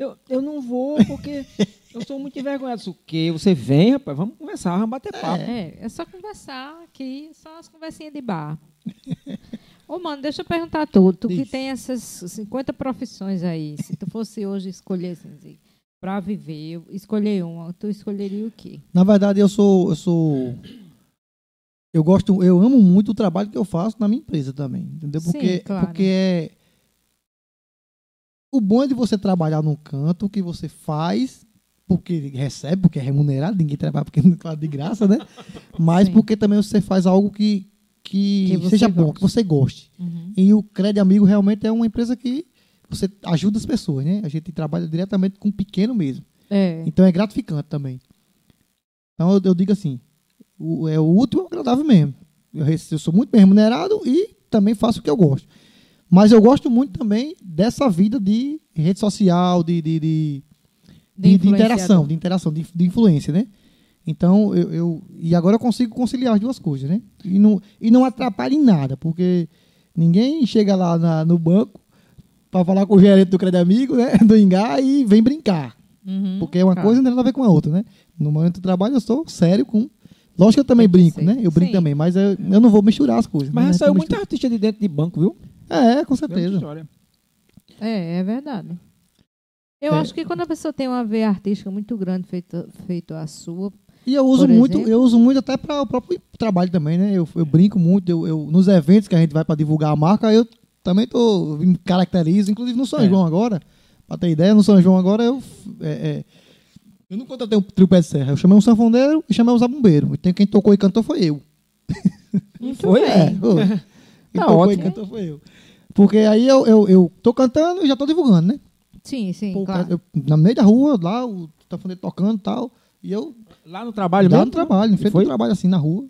eu, eu não vou porque eu sou muito envergonhado. O que? Você vem, rapaz, vamos conversar, vamos bater Ah, papo. É, é só conversar aqui, só as conversinhas de bar. Ô, mano, deixa eu perguntar tu. Tu que Diz. tem essas 50 profissões aí, se tu fosse hoje escolher, assim, dizer, pra viver, eu escolher uma, tu escolheria o quê? Na verdade, eu sou. Eu sou. Eu gosto, eu amo muito o trabalho que eu faço na minha empresa também. Entendeu? Sim, Porque, claro. porque é. O bom é de você trabalhar num canto que você faz, porque recebe, porque é remunerado, ninguém trabalha porque não claro, de graça, né? Mas Sim. porque também você faz algo que, que, Que você seja bom, gosta. que você goste. Uhum. E o Crédito Amigo realmente é uma empresa que você ajuda as pessoas, né? A gente trabalha diretamente com o pequeno mesmo. É, Então é gratificante também. Então eu, eu digo assim, o, é o útil ao agradável mesmo. Eu, rece- eu sou muito bem remunerado e também faço o que eu gosto. Mas eu gosto muito também dessa vida de rede social, de, de, de, de- de interação, de interação, de, de influência, né? Então eu, eu- e agora eu consigo conciliar as duas coisas, né? E não e não atrapalha em nada, porque ninguém chega lá na- no banco para falar com o gerente do Crédito Amigo, né? Do Engar e vem brincar. Uhum, Porque é uma Ah. tá. coisa não tem nada a ver com a outra, né? No momento do trabalho eu sou sério com. Lógico que eu também Tem que brinco, ser. né? Eu brinco Sim. também, mas eu, eu não vou misturar as coisas. né? Mas já Eu saiu muito misturo- artista de dentro de banco, viu? É, com Grande certeza. história. É, é verdade. Eu acho que quando a pessoa tem uma veia artística muito grande feito, feito a sua, E eu uso Por muito, exemplo? eu uso muito até para o próprio trabalho também, né? Eu, eu brinco muito, eu, eu- nos eventos que a gente vai para divulgar a marca, eu também tô me caracterizo, inclusive no São É. João agora, para ter ideia, no São João agora eu é, é, eu não contratei um trio pé de serra, eu chamei um sanfoneiro e chamei um zabumbeiro. Então quem tocou e cantou foi eu. muito Foi, bem. É, ô. Quem Tá tocou ótimo. e cantou foi eu. Porque aí eu, eu, eu tô cantando e já tô divulgando, né? Sim, sim, Pô, o claro. cara- eu- na meio da rua, lá, o sanfoneiro tocando e tal. E eu Lá no trabalho lá mesmo? no trabalho, em frente Foi? do trabalho, assim, na rua.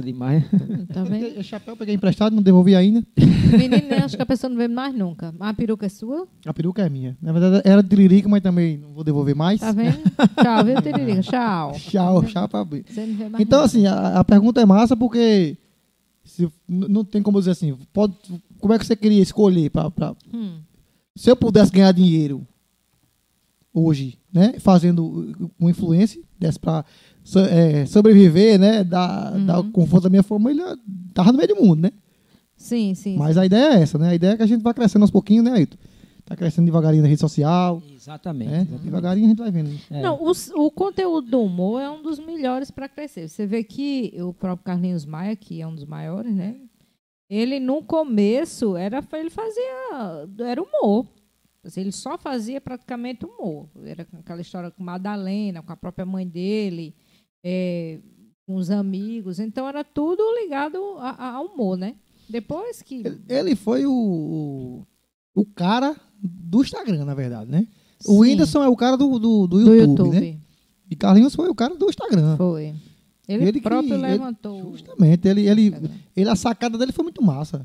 demais. Tá vendo? O chapéu eu peguei emprestado, não devolvi ainda. Menino, eu acho que a pessoa não vê mais nunca. A peruca é sua, A peruca é minha. Na verdade, era de lirica, mas também não vou devolver mais. tá vendo? Tchau, viu, Tiririca? Tchau. Tchau, chapa. Você não vê mais Então, nunca. assim, a, a pergunta é massa porque se, n- não tem como dizer assim. Pode, como é que você queria escolher? Pra, pra- Hum. se eu pudesse ganhar dinheiro hoje, né? Fazendo um influência, desse pra so- é, sobreviver, né? Dar, dar Uhum. o conforto da minha família, tava no meio do mundo, né? Sim, sim. Mas a ideia é essa, né? A ideia é que a gente vai crescendo aos pouquinhos, né, Ailton? Tá crescendo devagarinho na rede social, Exatamente. né? Devagarinho a gente vai vendo. né? É. Não, o, s- o conteúdo do humor é um dos melhores para crescer. Você vê que o próprio Carlinhos Maia, que é um dos maiores, né? Ele no começo era ele fazia era humor. Assim, ele só fazia praticamente humor. Era com aquela história com Madalena, com a própria mãe dele, eh, com os amigos. Então era tudo ligado a, a- ao humor, né? Depois que Ele, ele foi o, o cara do Instagram, na verdade, né? O Sim, Whindersson é o cara do, do, do do YouTube, né? E Carlinhos foi o cara do Instagram. foi. Ele, Ele que- próprio ele- levantou. Justamente. Ele, ele, Instagram. ele, a sacada dele foi muito massa.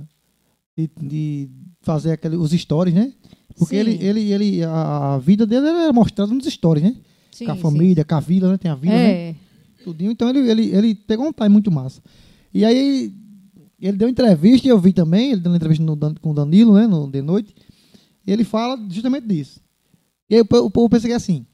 De, de fazer aquele, os stories, né? Porque Sim, ele, ele, ele, a a vida dele era mostrada nos stories, né? sim, com a sim. família, com a vila, né? Tem a vila, né? É. tudinho. Então ele, ele, ele pegou um time muito massa. E aí ele deu entrevista, e eu vi também, ele dando entrevista no Dan- com o Danilo, né, no de noite. E ele fala justamente disso. E aí o, po- o povo pensa que é assim.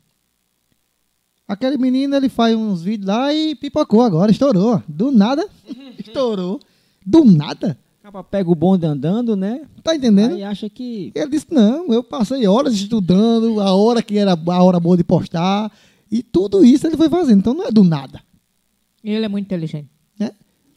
Aquele menino, ele faz uns vídeos lá e pipocou agora, estourou. Do nada, estourou. Do nada. Acaba pega o bonde andando, né? Tá entendendo? Aí acha que. Ele disse, não, eu passei horas estudando, a hora que era a hora boa de postar. E tudo isso ele foi fazendo. Então não é do nada. Ele é muito inteligente. né?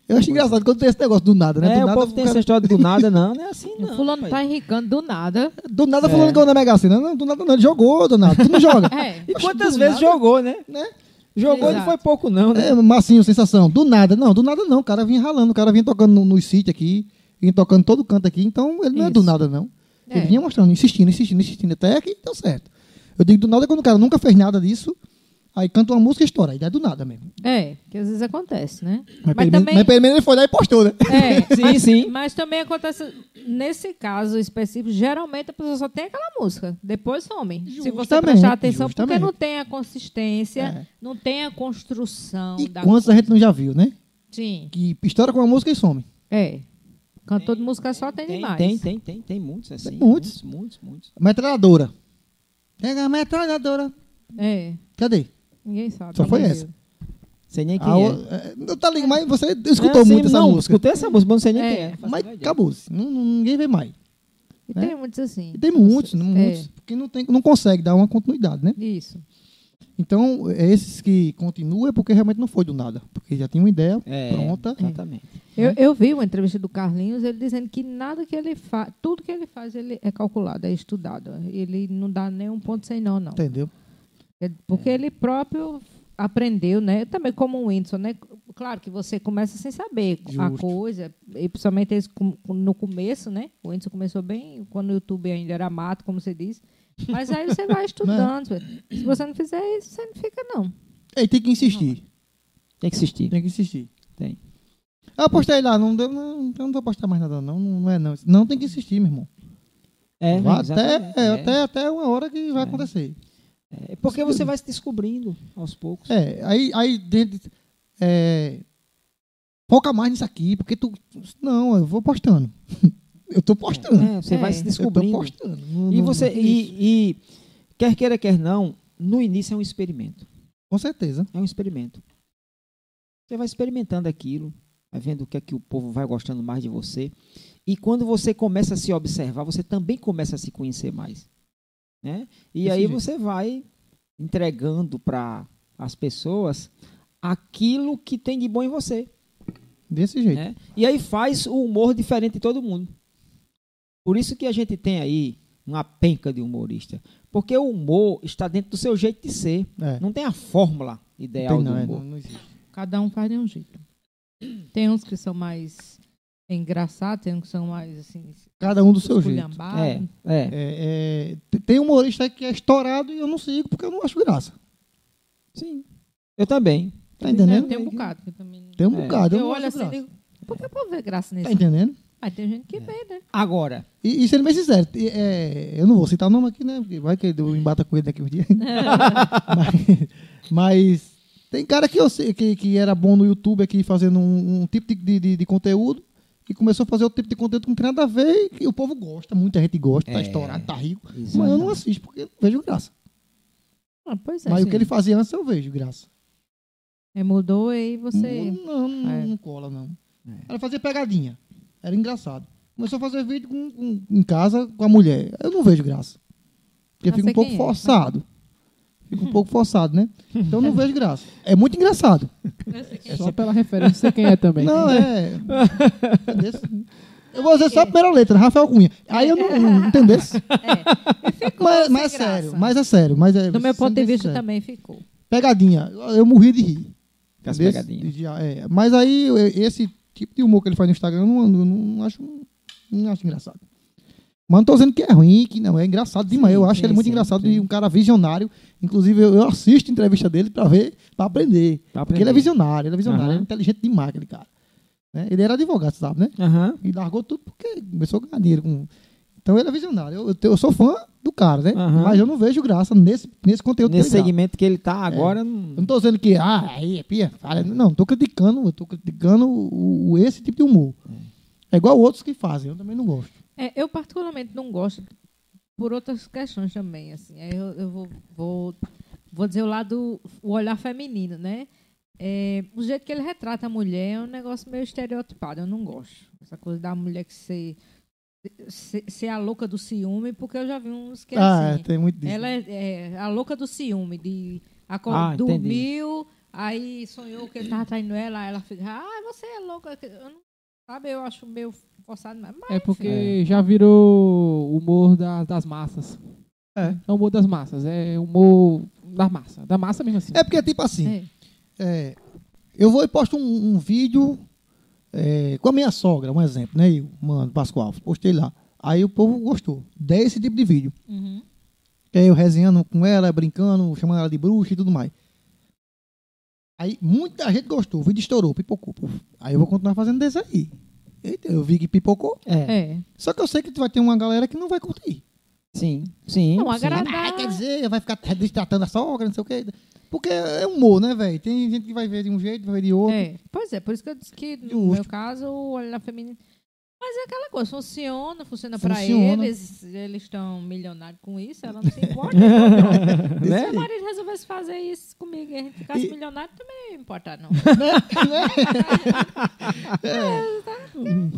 Eu acho engraçado quando tem esse negócio do nada, né? É, do o nada, povo tem o cara- essa história do nada, não. Não é assim, não. Fulano pai. tá enricando do nada. Do nada É. falando que eu na Mega Sena. Não, do nada não, ele jogou, do nada. Tu não joga. É. E quantas vezes jogou, né? Né? Jogou não Exato. foi pouco, não, né? É, massinho, sensação. Do nada, não, do nada não. O cara vinha ralando, o cara vinha tocando no- nos sítios aqui, vinha tocando todo canto aqui, então ele não é do Isso. nada, não. É. Ele vinha mostrando, insistindo, insistindo, insistindo, até que deu certo. Eu digo do nada quando o cara nunca fez nada disso, aí canta uma música e estoura, aí é do nada mesmo. É, que às vezes acontece, né? Mas, Mas, pelo, menos- também. mas pelo menos ele foi lá e postou, né? É, Sim, mas, sim. mas também acontece. Nesse caso específico, geralmente a pessoa só tem aquela música. Depois some. Se você Justamente, prestar atenção, justamente. porque não tem a consistência, É. não tem a construção E da quantos a gente não já viu, né? Sim. Que estoura com uma música e some. É. Cantor de música só tem, Tem, demais. tem, tem, tem, tem muitos assim. É, Tem muitos. Muitos, muitos. Metralhadora. Pega a metralhadora. É. Cadê? Ninguém sabe. né? Só foi Ninguém essa. viu. Sei nem quem Ah, é. o- é, Não tá ligado, mas você escutou É, sim, muito essa não, música. Escutei essa música, mas não sei nem É. quem é. Faço Mas ideia. acabou. Ninguém vê mais. E Né? tem muitos assim. E tem muitos, É. muitos que não, tem, não consegue dar uma continuidade, né? Isso. Então, é esses que continuam é porque realmente não foi do nada. Porque já tinha uma ideia É, pronta. Exatamente. Eu, eu vi uma entrevista do Carlinhos, ele dizendo que nada que ele faz, tudo que ele faz ele é calculado, é estudado. Ele não dá nenhum ponto sem não, não. Entendeu? É Porque ele próprio aprendeu, né? Também como o Whindersson, né? Claro que você começa sem saber a Justo. coisa, e principalmente esse com- com- no começo, né? O Whindersson começou bem quando o YouTube ainda era mato, como você diz. Mas aí você vai estudando. Se você não fizer isso, você não fica, não. E tem que insistir. Tem que assistir. Tem que insistir. Tem. Ah, postei lá. Não deu, não, então não vou postar mais nada, não. Não é, não. Não tem que insistir, meu irmão. É, Vai exatamente, até, é, Até, até uma hora que vai acontecer. É, porque você vai se descobrindo aos poucos. É, aí, aí dentro. de- É, foca mais nisso aqui, porque tu. Não, eu vou postando. eu tô postando. É, você É. vai se Eu tô descobrindo. postando. Não- E não- você, não- e, e quer queira, quer não, no início é um experimento. Com certeza. É um experimento. Você vai experimentando aquilo, vai vendo o que é que o povo vai gostando mais de você. E quando você começa a se observar, você também começa a se conhecer mais. né? E Desse aí jeito. você vai entregando para as pessoas aquilo que tem de bom em você, Desse jeito. né? E aí faz o humor diferente de todo mundo. Por isso que a gente tem aí uma penca de humorista, porque o humor está dentro do seu jeito de ser. É. Não tem a fórmula ideal Tem, não, do é, humor. não- não existe. Cada um faz de um jeito. Tem uns que são mais engraçados, tem uns que são mais assim, Cada um do seu jeito. esculhambados. É, é. É, é, te- tem humorista que é estourado e eu não sigo porque eu não acho graça. Sim. Eu também. Tá É, entendendo? tem um bocado que também. não- Tem um É. bocado. Eu, Eu não olho acho assim e graça. digo, por que eu vou ver graça Tá nisso? entendendo? É. Mas tem gente que vê, né? Agora, E, e sendo bem sincero, te- é, eu não vou citar o nome aqui, né? Porque vai que eu embata com ele daqui um dia. mas, mas tem cara que eu sei que, que era bom no YouTube aqui fazendo um, um tipo de, de, de conteúdo e começou a fazer outro tipo de conteúdo que não tem nada a ver e, que o povo gosta, muita gente gosta, tá É. estourado, tá rico. Mas eu Exatamente. não assisto porque eu não vejo graça. Ah, pois é. Mas o que sim. ele fazia antes eu vejo graça. É, mudou e você. Não, não, É. não cola, não. É. Ela fazia pegadinha. Era engraçado. Começou a fazer vídeo com- com- em casa com a mulher. Eu não vejo graça. Porque Ah, fica sei um pouco quem é. forçado. Fica um pouco forçado, né? Então eu não vejo graça. É muito engraçado. Só pela referência, sei quem é também. É Não, é. Entendeu? Eu vou dizer só a primeira letra, Rafael Cunha. Aí eu não. não Entendeu? Mas, mas é sem sério, graça. mas é sério. Mas é, Do meu ponto de sendo vista sério. também ficou. Pegadinha. Eu, eu morri de rir. Com as Desse- pegadinhas. de- é, mas aí, eu- esse tipo de humor que ele faz no Instagram, eu não, eu não acho, não acho engraçado. Mas não tô dizendo que é ruim, que não, é engraçado demais. eu acho sim, ele muito sim, engraçado sim. e um cara visionário. Inclusive, eu, eu assisto a entrevista dele pra ver, pra aprender. Tá Pra Porque ele é aprender. visionário, ele é visionário, Aham. ele é inteligente demais, aquele cara. Né? Ele era advogado, sabe, né? Aham. E largou tudo porque começou a ganhar dinheiro. com- Então ele é visionário. Eu, eu te- eu sou fã do cara, né? Aham. Mas eu não vejo graça nesse, nesse conteúdo Nesse dele, não. segmento que ele tá É. agora. não- Eu não tô dizendo que, ah, aí é pia, falha. Não, tô criticando, eu tô criticando o, o- esse tipo de humor. É igual outros que fazem, eu também não gosto. É, eu particularmente não gosto por outras questões também, assim. Aí Eu, eu vou, vou, vou dizer o lado, o olhar feminino, né? É, o jeito que ele retrata a mulher é um negócio meio estereotipado, eu não gosto. Essa coisa da mulher que ser, ser, ser a louca do ciúme, porque eu já vi uns que é ah, assim. é, tem muito disso. Ela é, é a louca do ciúme, de acor- Ah, entendi. dormiu, aí sonhou que ele tava traindo ela, aí ela fica, ah, você é louca. Eu não, sabe, eu acho meio forçado, mas É porque já virou o humor da- das massas. É. o humor das massas. É o humor da massa. Da massa mesmo assim. É porque, tipo assim, É. é, eu vou e posto um, um vídeo é, com a minha sogra, um exemplo, né? Eu, mano, Pascoal, postei lá. Aí o povo gostou desse tipo de vídeo. Uhum. Que aí eu resenhando com ela, brincando, chamando ela de bruxa e tudo mais. Aí muita gente gostou, o vídeo estourou, pipocou. puf. Aí eu vou continuar fazendo desse aí. Eita, eu vi que pipocou. É. É. Só que eu sei que tu vai ter uma galera que não vai curtir. Sim, sim. Não, sim. agradar. Ah, quer dizer, vai ficar destratando a sogra, não sei o quê. Porque é humor, né, velho? Tem gente que vai ver de um jeito, vai ver de outro. É. Pois é, por isso que eu disse que no Justo. meu caso o olhar feminino. Mas é aquela coisa, funciona, funciona pra Funciona. eles, eles estão milionários com isso, ela não se importa. então, não. Se Desse meu jeito. marido resolvesse fazer isso comigo e a gente ficasse Né? E- milionário, também não ia importar, não. né?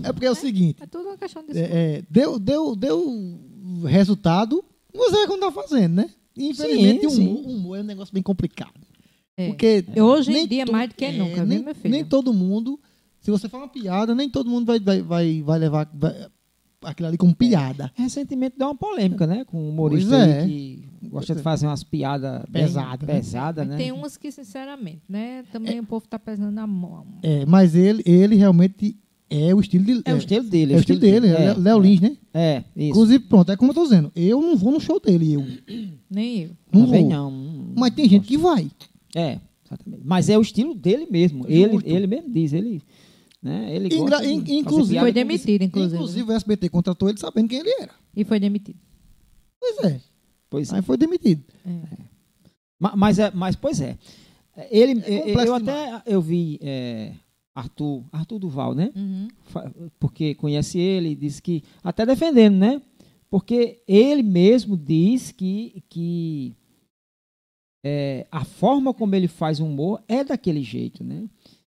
É porque é o seguinte, É tudo uma questão de escolha. é, é, deu, deu, deu resultado, não sei como tá fazendo, né? Infelizmente, o Sim, humor, humor é um negócio bem complicado. É. Porque Hoje em nem dia, to- é, mais do que nunca, viu, nem, meu filho? nem todo mundo, se você for uma piada, nem todo mundo vai, vai, vai, vai levar vai- aquilo ali É. como piada. Recentemente deu uma polêmica, né? Com um humorista Pois é. aí que gosta de fazer umas piadas Pesada, né? pesadas, né? Tem um umas que, sinceramente, né? Também o povo tá pesando a mão. É, mas ele, ele realmente é o estilo de, É o estilo dele. é o estilo dele, é É, Léo Lins, né? é, isso. Inclusive, pronto, é como eu tô dizendo, eu não vou no show dele, eu Tá Nem eu. não Também vou. não. Mas tem gente que vai. É, exatamente. Mas é o estilo dele mesmo. Ele, Justo. ele mesmo diz, ele. Né? Ele Ingra- gosta de in- fazer inclusive- piada Foi com- demitido, inclusive. né? Inclusive, o SBT contratou ele sabendo quem ele era. E foi demitido. Pois é, Pois é. aí foi demitido. É. Ma- Mas, é, mas pois é. Ele, É eu- complexo eu até eu vi é, Arthur, Arthur Duval, né? Uhum. Fa- porque conhece ele e disse que até defendendo, né? Porque ele mesmo diz que que é, a forma como ele faz o humor é daquele jeito, né?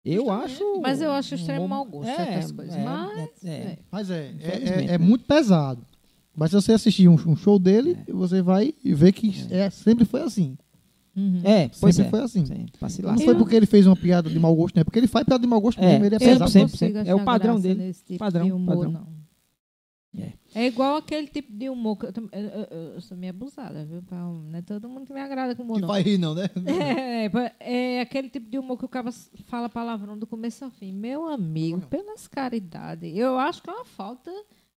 Eu acho. um Mas eu acho extremo humor- mau gosto certas coisas, mas- é, Mas é, é- é, Infelizmente, é né? muito pesado. Mas se você assistir um, um show dele, você vai ver que é, sempre foi assim. Uhum. É, pois sempre é. foi assim. Sim, pra se Não lascar. foi porque ele fez uma piada de mau gosto, né? Porque ele faz piada de mau gosto É, mesmo, ele é sempre, pesado. sempre. consigo É o achar padrão graça dele. nesse tipo Padrão, de humor, padrão. não. É. É. igual aquele tipo de humor que eu, tam- eu- eu- eu sou meio abusada, viu? pra- Não é todo mundo que me agrada com humor, Que não. vai rir, não, né? É, é, pa- é aquele tipo de humor que o cara fala palavrão do começo ao fim. Meu amigo, Uhum. pelas caridades. Eu acho que é uma falta.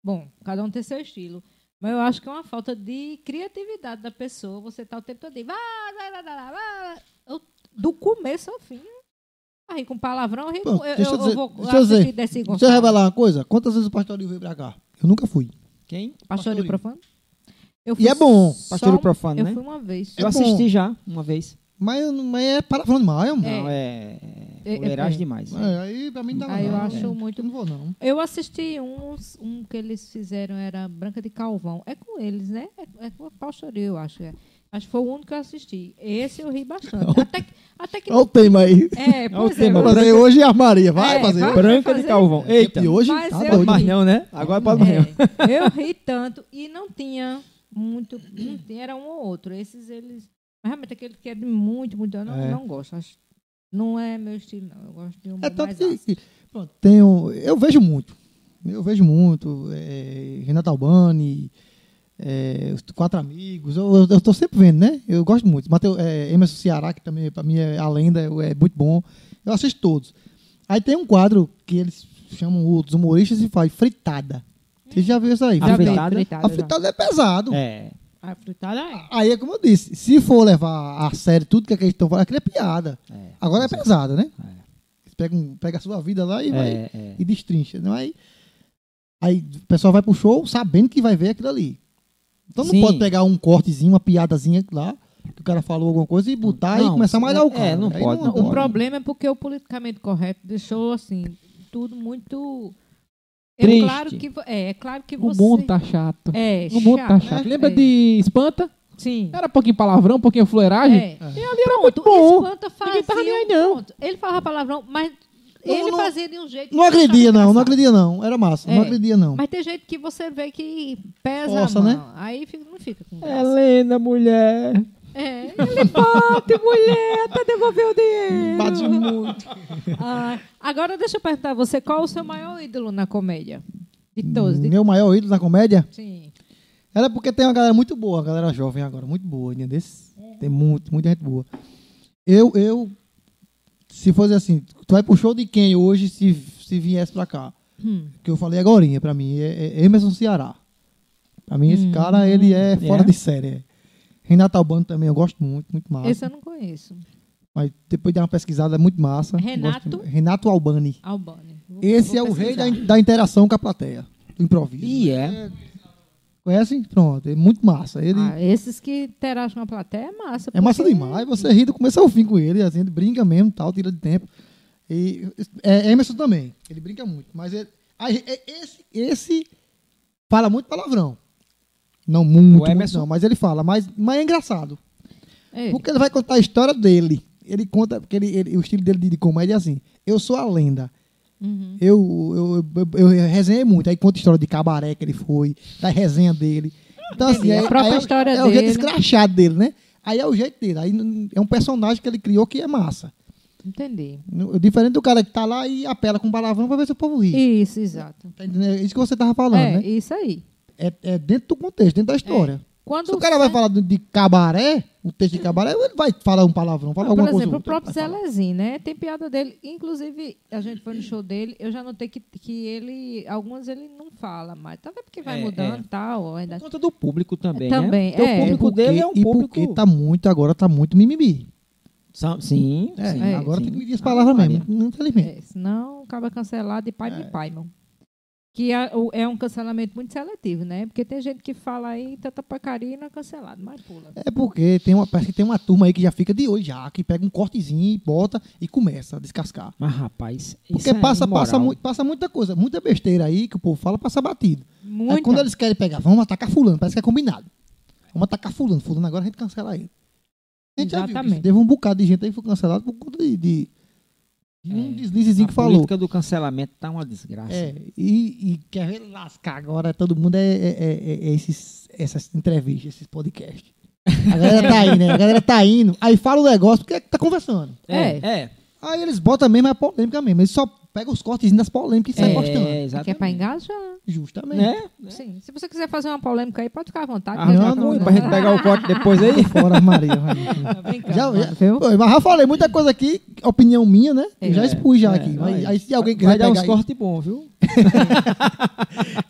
Bom, cada um tem seu estilo. Mas eu acho que é uma falta de criatividade da pessoa. Você tá o tempo todo. aí, Vai, vai, vai, vai, vai, vai. Eu- Do começo ao fim. Aí com palavrão, eu, ri- Pô, eu, deixa eu, eu dizer- eu vou deixa eu dizer, assistir desse Deixa eu revelar uma coisa. Quantas vezes o Pastor Lio veio pra cá? Eu nunca fui. Quem? Pastor Pastoril. do Profano. Eu E é bom, só Pastor uma- Profano, Eu né? fui uma vez. É eu bom. assisti já, uma vez. Mas, eu não- mas é palavrão demais, mano. Não, é. É- é Mulheragem ruim. demais. É, aí pra mim não dá Aí eu não. né? acho muito Não vou, não. Eu assisti uns, um que eles fizeram, era Branca de Calvão. É com eles, né? É, é com o Pastorio, eu acho. É. Acho que foi o único que eu assisti. Esse eu ri bastante. Até que. Até que Olha o tema aí. é, Olha o pois é, tema. mas- Mas aí hoje é a Maria. Vai É, fazer. vai. Branca fazer. de Calvão. Eita. E hoje Mas tá eu- doido. Mas não, né? Agora pode morrer. é, eu ri tanto e não tinha muito. Não tinha, era um ou outro. Esses eles. mas Realmente aquele que é de muito, muito. Eu não, É. não gosto. acho- não é meu estilo, não. Eu gosto de um. É tanto que, que- pronto, tem um- eu vejo muito. Eu vejo muito. É, Renato Albani, é, os Quatro Amigos. Eu estou sempre vendo, né? Eu gosto muito. Mateu, é, Emerson Ceará, que também para mim é a lenda, é muito bom. Eu assisto todos. Aí tem um quadro que eles chamam os humoristas e faz fritada. Você já viu isso aí? Hum. Já vi. fritada. fritada. A fritada é pesado. É. A fritada é. Aí é como eu disse, se for levar a sério tudo que eles estão falando, aquilo é piada. É. Agora é pesada, né? É. Eles pegam, pega a sua vida lá e vai É, é. e destrincha. Não é? Aí o pessoal vai pro show sabendo que vai ver aquilo ali. Então não Sim. pode pegar um cortezinho, uma piadazinha lá, que o cara falou alguma coisa e botar e Não, começar a malhar o é, cara. não Aí pode, não O pode. problema é porque o politicamente correto deixou assim tudo muito Triste. É claro que vo- é, é claro que O você mundo tá chato. é O mundo tá chato. chato. né? É. Lembra de Espanta? sim. Era um pouquinho palavrão, um pouquinho fuleiragem. É. E ali era muito Pronto, bom. Espanta Ninguém tava nem fazia aí, um não. ponto. Ele falava palavrão, mas Não, ele não- fazia de um jeito Não que eu agredia, achava não, não engraçado. agredia, não. Era massa, não É. agredia, não. Mas tem jeito que você vê que pesa Força, a mão. né? Aí fica- não fica com graça. Helena, mulher. É, ele bate, mulher, até devolver o dinheiro. Bate muito. Ah, agora deixa eu perguntar a você, qual o seu maior ídolo na comédia? De todos, de Meu maior ídolo na comédia Sim. era porque tem uma galera muito boa, uma galera jovem agora, muito boa, né? Desse, É. tem muito, muita gente boa. Eu, eu, se fosse assim, tu vai pro show de quem hoje se, se viesse pra cá? Hum. que eu falei agorinha pra mim, é, é Emerson Ceará. Pra mim, Hum, esse cara, ele é fora É? de série. é. Renato Albano também, eu gosto muito, muito massa. Esse eu não conheço. Mas depois de dar uma pesquisada, é muito massa. Renato? Gosto de- Renato Albani. Albani. Vou- Esse vou é o rei pesquisar. Ah, da, in- da interação com a plateia, do improviso. E é. Conhece? Pronto, é muito massa. Ele Ah, esses que interagem com a plateia é massa. é massa porque- demais, você ri do começo ao fim com ele, assim, ele brinca mesmo, tal, tira de tempo. E é, Emerson também, ele brinca muito, mas ele, aí, é- esse, esse fala muito palavrão. Não muito, muito Emerson? não, mas ele fala, mas, mas é engraçado. É. Porque ele vai contar a história dele. Ele conta, porque ele, ele- o estilo dele de, de comédia é assim: eu sou a lenda. Uhum. Eu, eu, eu, eu resenhei muito. Aí conta a história de cabaré que ele foi, da resenha dele. Então, assim, Entendi. A é, própria aí é o- história é o jeito dele. escrachado dele, né? Aí é o jeito dele. Aí n- é um personagem que ele criou que é massa. Entendi. No- Diferente do cara que tá lá e apela com palavrão pra ver se o povo ri. Isso, exato. Tá entendendo? É isso que você tava falando, é, né? isso aí. É, é dentro do contexto, dentro da história. Quando Se o cara vai falar de, de cabaré, o texto de cabaré, ele vai falar um palavrão, falar Ah, Por alguma exemplo, o coisa. próprio outra. Zé Lezin, né? Tem piada dele. Inclusive, a gente foi no show dele, eu já notei que, que ele. Algumas ele não fala mais. Talvez porque vai É, mudando e tal. Ainda... Por conta do público também, Também, né? Porque é. O público porque, dele é um e público... porque tá muito, agora tá muito mimimi. São- Sim, É, sim, é, agora sim. tem que medir as palavras Ah, mesmo, infelizmente. É, senão acaba cancelado de pai de É. pai, irmão. Que é, o- é um cancelamento muito seletivo, né? Porque tem gente que fala aí tanta porcaria e não é cancelado, mas pula. É porque tem uma, parece que tem uma turma aí que já fica de olho já, que pega um cortezinho e bota e começa a descascar. Mas, rapaz, isso Porque é passa, passa, imoral. mui- passa muita coisa, muita besteira aí que o povo fala, passa batido. Muito. Aí quando é eles querem pegar, vamos atacar fulano, parece que é combinado. Vamos atacar fulano, fulano agora a gente cancela ele. A gente já viu isso. Exatamente. Teve um bocado de gente aí que foi cancelado por conta de, de Um deslizezinho que É. a falou. política do cancelamento tá uma desgraça. É, e, e quer ver lascar agora, todo mundo é, é- é- é esses, essas entrevistas, esses podcasts. A galera tá aí, né? A galera tá indo, aí fala o negócio porque tá conversando. É, É. é. Aí eles botam mesmo a polêmica mesmo, eles só pegam os cortezinhos das polêmicas e saem é, postando. É que é pra engajar. Justamente. Né? Sim. Se você quiser fazer uma polêmica aí, pode ficar à vontade. Arranja Ah, não, uma não, cunha não. pra gente pegar o corte depois aí. Fora Maria. vai. já, já, Viu? Pô, mas já falei muita coisa aqui, opinião minha, né? Eu já É, expus já é, aqui. vai. Mas, aí se alguém Vai quiser dar pegar uns aí- cortes bons, viu?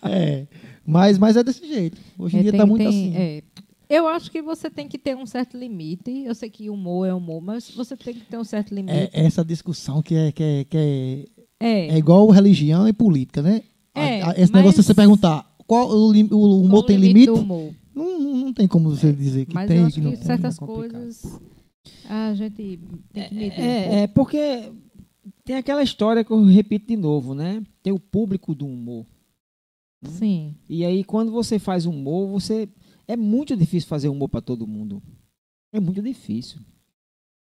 É. Mas, mas é desse jeito. Hoje em É, dia tá tem- muito tem- assim. é. Eu acho que você tem que ter um certo limite. Eu sei que humor é humor, mas você tem que ter um certo limite. É essa discussão que é, que é, que é, É. é igual religião e política, né? A- É, a- esse negócio de mas- você perguntar qual o, lim- o humor Qual o tem limite, um do humor? É, não, não não tem como você dizer que Mas tem eu que acho não que tem. certas é complicado. coisas a gente tem que medir. um É, é, porque tem aquela história que eu repito de novo, né? Tem o público do humor. Sim. E aí, quando você faz humor, você. É muito difícil fazer humor pra todo mundo. É muito difícil.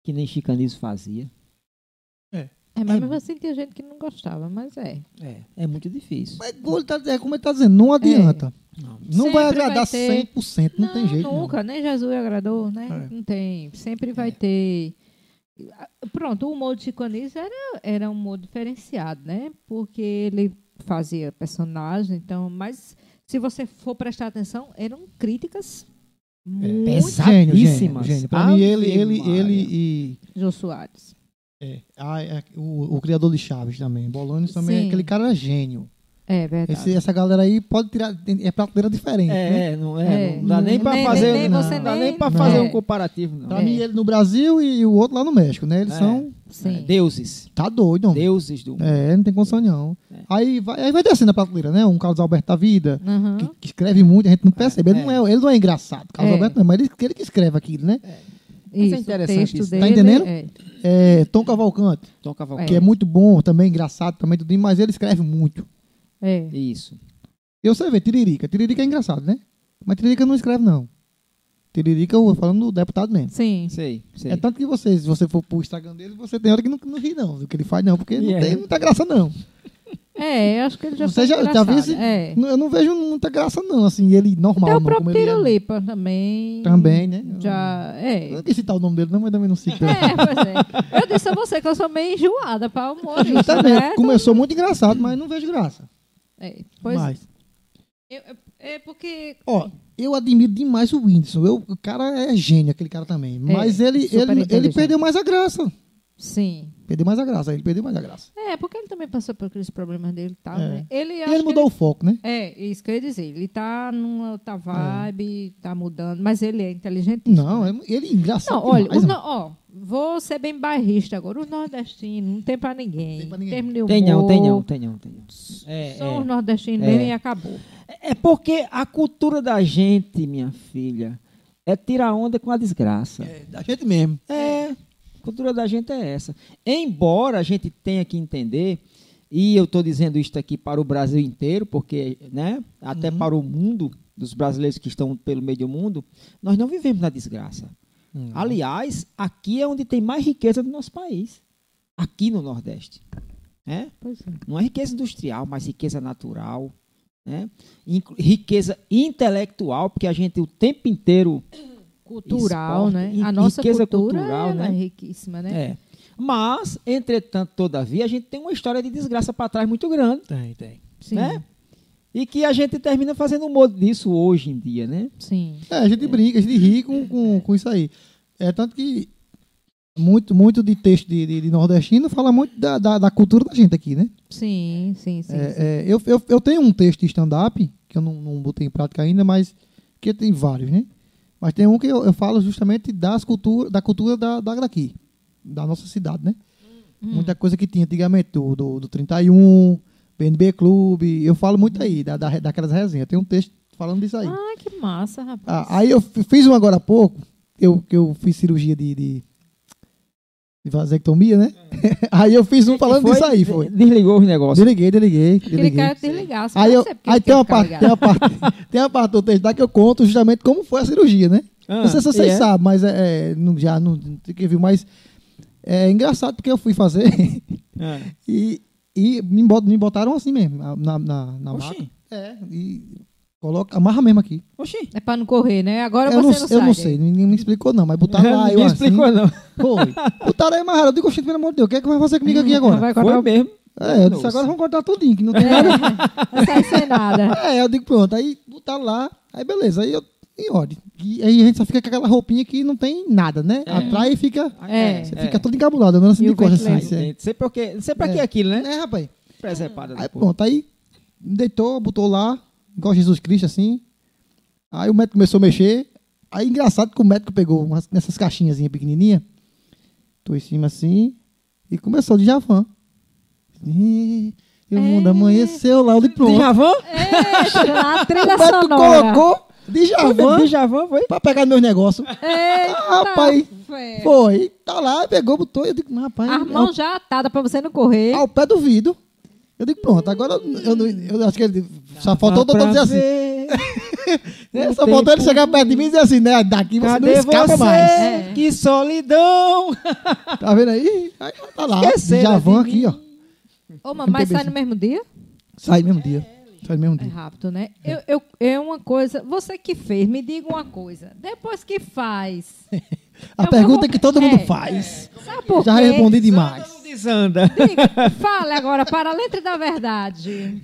Que nem Chicanismo fazia. É, mas É. mesmo assim tinha gente que não gostava, mas é. É, é muito difícil. Mas como ele tá, é como ele tá dizendo, não adianta. Não Não. Sempre vai vai agradar ter. 100%, não, tem jeito. não. É. Nunca, nem Jesus agradou, né? Não tem. Sempre vai ter. Pronto, o humor de Chico Anísio era, era um humor diferenciado, né? Porque ele fazia personagem, então. Mas se você for prestar atenção, eram críticas. É. Muito Gênio, gênio, Pesadíssimas. gênio. Pra Ave mim, ele, ele, Maria. ele e Jô Soares. Ah, é, o, o criador de Chaves também. Bolonio também, Sim. aquele cara é gênio. É verdade. Esse- essa galera aí pode tirar. tem- É prateleira diferente. né? É, é, não é. É. Não dá nem pra Nem- fazer, nem- nem não, você dá nem- nem pra não. fazer É. um comparativo, não. Pra É. mim, ele no Brasil e o outro lá no México, né? Eles É. são. É, Sim. deuses. Tá doido, não. Deuses do humor. É, não tem condição não. Aí, vai, aí vai descendo a prateleira, né? Um Carlos Alberto da vida, Aham. que, que escreve muito, a gente não percebe. Ele, é. Não, é, ele não é engraçado, Carlos É. Alberto não, mas ele, ele que escreve aquilo, né? Mas é Isso, o interessante texto isso. Tá dele. entendendo? é. É, Tom Cavalcante, Tom Cavalcante. que é muito bom também, engraçado também, tudo, mas ele escreve muito. é. Isso. Eu sei ver, Tiririca. Tiririca é engraçado, né? Mas Tiririca não escreve, não. Tiririca, eu falando do deputado mesmo. Sim. Sei, sei. É tanto que você, se você for pro Instagram dele, você tem hora que não, não ri, não, do que ele faz, não, porque não Yeah. tem muita graça, não. É, eu acho que ele já Você foi já- já engraçado. viu esse- É. Eu não vejo muita graça, não, assim, ele normal. Até o não, próprio como ele é. Tirulipa também. Também, tipo né? Já. É. Eu não quis citar o nome dele, não, mas também não sei. É, pois é. Eu disse a você que eu sou meio enjoada para humor. Justamente, né? tá começou muito engraçado, mas não vejo graça. É, pois Mas, eu- é porque. ó, eu admiro demais o Whindersson. Eu, o cara é gênio, aquele cara também. Mas ele, super ele, ele inteligente. perdeu mais a graça. Sim. Perdeu mais a graça, ele perdeu mais a graça. É, porque ele também passou por aqueles problemas dele e tal, É. né? Ele, E acho ele que mudou É. o foco, né? É, isso que eu ia dizer. Ele tá numa outra vibe, tá mudando, mas ele é inteligentíssimo. Não, ele ele é engraçado. Não, olha, demais, o mano. no- ó, vou ser bem bairrista agora. O nordestino não tem pra ninguém. Tem pra ninguém. Em termos de Tem não, humor, tem não, tem não, tem não. É, Só um- é. os nordestinos É. mesmo e acabou. É porque a cultura da gente, minha filha, é tirar onda com a desgraça. É da gente mesmo. É. A cultura da gente é essa. Embora a gente tenha que entender, e eu estou dizendo isso aqui para o Brasil inteiro, porque, né, até Uhum. para o mundo, dos brasileiros que estão pelo meio do mundo, nós não vivemos na desgraça. Aliás, aqui é onde tem mais riqueza do nosso país. Aqui no Nordeste. Né? Pois é. Não é riqueza industrial, mas riqueza natural, né? Inclu- riqueza intelectual, porque a gente o tempo inteiro Cultural, Esporte, né? ri- A nossa riqueza cultura cultural, né? ela é riquíssima, né? é. Mas, entretanto, todavia, a gente tem uma história de desgraça para trás muito grande, Tem, tem. Sim. né? E que a gente termina fazendo um modo disso hoje em dia, né? Sim. É, a gente brinca, a gente ri com, com, com isso aí. É tanto que muito, muito de texto de, de- de nordestino fala muito da, da, da cultura da gente aqui, né? Sim, sim, sim. É, é, eu, eu, eu tenho um texto de stand-up, que eu não, não botei em prática ainda, mas que tem vários, né? Mas tem um que eu, eu falo justamente das cultura, da cultura da, da daqui, da nossa cidade, né? Hum. Muita coisa que tinha antigamente, do, do, um, do 31, BNB Clube, eu falo muito aí, da, da, daquelas resenhas. Tem um texto falando disso aí. Ai, que massa, rapaz. Ah, aí eu f- fiz um agora há pouco, eu, que eu fiz cirurgia de, de, de vasectomia, né? É. aí eu fiz um falando Foi- disso aí, foi. Desligou os negócios. Deliguei, deliguei, Aquele deliguei. cara desligar. Aí, eu, aí é tem, uma parte, tem uma parte, tem uma parte do texto lá que eu conto justamente como foi a cirurgia, né? Ah, não sei se vocês e é? sabem, mas é, é, não- já não, não tem que ver, mas É engraçado porque eu fui fazer É. e, e me, bot- me botaram assim mesmo, na, na, na maca. Oxi, É, e coloca, amarra mesmo aqui. oxi. É pra não correr, né? Agora eu, você não, não, eu não sai. sei, ninguém me explicou não, mas botaram lá, eu Ninguém assim. explicou, não. Foi. Botaram aí amarrado. Eu digo, "Oxente, pelo amor de Deus, o que é que vai fazer comigo aqui Não agora? vai cortar Foi o mesmo. É, eu disse, Nossa. agora vão cortar tudinho, que não tem nada. pé, É. não sai sem nada. É, eu digo, pronto, aí botaram lá, aí beleza, aí eu. E olha, e aí a gente só fica com aquela roupinha que não tem nada, né? Atrai e fica. É. Você fica todo encabulado, andando assim E de o coxa ventilador. assim. É. Não sei pra quê. Não sei pra É. que aquilo, né? É, rapaz. Tá Preservada. Aí da porra. pronto, aí me deitou, botou lá, igual Jesus Cristo, assim. Aí o médico começou a mexer. Aí engraçado que o médico pegou umas, nessas caixinhas pequenininha, tô em cima assim, e começou de Javan. E o É. mundo amanheceu lá, eu digo, pronto. Djavan? É. Deixa lá a O trilha médico sonora. colocou de Javan Djavan foi? pra pegar meus negócios. Eita, Rapaz, fé. Ah, foi. Tá lá, pegou, botou. Eu digo, rapaz, As mãos ao, já atadas pra você não correr. ao pé do vidro. Eu digo, pronto, agora eu, não- eu acho que ele. Só faltou o Dá pra doutor dizer assim. ver. né? não Só tem faltou ele como. chegar perto de mim e dizer assim, né? Daqui você Cadê não escapa você? mais. É. Que solidão! Tá vendo aí? Aí tá lá. Esqueceram Já vão de mim. aqui, ó. Ô, mamãe, mas sai no mesmo dia? Sai no mesmo dia. Sai no mesmo É dia. rápido, né? Eu, eu, é uma coisa. Você que fez, me diga uma coisa. Depois que faz. A é Eu pergunta vou- que todo mundo é. faz. Sabe por Já quê? respondi Desanda demais. não desanda. Diga, fale agora, para a letra da verdade.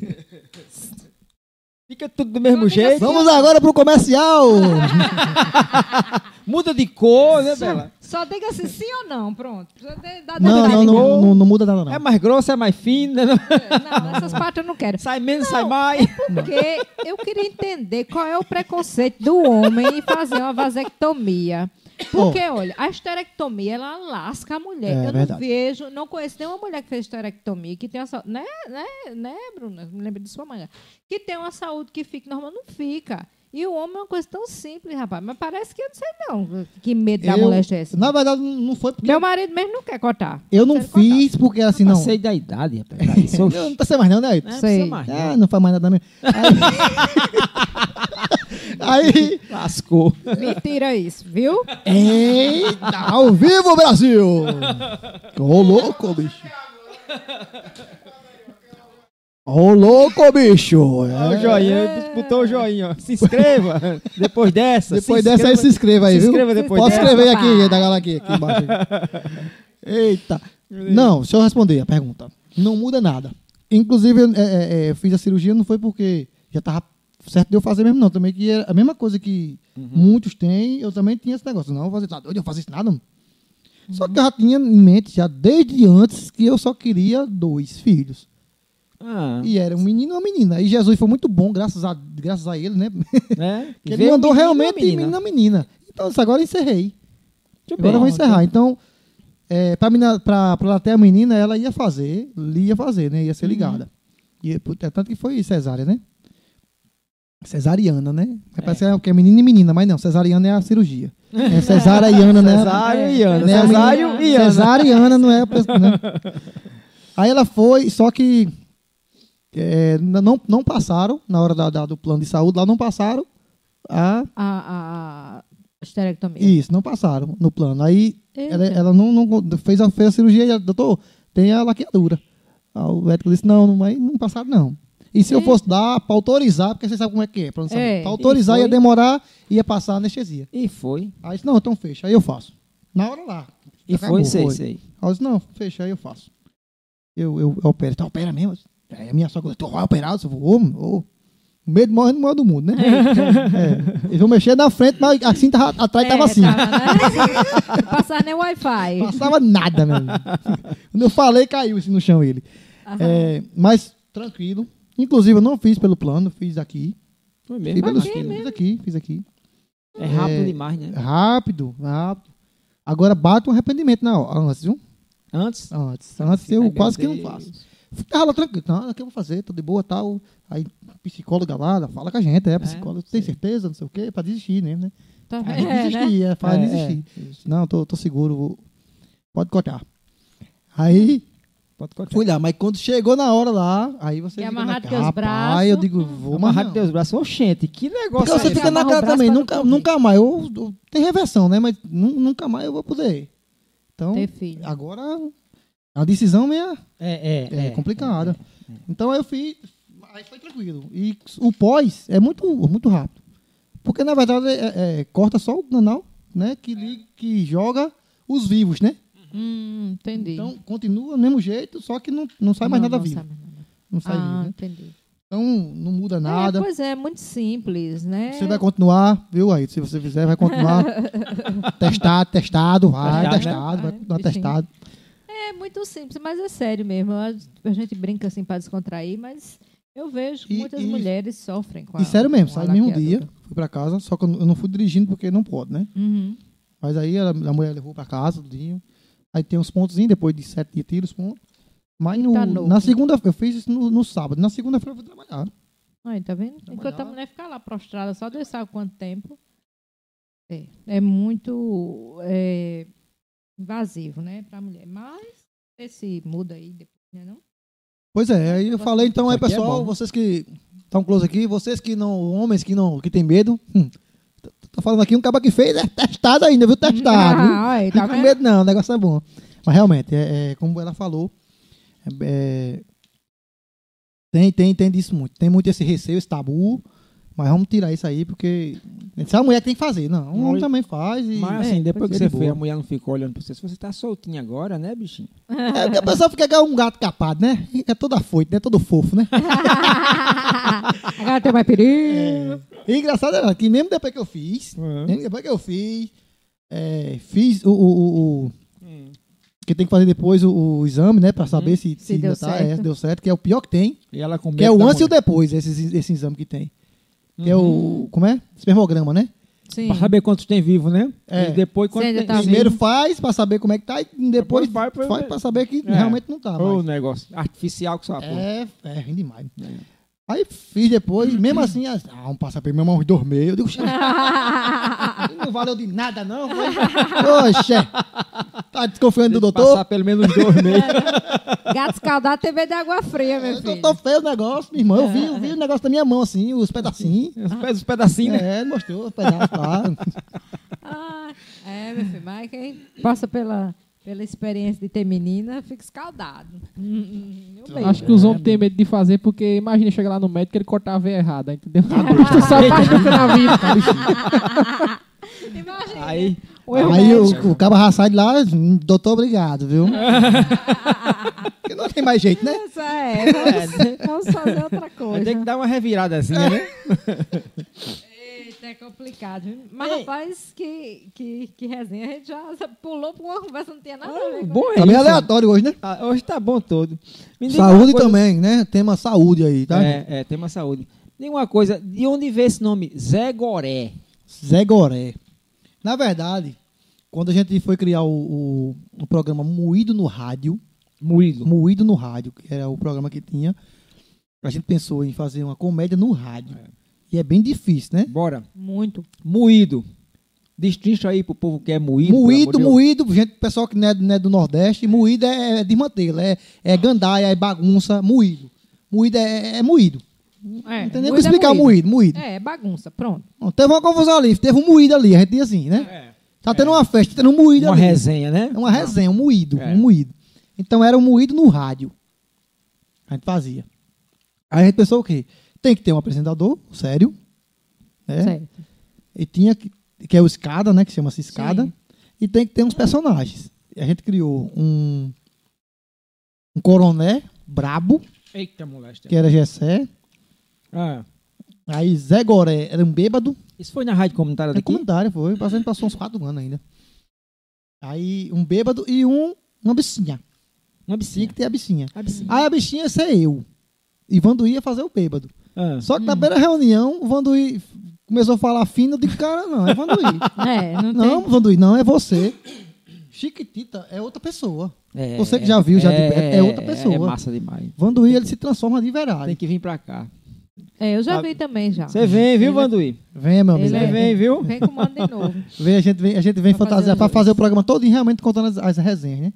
Fica tudo do mesmo Não fica jeito. Vamos agora pro comercial. Muda de cor, né, Bela? Só diga assim, sim ou não, pronto. Precisa de- da não, verdade não, não, mesmo. não, não muda nada, não. É mais grosso, é mais fino. né? Não, essas partes eu não quero. Sai menos, sai mais. Porque eu queria entender qual é o preconceito do homem em fazer uma vasectomia. Porque, olha, a esterectomia, ela lasca a mulher. Oh. É, eu não verdade. vejo, não conheço nenhuma mulher que fez esterectomia, que tenha saúde. Né, né, né, Bruna? Me lembro de sua mãe. Que tem uma saúde que fica normal, não fica. E o homem é uma coisa tão simples, rapaz. Mas parece que eu não sei, não. Que medo da Eu- mulher é esse. Na verdade, não foi porque Meu marido mesmo não quer cortar. eu não Sério, cortar. fiz, porque assim, não. Passei da idade, rapaz. Tá Isso, Não, não precisa mais não, né, Ailton? Não Sei. precisa mais. Ah, não faz mais nada mesmo. Aí. aí Lascou. Mentira isso, viu? eita, ao vivo, Brasil! Ô louco, bicho! Ô louco, bicho! Olha o É. joinha. Botou o joinha. ó. Se inscreva. Depois dessa. Depois dessa aí se inscreva aí, Se viu? inscreva depois Posso dessa, escrever papai. aqui, da galera aqui, aqui embaixo. Eita. Não, se eu responder a pergunta, não muda nada. Inclusive, eu, é, é, é, fiz a cirurgia, não foi porque já tava certo de eu fazer mesmo, não. Também que é a mesma coisa que Uhum. muitos têm, eu também tinha esse negócio. Não, eu vou fazer, tá doido, eu faço isso nada. mano. Uhum. Só que eu já tinha em mente, já desde antes, que eu só queria dois filhos. Ah, E era um menino e uma menina. E Jesus foi muito bom, graças a, graças a ele, né? né? Que ele Veio mandou menino, realmente menina. menino a menina. Então, isso agora eu encerrei. Muito Agora eu bem. vou encerrar. Então, é, pra, menina, pra, pra até a menina, ela ia fazer, ia fazer, né? Ia Uhum. ser ligada. E, pô, é tanto que foi cesárea, né? Cesariana, né? Parece que é menina e menina, mas não, cesariana é a cirurgia. É cesariana, né? Cesário e Ana. Né, a menina- Cesário e Ana. Cesariana não é a pessoa, né? Aí ela foi, só que é, n- não, não passaram, na hora da, da- do plano de saúde, lá não passaram a A, a esterectomia. isso, não passaram no plano. Aí Eita. ela, ela não, não- fez, a, fez a cirurgia e ela, doutor, tem a laqueadura. Aí o médico disse, não, não, mas não passaram não. E se eu fosse dar para autorizar, porque você sabe como é que é, para É. autorizar E ia foi? demorar, ia passar anestesia. E foi. Aí disse, não, então fecha, aí eu faço. Na hora lá. E Acabou, foi, sei, sei. Aí eu disse, não, fecha, aí eu faço. Eu, eu, eu opero, tá, opera mesmo. Aí a minha sogra, tu vai operar? Eu disse, vou, vou. O medo morre no maior do mundo, né? é. Eles vão mexer na frente, mas assim tava, atrás É, tava assim. né? Não passava nem Wi-Fi. Passava nada, meu amigo. Quando eu falei, caiu assim no chão ele. É, mas tranquilo. Inclusive, eu não fiz pelo plano, fiz aqui. Foi Fiz, mesmo. pelos Aqui, filhos, né? fiz aqui, fiz aqui. É rápido É. demais, né? Rápido, rápido. Agora bate um arrependimento na hora, antes, viu? Antes. Antes. Antes eu Ai, quase que meu não Deus. faço. Ficava lá tranquilo. Não, o que eu vou fazer? Tô de boa tal. Aí, psicóloga lá, ela fala com a gente, é psicóloga, tem certeza, não sei o quê, pra desistir mesmo, né? Tá Pra vendo? É, né? desistir, é, pra É, desistir. Não, tô, tô seguro, vou- pode cortar. Aí. Pode cortar. Fui lá, mas quando chegou na hora lá, aí você. E fica amarrar na- teus Rapaz, braços. eu digo, vou amarrar. Amarrar Deus. teus braços. Oxente, que negócio Porque você é fica na Amarra o cara braço também, pra não nunca, correr. nunca mais. Eu, eu- tem reversão, né? Mas nu- nunca mais eu vou poder. Então, Ter filho. agora a decisão é, É, é, complicada. é, Então eu fiz, aí foi tranquilo. E o pós é muito, muito rápido. Porque na verdade é- é- corta só o canal, né? Que, liga, que joga os vivos, né? Hum, entendi. Então continua do mesmo jeito, só que não, não sai mais Não, nada não vivo. sabe mais nada. Não sai Ah, vivo, né? entendi. Então não muda nada. É, pois é, muito simples, né? Você vai continuar, viu aí? Se você fizer, vai continuar. testado, testado, vai, Testado, né? testado, vai continuar Bichinho. testado. É muito simples, mas é sério mesmo. A, a gente brinca assim para descontrair, mas eu vejo que E- muitas e- mulheres sofrem com a E sério mesmo, com a saí no mesmo laqueadura. dia, fui pra casa, só que eu não eu não fui dirigindo porque não pode, né? Uhum. Mas aí ela- a mulher levou pra casa, tudinho. Aí tem uns pontozinhos, depois de sete dias tira os pontos. Mas no- tá novo. na segunda eu fiz isso no, no sábado. Na segunda-feira eu fui trabalhar. Aí, tá vendo? Enquanto a Trabalhava. mulher fica lá prostrada, só Deus sabe quanto tempo. É, é muito é, invasivo, né, pra mulher. Mas esse muda aí depois, né? Não? Pois é, aí eu falei então aí, Isso aqui é pessoal, bom, né? vocês que estão close aqui, vocês que não, homens que não, que tem medo, hum, tô- tô falando aqui um cara que fez, é testado ainda, viu? Testado. viu? Ah, aí, Não tá fica com vendo? medo, não, o negócio é bom. Mas realmente, é, é, como ela falou, é, é, tem, tem, tem disso muito. Tem muito esse receio, esse tabu. Mas vamos tirar isso aí, porque. Se a mulher que tem que fazer, não. Um homem Mas- também faz. E, Mas assim, depois que é você de foi, boa. a mulher não ficou olhando pra você. Se você tá soltinho agora, né, bichinho? É, porque a pessoa fica igual um gato capado, né? É toda foito, né? Todo fofo, né? Agora tem mais perigo. E engraçado é que mesmo depois que eu fiz, É. mesmo depois que eu fiz, é, fiz o, o- o- o- Hum. que tem que fazer depois o, o exame, né? Pra Uhum. saber se, se, deu ainda tá- certo. é, se deu certo, que é o pior que tem. E ela com Que é o da antes e o mulher. Uhum. depois, esse, esse exame que tem. Que é o. Como é? Espermograma, né? Sim. Pra saber quantos tem vivo, né? É. E depois quantos ainda tem tá vivo. Primeiro faz pra saber como é que tá, e depois, Depois vai pra- faz pra saber que É. realmente não tá. Ô, mais. negócio artificial que só Tá a porra. É, é, ruim demais. Aí fiz depois, mesmo assim, as- ah, vamos passar pelo mesmo uns dois meses. Eu digo, "Xe, não valeu de nada, não. Foi. Oxe, tá desconfiando do doutor? Passar pelo menos dois meses. Gato escaldado tem medo de água fria, meu Eu filho. tô feio o negócio, minha irmã. Eu vi, eu É. vi o negócio da minha mão, assim, os pedacinhos. Os pés- Os pedacinhos, né? É, mostrou os pedaços lá. Ah, é, meu filho, mas quem passa pela, pela experiência de ter menina, fica escaldado. Hum, hum, Meu bem. Acho que os homens têm medo de fazer, porque imagina chegar lá no médico e ele cortar a veia errada, entendeu? só tá Imagina. Aí, o erro Aí médico. o, o cabo já sai de lá, "Hum, doutor, obrigado, viu? Porque não tem mais jeito, né? Essa é, vamos, vamos fazer outra aí é. tem que coisa. dar uma reviradazinha, né? Eita, é complicado. viu? Mas, rapaz, que, que, que resenha. A gente já pulou pra uma conversa, não tinha nada a ver com Bom é Tá meio isso. aleatório hoje, né? Ah, hoje tá bom todo. Me diga uma Saúde coisa- também, né? Tema saúde aí, tá? É, é, tema saúde. Diga uma coisa, de onde veio esse nome? Zé Goré. Zé Goré. Na verdade, quando a gente foi criar o, o- o programa Moído no Rádio, Murilo. Moído no Rádio, que era o programa que tinha, a gente pensou em fazer uma comédia no rádio. E é bem difícil, né? Bora. Muito. Moído. Destrincha aí pro povo que é moído. Moído, pelo amor moído, gente, pessoal que não é, não é do Nordeste, moído é, é desmantelo, é, é gandaia, é bagunça, moído. Moído é, é moído. É, Não tem nem o muito que explicar é moído, moído. moído. É, é bagunça, pronto. Não, Teve uma confusão ali, teve um moído ali, a gente diz assim, de Deus. né? É. Tá tendo uma festa, tendo um moído Uma ali. resenha, né? É uma resenha, um moído, É. um moído. Então era um moído no rádio. A gente fazia. Aí a gente pensou o quê? Tem que ter um apresentador, sério. Né? Certo. E tinha que, que é o escada, né? Que chama-se escada. Sim. E tem que ter uns personagens. E a gente criou um, um coroné brabo, Eita, molesta. que era Gessé. Ah, Aí Zé Goré era um bêbado. isso foi na rádio comunitária É daqui? comentário, foi. A gente passou uns quatro anos ainda. Aí um bêbado e um, uma bichinha. Tinha Uma bicicleta. que ter a bichinha. A bicicleta. Aí a bichinha ia ser eu. E Vanduí ia fazer o bêbado. Ah, Só que na Hum. primeira reunião, o Vanduí f- começou a falar fino. Eu digo, cara, não, é Vanduí. É, não, não, Vanduí, não, é você. Chiquitita é outra pessoa. é, Você que já viu, já de é, perto, é outra pessoa. É massa demais. Vanduí, ele se transforma de verdade. Tem que vir pra cá. tem. É, eu já Ah, Sabe? vi também já. Você vem, viu, Ele- Vanduí? Venha, meu amigo. Ele Você é- vem, viu? Vem com o mando de novo. Vem, a gente vem, a gente vem Pra fazer fantasiar um os pra dois. fazer o programa todo e realmente contando as, as resenhas, né?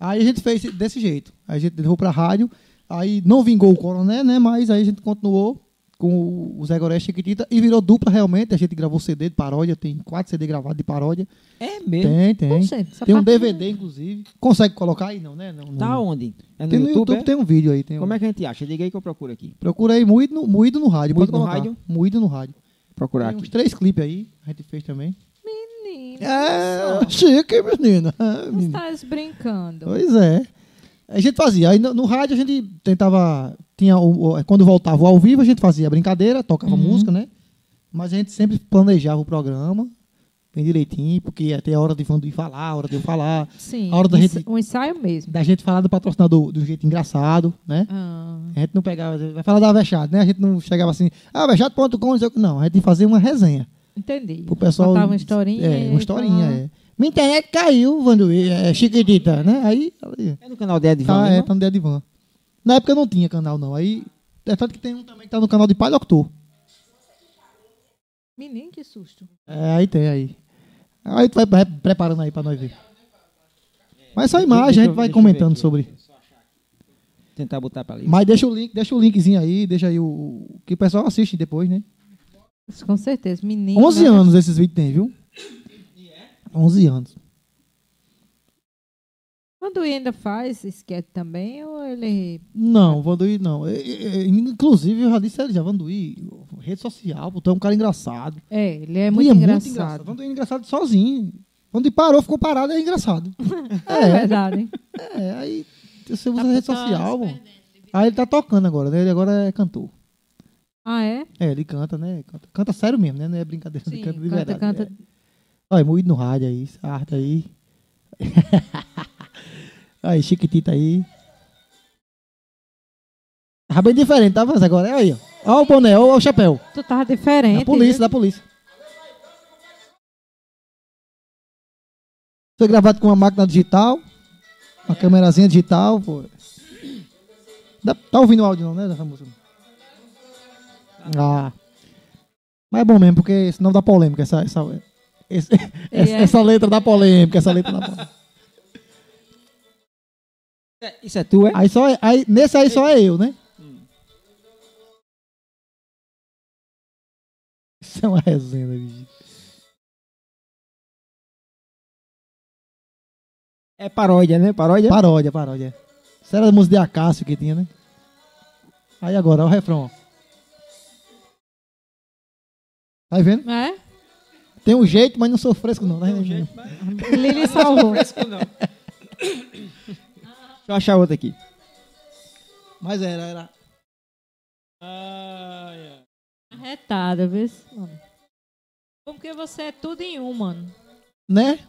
Aí a gente fez desse jeito. Aí A gente levou pra rádio. Aí não vingou o coroné, né? Mas aí a gente continuou com o Zé Goré Chiquitita e virou dupla realmente. A gente gravou CD de paródia, tem quatro CD gravados de paródia. É mesmo. Tem, tem. Gente, essa Tem um parte- DVD, inclusive. Consegue colocar aí? Não, né? Não, não. Tá onde? É no Tem YouTube, é? tem um vídeo aí. Tem um- Como é que a gente acha? Diga aí que eu procuro aqui. Procura aí Moído no, Moído no Rádio. Moído pode no colocar. Rádio? Moído no Rádio. Procurar Tem uns aqui. três clipes aí, a gente fez também. Menino, É, chique, menina. Ah, você menina. tá brincando. Pois é. A gente fazia. Aí no, no rádio a gente tentava. Tinha o, o- quando voltava ao vivo, a gente fazia brincadeira, tocava música, né? Mas a gente sempre planejava o programa bem direitinho, porque ia ter a hora de Vandu falar, a hora de eu falar, Sim, A hora da um ensa- gente- um ensaio mesmo. da gente falar do patrocinador de um jeito engraçado, né? Ah, A gente não pegava, vai falar da Vexado, né? A gente não chegava assim, ah, vexado.com, não sei o que. não, a gente fazia uma resenha. entendi. Pro pessoal. Botar uma historinha. É, e uma historinha, falar. é. Minha internet caiu, Vandu, é, chiquitita, né? Aí. aí É no canal de Edvan. Tá, né, é, não? tá no dia de van. Na época não tinha canal, não. Aí. É tanto que tem um também que tá no canal de Pai Doctor. Menino, que susto. É, aí tem aí. Aí tu vai pre- preparando aí pra nós ver. Mas só imagem, Deixa a eu- gente vai deixa eu ver comentando aqui. sobre. Tentar botar pra ali. Mas deixa o link, deixa o linkzinho aí, deixa aí o. Que o pessoal assiste depois, né? Isso, Com certeza, menino. 11 né? anos esses vídeos tem, viu? é? 11 anos. Quando ele ainda faz esquete também, ou ele. Não, Vanduí não. E- e- e- Inclusive, eu já disse a ele já, Vanduí, rede social, pô, tu é um cara engraçado. É, ele é Ele muito é engraçado. Muito engraçado. Quando é engraçado sozinho. Quando ele parou, ficou parado, é engraçado. É é, verdade. hein? é, aí você Tá usa a rede social. mano. Aí ele tá tocando agora, né? Ele agora é cantor. Ah, é? É, ele canta, né? Canta, canta sério mesmo, né? Não é brincadeira, Sim, ele canta de canta, verdade. canta. É. Olha, moído no rádio aí, essa arte aí. aí, chiquitita aí. Tá bem diferente, tá? Mas agora é aí, ó. Ó o boné, ó o chapéu. Tu tava diferente. Da polícia, viu? da polícia. Foi gravado com uma máquina digital, uma câmerazinha digital, pô. Dá- tá ouvindo o áudio não, né, dessa música? Ah. Mas é bom mesmo, porque senão dá polêmica, essa, essa, esse- essa, é. essa letra dá polêmica, essa letra dá polêmica. É, Isso é tu, é? Aí só, é- aí, nesse aí só é eu, né? Isso é uma resenha, bicho. É paródia, né? Paródia? Paródia, paródia. Isso era a música de Acácio que tinha, né? Aí agora, ó o refrão. ó. Tá vendo? É? Tem um jeito, mas não sou fresco não. Tá vendo? Lili salvou. Deixa eu achar outra aqui. Mas era, era. Arretada, viu? esse homem? Porque você é tudo em um, mano. Né?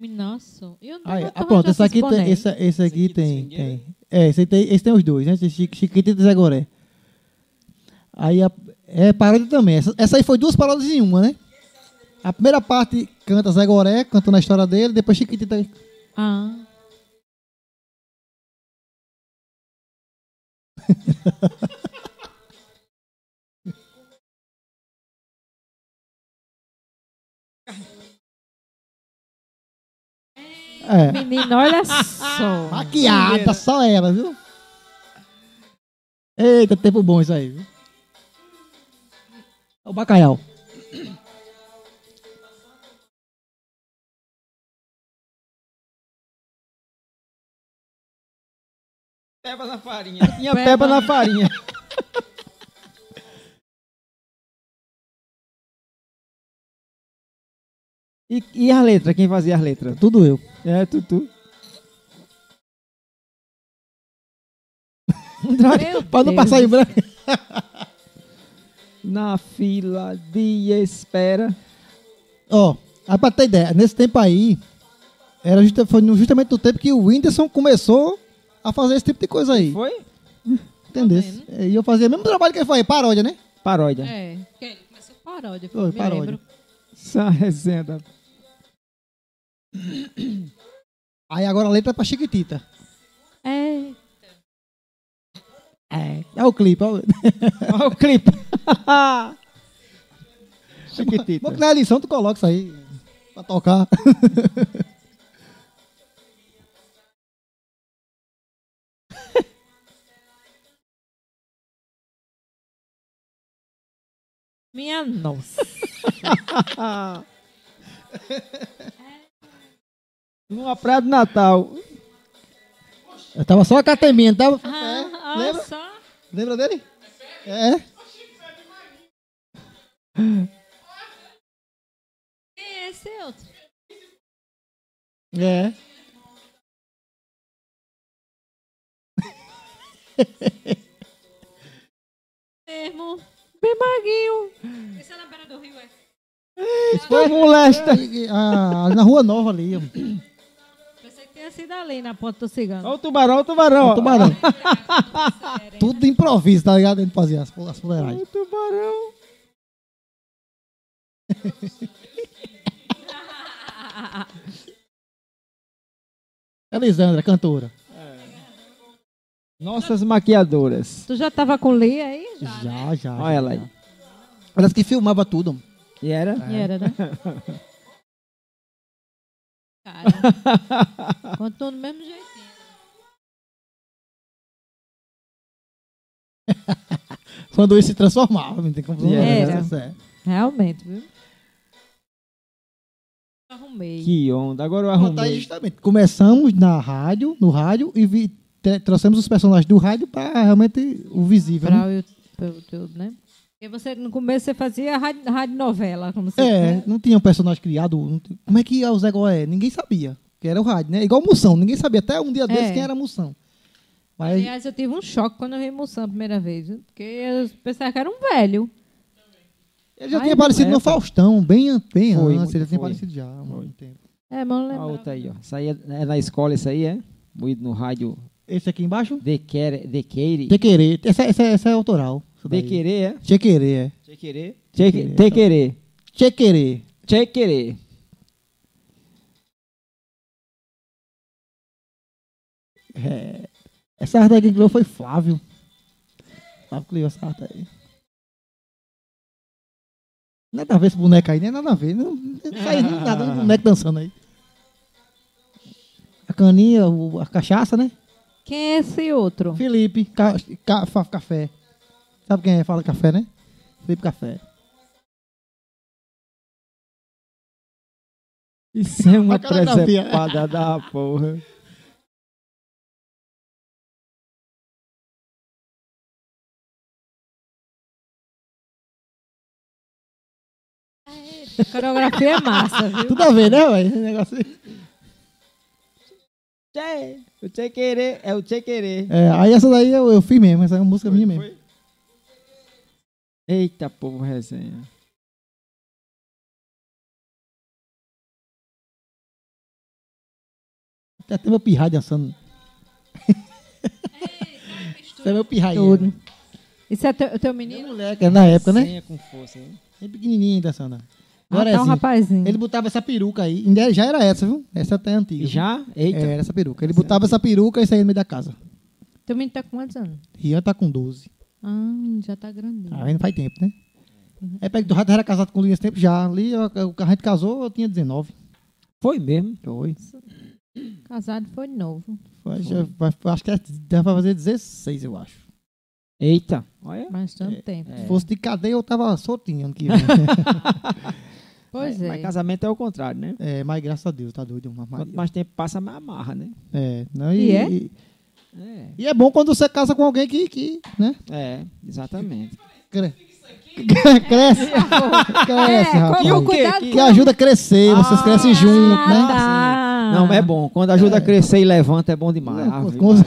Nossa, eu não Aí, vou ah, tomar pronto, esse desses aqui tem. boné. Esse, esse aqui tem, tem. É, esse, aí tem, esse tem os dois, né? Esse Chi- Chiquitita e Zé Goré. Aí a, é paródia também. Essa, essa aí foi duas paródias em uma, né? A primeira parte canta Zé Goré, cantando a história dele, depois Chiquitita. Ah. É. Menino, olha só. Maquiada, só ela, viu? Eita, tempo bom isso aí, viu? É o bacalhau. Peba na farinha. Tinha peba, na farinha. E, e as letras? Quem fazia as letras? Tudo eu. É, Tutu. Meu Pra não Deus. passar em branco. Na fila de espera. Ó, aí pra ter ideia, nesse tempo aí, era justa- foi no- justamente no tempo que o Whindersson começou a fazer esse tipo de coisa aí. Foi? Tá Entendeu? E eu fazia o mesmo trabalho que ele fazia, paródia, né? Paródia. É, porque ele começou paródia. Foi, me paródia. lembro. é Essa resenha da- Aí agora a letra é pra Chiquitita. É. É. É o clipe, ó. Olha o clipe. Bom que Chiquitita. na edição tu coloca isso aí pra tocar. Minha nossa. Uma praia de Natal. Eu tava só a cateminha, tava. Ah, é, olha lembra? só. Lembra dele? É. Quem é esse outro? É. Mesmo. Bem maguinho. Esse é na beira do rio, é? Foi é molesta. Ah, na Rua Nova ali. ó. Pensei que tinha sido ali na ponta do cigano. Olha o tubarão, olha o tubarão. ó. Tubarão. Tudo de improviso, tá ligado? Ele fazia as, as fuleiragens. Olha o tubarão. Elisandra, cantora. Nossas maquiadoras. Tu já tava com Lia aí? Já. Já, já. Tá, né? Olha ela aí. já. Elas que filmava tudo. E era? Era, né? Cara, contou do mesmo jeitinho. Quando eles se transformavam, não tem como Era. Isso é. Realmente, viu? Arrumei. Que onda. Agora eu Pronto, aí arrumei. justamente. Começamos na rádio, no rádio, e vi- tra- trouxemos os personagens do rádio para realmente o visível. né? Pra o YouTube, né? Porque você, no começo você fazia rádio, rádio novela, como né? você É, não tinha um personagem criado. não ti- Como é que é o Zé Goé? Ninguém sabia. Que era o rádio, né? Igual Moção, ninguém sabia. Até um dia desses É. quem era Moção. Mas Aliás, eu tive um choque quando eu vi Moção a primeira vez, viu? porque eu pensava que era um velho. ele já Ai, tinha aparecido não é, no pá. Faustão, bem, an- bem antes. Ele Foi, já muito tinha foi. aparecido já há um Foi. tempo. É, mas eu não A lembro. outra aí, ó. Isso aí é, é na escola, isso aí, é? Moído no rádio. Esse aqui embaixo? De quere, de queire. Te querer. Essa, essa, essa é autoral. essa De daí. querer, é? Te querer, é. Te querer. Te querer. Te querer. Te querer. Essa arte aí que criou foi Flávio. Flávio criou essa arte aí. é Nada a ver esse boneco aí, nem nada a ver. Não, não sai nada de boneco dançando aí. A caninha, o- a cachaça, né? Quem é esse outro? Felipe, ca, ca- fa- café. Sabe quem é? Fala café, né? Felipe Café. Isso é uma A cara da Bia. presepada da porra. A coreografia é massa, viu? Tudo a ver, né, velho? Esse negócio aí. Tchê, o Tchê querer, é o Tchê querer. É, aí essa daí eu, eu fiz mesmo, essa é uma música minha mesmo. Eita, povo resenha. Tem até meu pirraia dançando. Esse é meu pirraia. Tudo. Isso é teu, teu Minha menino? moleque, era na época, né? Resenha com força, hein? Bem É pequenininho ainda, Sandra. Ah, Agora tá um é assim, rapazinho. Ele botava essa peruca aí. ainda Já era essa, viu? Essa até é antiga. Já? É, Eita. era essa peruca. Ele botava essa peruca e saía no meio da casa. Teu menino tá com quantos anos? Rian tá com 12. Ah, já tá grandinho. Tá vendo? Faz tempo, né? Aí pega do rato era casado com o Luiz nesse tempo já. Ali eu- eu- a gente casou, eu tinha 19. Foi mesmo. Foi. Casado foi novo. Foi, já- vai- foi- acho que é- deve fazer 16, eu acho. Eita. Olha. Mas tanto tempo. É. Se fosse de cadeia, eu tava soltinho ano que vem. Pois é. Mas casamento é o contrário, né? é, mas graças a Deus, tá doido. Uma Quanto mais tempo passa, mais amarra, né? É, não, e, E é? e- É. e é bom quando você casa com alguém que, que né? É, exatamente. Cre- cresce. cresce, É, rapaz. como o quê? cuidado Que- Que com- ajuda a crescer, vocês crescem junto, Ah, né? tá. Não, é bom. Quando ajuda a crescer e levanta, é bom demais. Com- Ave com- Maria.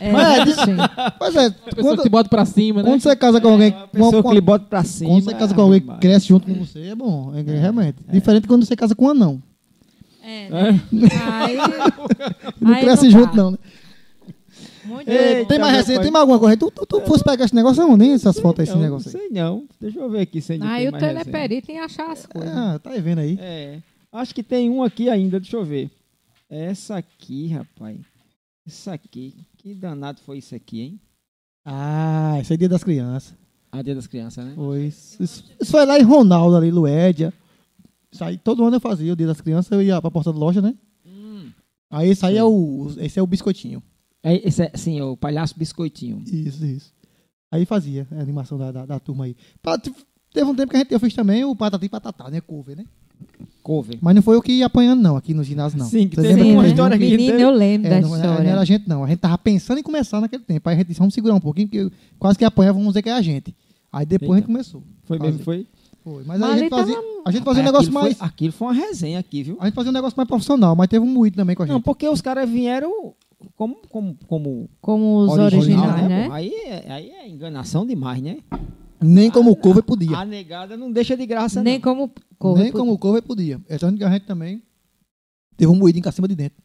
É, Mas é de- sim. Pois é, A pessoa quando, que te bota pra cima, né? quando você casa com alguém, A pessoa que né? lhe quando, bota pra cima. quando você casa com Ave alguém que Maria. cresce junto com você, é bom, é, realmente. Diferente quando você casa com um anão. É, né? Aí, Não aí cresce dá. junto, não, né? Muito Ei, bom. Tem mais meu resenha, pai. tem mais alguma coisa? Tu, tu, tu fosse pegar esse negócio aonde, hein? Essas fotos aí, esse Não, negócio aí. Não sei não. Deixa Ah, eu ver aqui se ainda Aí tem o mais Tele é resenha. perito em achar as coisas. Ah, tá aí vendo aí. É. Acho que tem um aqui ainda, deixa eu ver. Essa aqui, rapaz. Essa aqui. Que danado foi isso aqui, hein? Ah, esse é dia das crianças. A Dia das Crianças, né? Foi. Isso, isso foi lá em Ronaldo, ali, Luédia. Isso aí, todo ano eu fazia, o dia das crianças, eu ia pra porta da loja, né? Hum. Aí esse aí é o. Esse é o biscoitinho. É, esse é, sim, é o Palhaço Biscoitinho. Isso, isso. Aí fazia a animação da, da, da turma aí. Pa- te- Teve um tempo que a gente, eu fiz também o Patati e Patatá, né? Cover, né? Cover. Mas não foi eu que ia apanhando, não, aqui no ginásio, não. Sim, que Você teve um lembra uma que- história aqui, Menino, teve- eu lembro da é, não, era- não era a história. gente, não. A gente tava pensando em começar naquele tempo. Aí a gente disse, vamos segurar um pouquinho, porque quase que apanha, vamos dizer que é a gente. Aí depois a gente Eita. começou. Foi Fazer. mesmo, foi? Foi. Mas, Mas aí a gente ele tava- fazia, a gente fazia um Aí negócio aquilo mais. Foi, aquilo foi uma resenha aqui, viu? A gente fazia um negócio mais profissional, mas teve um moído também com a gente. Não, porque os caras vieram como, como, como Como os original, originais, né? pô? Aí, é- aí é enganação demais, né? Nem como o cover podia. A negada não deixa de graça, Nem não. como né? Nem cover. como o cover podia. É tanto que a gente também teve um moído em cima de dentro.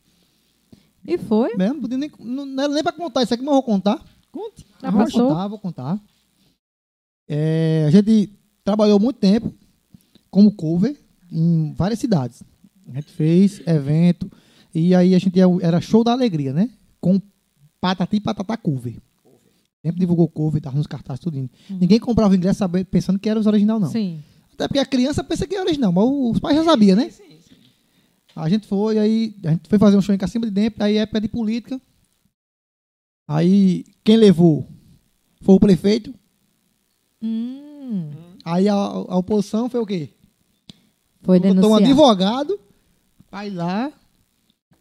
E foi. Mesmo, podia nem, não, não era nem pra contar isso aqui, mas eu vou contar. Conte. Já Eu vou passou. contar, vou contar. É, a gente trabalhou muito tempo como cover em várias cidades. A gente fez evento e aí a gente era- era show da alegria, né? Com patati e patatá cover. Sempre divulgou cover, tava nos cartazes, tudo. Ninguém comprava o ingresso sabendo- pensando que era os original, não. Sim. Até porque a criança pensa que é original, mas os pais já sabiam, né? A gente foi, aí a gente foi fazer um show em Cacimba de Dentro, aí época de política. Aí quem levou foi o prefeito, Hum, aí a, a oposição foi o quê? foi um denunciado. advogado, vai lá.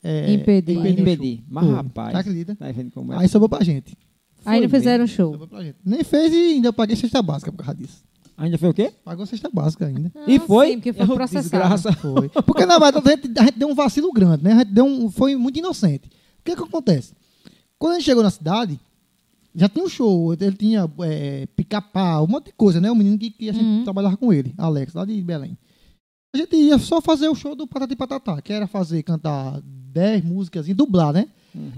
É, Impedir. Vai impedir o impedir. Mas, Foi. rapaz, Tá acredita? tá vendo como é? Aí sobrou pra gente. Aí não Foi fizeram show. Sobrou pra gente. Nem fez e ainda eu paguei cesta básica por causa disso. Ainda foi o quê? Pagou cesta básica ainda. Ah, e foi? Sim, um porque foi Eu- processado. Desgraça. Foi. Porque na verdade a gente, a gente deu um vacilo grande, né? A gente deu um, foi muito inocente. O que que acontece? Quando a gente chegou na cidade, já tinha um show, ele tinha é, pica-pau, um monte de coisa, né? O menino que, que a gente Uhum. trabalhava com ele, Alex, lá de Belém. A gente ia só fazer o show do Patati Patatá, que era fazer, cantar 10 músicas e dublar, né?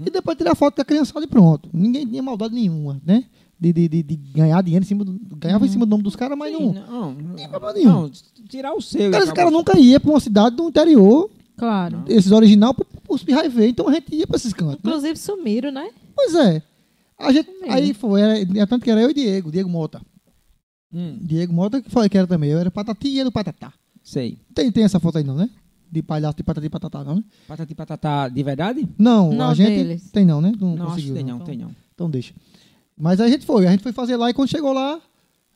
E depois tirar foto da criançada e pronto. Ninguém tinha maldade nenhuma, né? De, de, de- de ganhar dinheiro em cima do. Ganhava em cima do nome dos caras, mas Sim, né? não. não, não, problema nenhum. não, tirar o Cara, seu. e esse cara acabou. nunca ia pra uma cidade do interior Claro. esses original para os pirraivê. Então a gente ia para esses cantos. né? Inclusive sumiram, né? Pois é. A gente, Também. aí foi, era, era tanto que era eu e Diego, Diego Mota. Hum, Diego Mota que falei que era também. Eu era patati e ele patatá. sei. Tem, tem essa foto aí não, né? De palhaço de patati e patatá, não, né? Patati patatá de verdade? Não, a Não gente. deles. Tem não, né? Não, Não, acho conseguiu. que tem não, Então- tem não. Então deixa. Mas a gente foi, a gente foi fazer lá e quando chegou lá,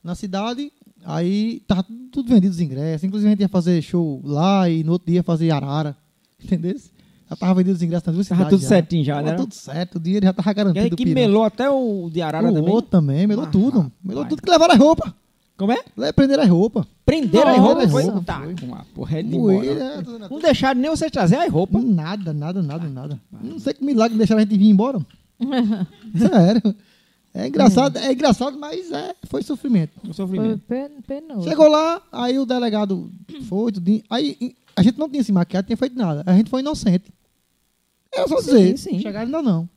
na cidade, aí tava tudo vendido os ingressos. Inclusive a gente ia fazer show lá e no outro dia fazer Arara. Entendeu? Já tava vendido os ingressos nas duas Tava cidades. tudo já. certinho já, né? Tava tudo certo, o dinheiro já tava E aí garantido. que pirão. melou até o de Arara o também. outro também, melou Ah, tudo. rapaz. Melou tudo que levaram a roupa. Como é? Le- Prenderam a roupa. Prenderam as roupas. Nossa, Foi? Tá, foi. com a porra Hum, de Moeira, embora. tudo, né? Não deixaram nem você trazer as roupas. Nada, nada, nada, nada. Não sei que milagre deixaram a gente vir embora. Sério. É engraçado, é engraçado, mas é, foi sofrimento. O Foi sofrimento. pen- Uhum. penoso. Chegou lá, aí o delegado foi, tudinho. Aí em- a gente não tinha se maquiado, tinha feito nada. A gente foi inocente. Era só dizer. sim. Chegaram ainda não.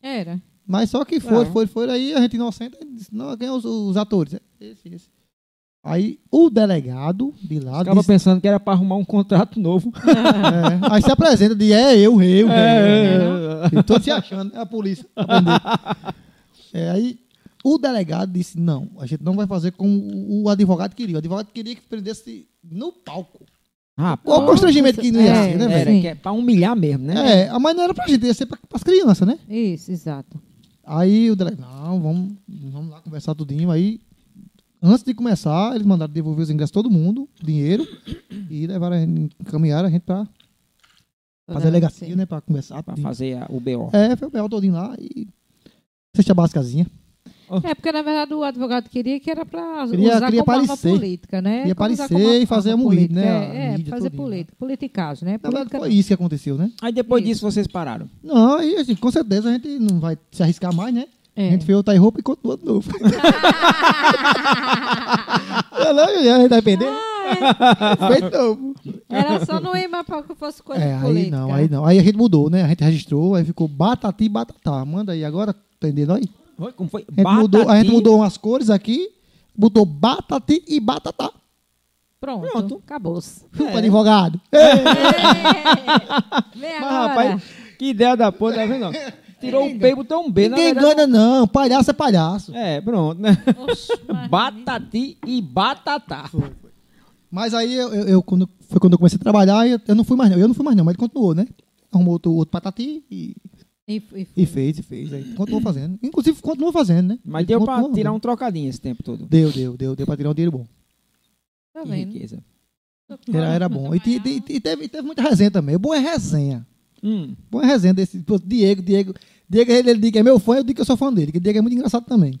Era. Mas só que foi, Ah. foi, foi. Aí a gente inocente aí disse, não, quem é os, os atores? Esse, esse. Aí o delegado de lá Acaba disse, pensando que era pra arrumar um contrato novo. é, Aí se apresenta, diz, é eu, eu, eu. né? É, Eu tô se achando, é a polícia. pra prender. É, aí o delegado disse, não, a gente não vai fazer como o- o advogado queria. O advogado queria que prendesse no palco. Ah, Qual o constrangimento que não ia ser, né, É, velho? Era, Sim. que é pra humilhar mesmo, né? É, a mas não era pra gente, ia ser pra, pras crianças, né? Isso, exato. Aí o delegado, não, vamos, vamos lá conversar tudinho. Aí, antes de começar, eles mandaram devolver os ingressos todo mundo, o dinheiro, e levaram, a gente- encaminharam a gente pra, pra delegacia, né? Pra conversar. Pra tudinho. fazer a- o BO. É, foi o BL todinho lá e. Cesta básicazinha. É, porque na verdade o advogado queria que era pra Queria- usar queria como arma aparecer. política, né? Queria Como usar aparecer como e fazer arma a moída, política. né? A É, é, mídia fazer todinha. política. Politicagem, né? Na verdade, Política foi não. isso que aconteceu, né? Aí depois Isso. disso vocês pararam. Não, aí assim, com certeza a gente não vai se arriscar mais, né? É. A gente fez outra roupa e continuou de novo. não, não, tá a gente vai perder. Ah, é. Feito novo. Era só não ir mais pra que fosse coisa É, de aí política. não, aí não. Aí a gente mudou, né? A gente registrou, aí ficou Batati e Batatá. Manda aí agora, tá entendendo aí? Oi, Como foi? A gente, mudou, a gente Batati. mudou umas cores aqui, botou Batati e Batatá. Pronto, Pronto. acabou-se. Chupa, É. advogado. Vem Mas, agora. rapaz, que ideia da porra, tá vendo? Tirou um B, botou um B. na Ninguém verdade- engana, não. Palhaço é palhaço. É, pronto, né? Oxe, mas- Batati e batatá. Mas aí eu, eu- eu quando, foi quando eu comecei a trabalhar, eu, eu não fui mais não. Eu não fui mais não, mas ele continuou, né? Arrumou outro, outro patati e E, e, E fez, e fez. Aí continuou fazendo. Inclusive, continua fazendo, né? Mas Ele deu pra continua tirar um fazendo. trocadinho esse tempo todo. Deu, deu, deu. Deu pra tirar um dinheiro bom. Tá Que vendo? riqueza. Era, era bom. E, te- te- e teve, e teve muita resenha também. O bom é resenha. Hum, O bom é resenha desse. pô, Diego, Diego. Diego, ele, ele diz que é meu fã, eu digo que eu sou fã dele. Que Diego é muito engraçado também.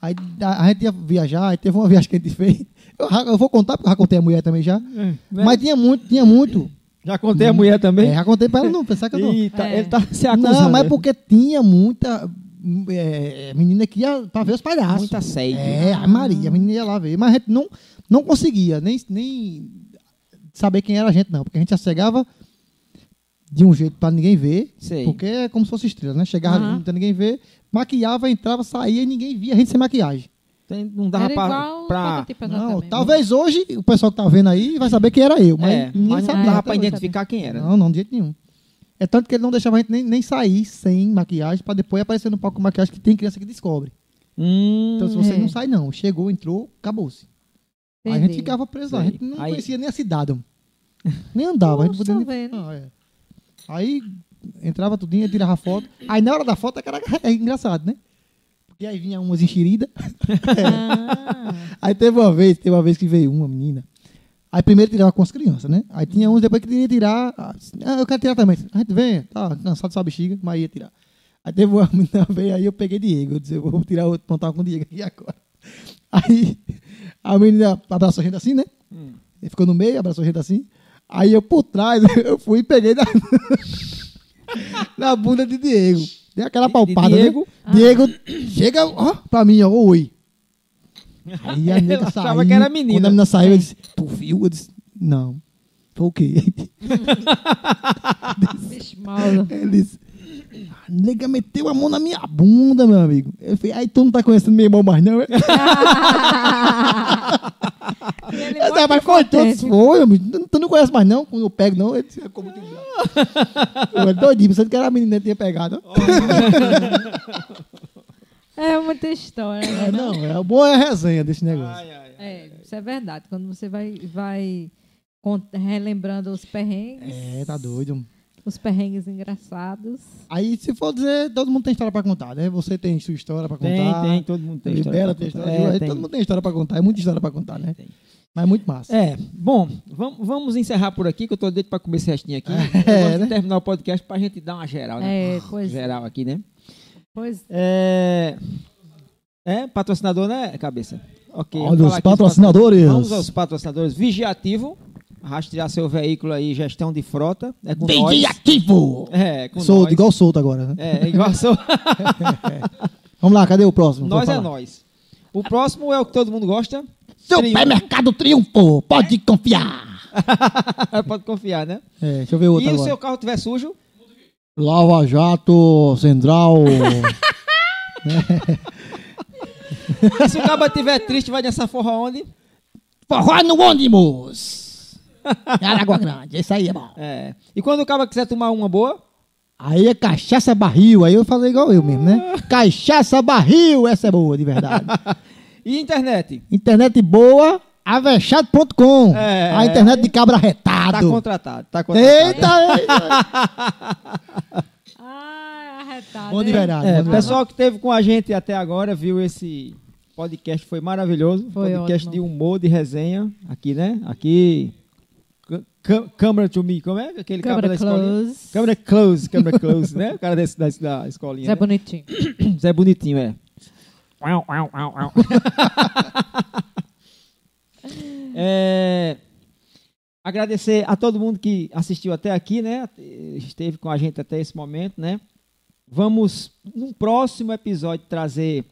Aí a, a gente ia viajar, aí teve uma viagem que a gente fez. Eu, já- eu vou contar, porque eu já contei a mulher também já. É, né? Mas tinha muito, tinha muito. já contei a mulher também. É, já contei pra ela não, pensar que eu não. Eita, É. ele tá se acusando. Não, mas né? é porque tinha muita é, menina que ia pra ver os palhaços. Muita né? sede. É, a Maria, a menina ia lá ver. Mas a gente não, não conseguia nem, nem saber quem era a gente, não. Porque a gente já chegava de um jeito pra ninguém ver. Sei. Porque é como se fosse estrela, né? Chegava Aham. ali, não tinha ninguém ver, maquiava, entrava, saía e ninguém via a gente sem maquiagem. Tem- Não dava Era pra. igual pra- prototipo Não, exatamente. talvez hoje o pessoal que tá vendo aí vai saber quem era eu, mas, É, ninguém mas não sabia. dava até pra hoje. identificar quem era. Não, não, de jeito nenhum. É tanto que ele não deixava a gente nem, nem sair sem maquiagem pra depois aparecer no palco com maquiagem que tem criança que descobre. Hum, Então se você é. não sai, não. Chegou, entrou, acabou-se. Aí a gente Entendi. ficava preso lá. A Sei. gente não Aí- conhecia nem a cidade. mano. Nem andava. a gente Nossa, podia nem... velho. Ah, é. Aí entrava tudinho, tirava foto. Aí na hora da foto era é engraçado, né? Porque aí vinha umas enxeridas. Ah, Aí teve uma vez, teve uma vez que veio uma menina. Aí primeiro tirava com as crianças, né? Aí tinha uns depois que queria tirar. Ah, eu quero tirar também. A gente vem, tá cansado de sua bexiga, mas ia tirar. Aí teve uma menina veio, aí eu peguei Diego. Eu disse, eu vou tirar outro, não tava com o Diego aqui agora. Aí a menina abraçou a gente assim, né? Ele ficou no meio, abraçou a gente assim. Aí eu por trás, eu fui e peguei na, na bunda de Diego. Dei aquela De- de palpada, Diego? Ah. né? Diego chega, ó, pra mim, ó, oi. Aí a nega Eu saiu. achava que era menina. É. Quando a menina saiu, eu disse, tu viu? Eu disse, não. Foi o quê? bicho mal. Ele disse, a nega meteu a mão na minha bunda, meu amigo. Eu falei, aí tu não tá conhecendo meu irmão mais não? é?" Ele "Ah, Mas ela vai foi, todos foi, amigo. Tu- tu não conhece mais não, quando eu pego não, ele "É ficou muito bravo. Eu era doidinho, pensando que era a menina que tinha pegado. É muita história. É, né? não, é, o bom é a resenha desse negócio. É, isso é verdade. Quando você vai, vai con- relembrando os perrengues, É, tá doido. os perrengues engraçados. Aí, se for dizer, todo mundo tem história pra contar, né? Você tem sua história pra Tem, contar. tem, todo mundo tem história. Libera, pra tem contar. história. É, Aí tem. Todo mundo tem história pra contar. É muita história pra contar, né? Tem. Mas é muito massa. É, bom, vamos, vamos encerrar por aqui, que eu tô doido pra comer esse restinho aqui. vamos né? terminar o podcast pra gente dar uma geral, né? É, pois é. geral aqui, né? Pois É, é, patrocinador, né, cabeça? Ok. vamos Olha falar os aqui dos patrocinadores. Vamos aos patrocinadores. Vigiativo, rastrear seu veículo aí, gestão de frota. É com nós. Vigiativo! É, com Solto, nós. igual solto agora, né? É, igual sou. Vamos lá, cadê o próximo? nós Vou é falar. nós. O próximo é o que todo mundo gosta. Supermercado Triunfo, É. pode confiar. Pode confiar, né? É, deixa eu ver outro e o agora. seu carro tiver sujo, Lava Jato Central. e se o cabo tiver triste, vai nessa forra onde? Forró no ônibus. Aragua Grande, isso aí é bom. É. E quando o cabo quiser tomar uma boa, Aí é cachaça barril, aí eu falei igual eu mesmo, né? Cachaça barril, essa é boa, de verdade. e internet? Internet boa, avexado.com. É. a internet de cabra Tá retado. contratado, tá contratado. Eita, eita. Ah, arretado. Bom de hein? verdade. É, bom de pessoal que esteve com a gente até agora, viu esse podcast, foi maravilhoso. Foi podcast ótimo. de humor, de resenha, aqui, né? Aqui, c- cam- câmera to me, como é? Aquele câmera Câmera da escolinha. close. Câmera close, câmera close, né? O cara desse, desse da Isso é escolinha. né? bonitinho. Zé Bonitinho, é. É, Agradecer a todo mundo que assistiu até aqui, né? Esteve com a gente até esse momento, né? Vamos, no próximo episódio, trazer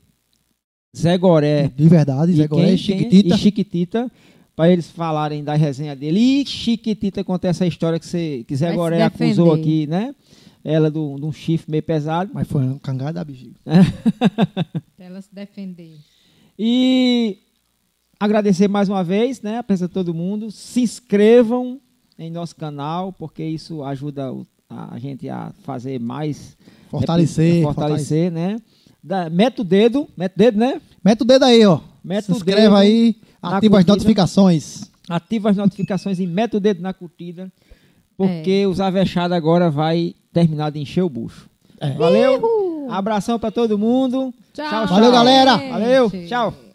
Zé Goré De verdade, Zé Goiás, quem- quem- Chiquitita. e Chiquitita para eles falarem da resenha dele. E Chiquitita conta essa história que, você, que Zé Vai se Goré acusou defender. aqui, né? Ela do- de um chifre meio pesado. Mas foi um cangado da bexiga. Pra ela se defender. E agradecer mais uma vez, né, a presença de todo mundo. Se inscrevam em nosso canal, porque isso ajuda o- a a gente a fazer mais Fortalecer, fortalecer, fortalecer, né? Da, meta o dedo, meta o dedo, né? Mete o dedo aí, ó. Mete Se o inscreve dedo aí, na ativa as curtida. notificações. Ativa as notificações e meta o dedo na curtida, porque os avechados agora vai terminar de encher o bucho. Valeu. Abração pra todo mundo. Tchau. Tchau, Valeu, galera. gente. Valeu. Tchau.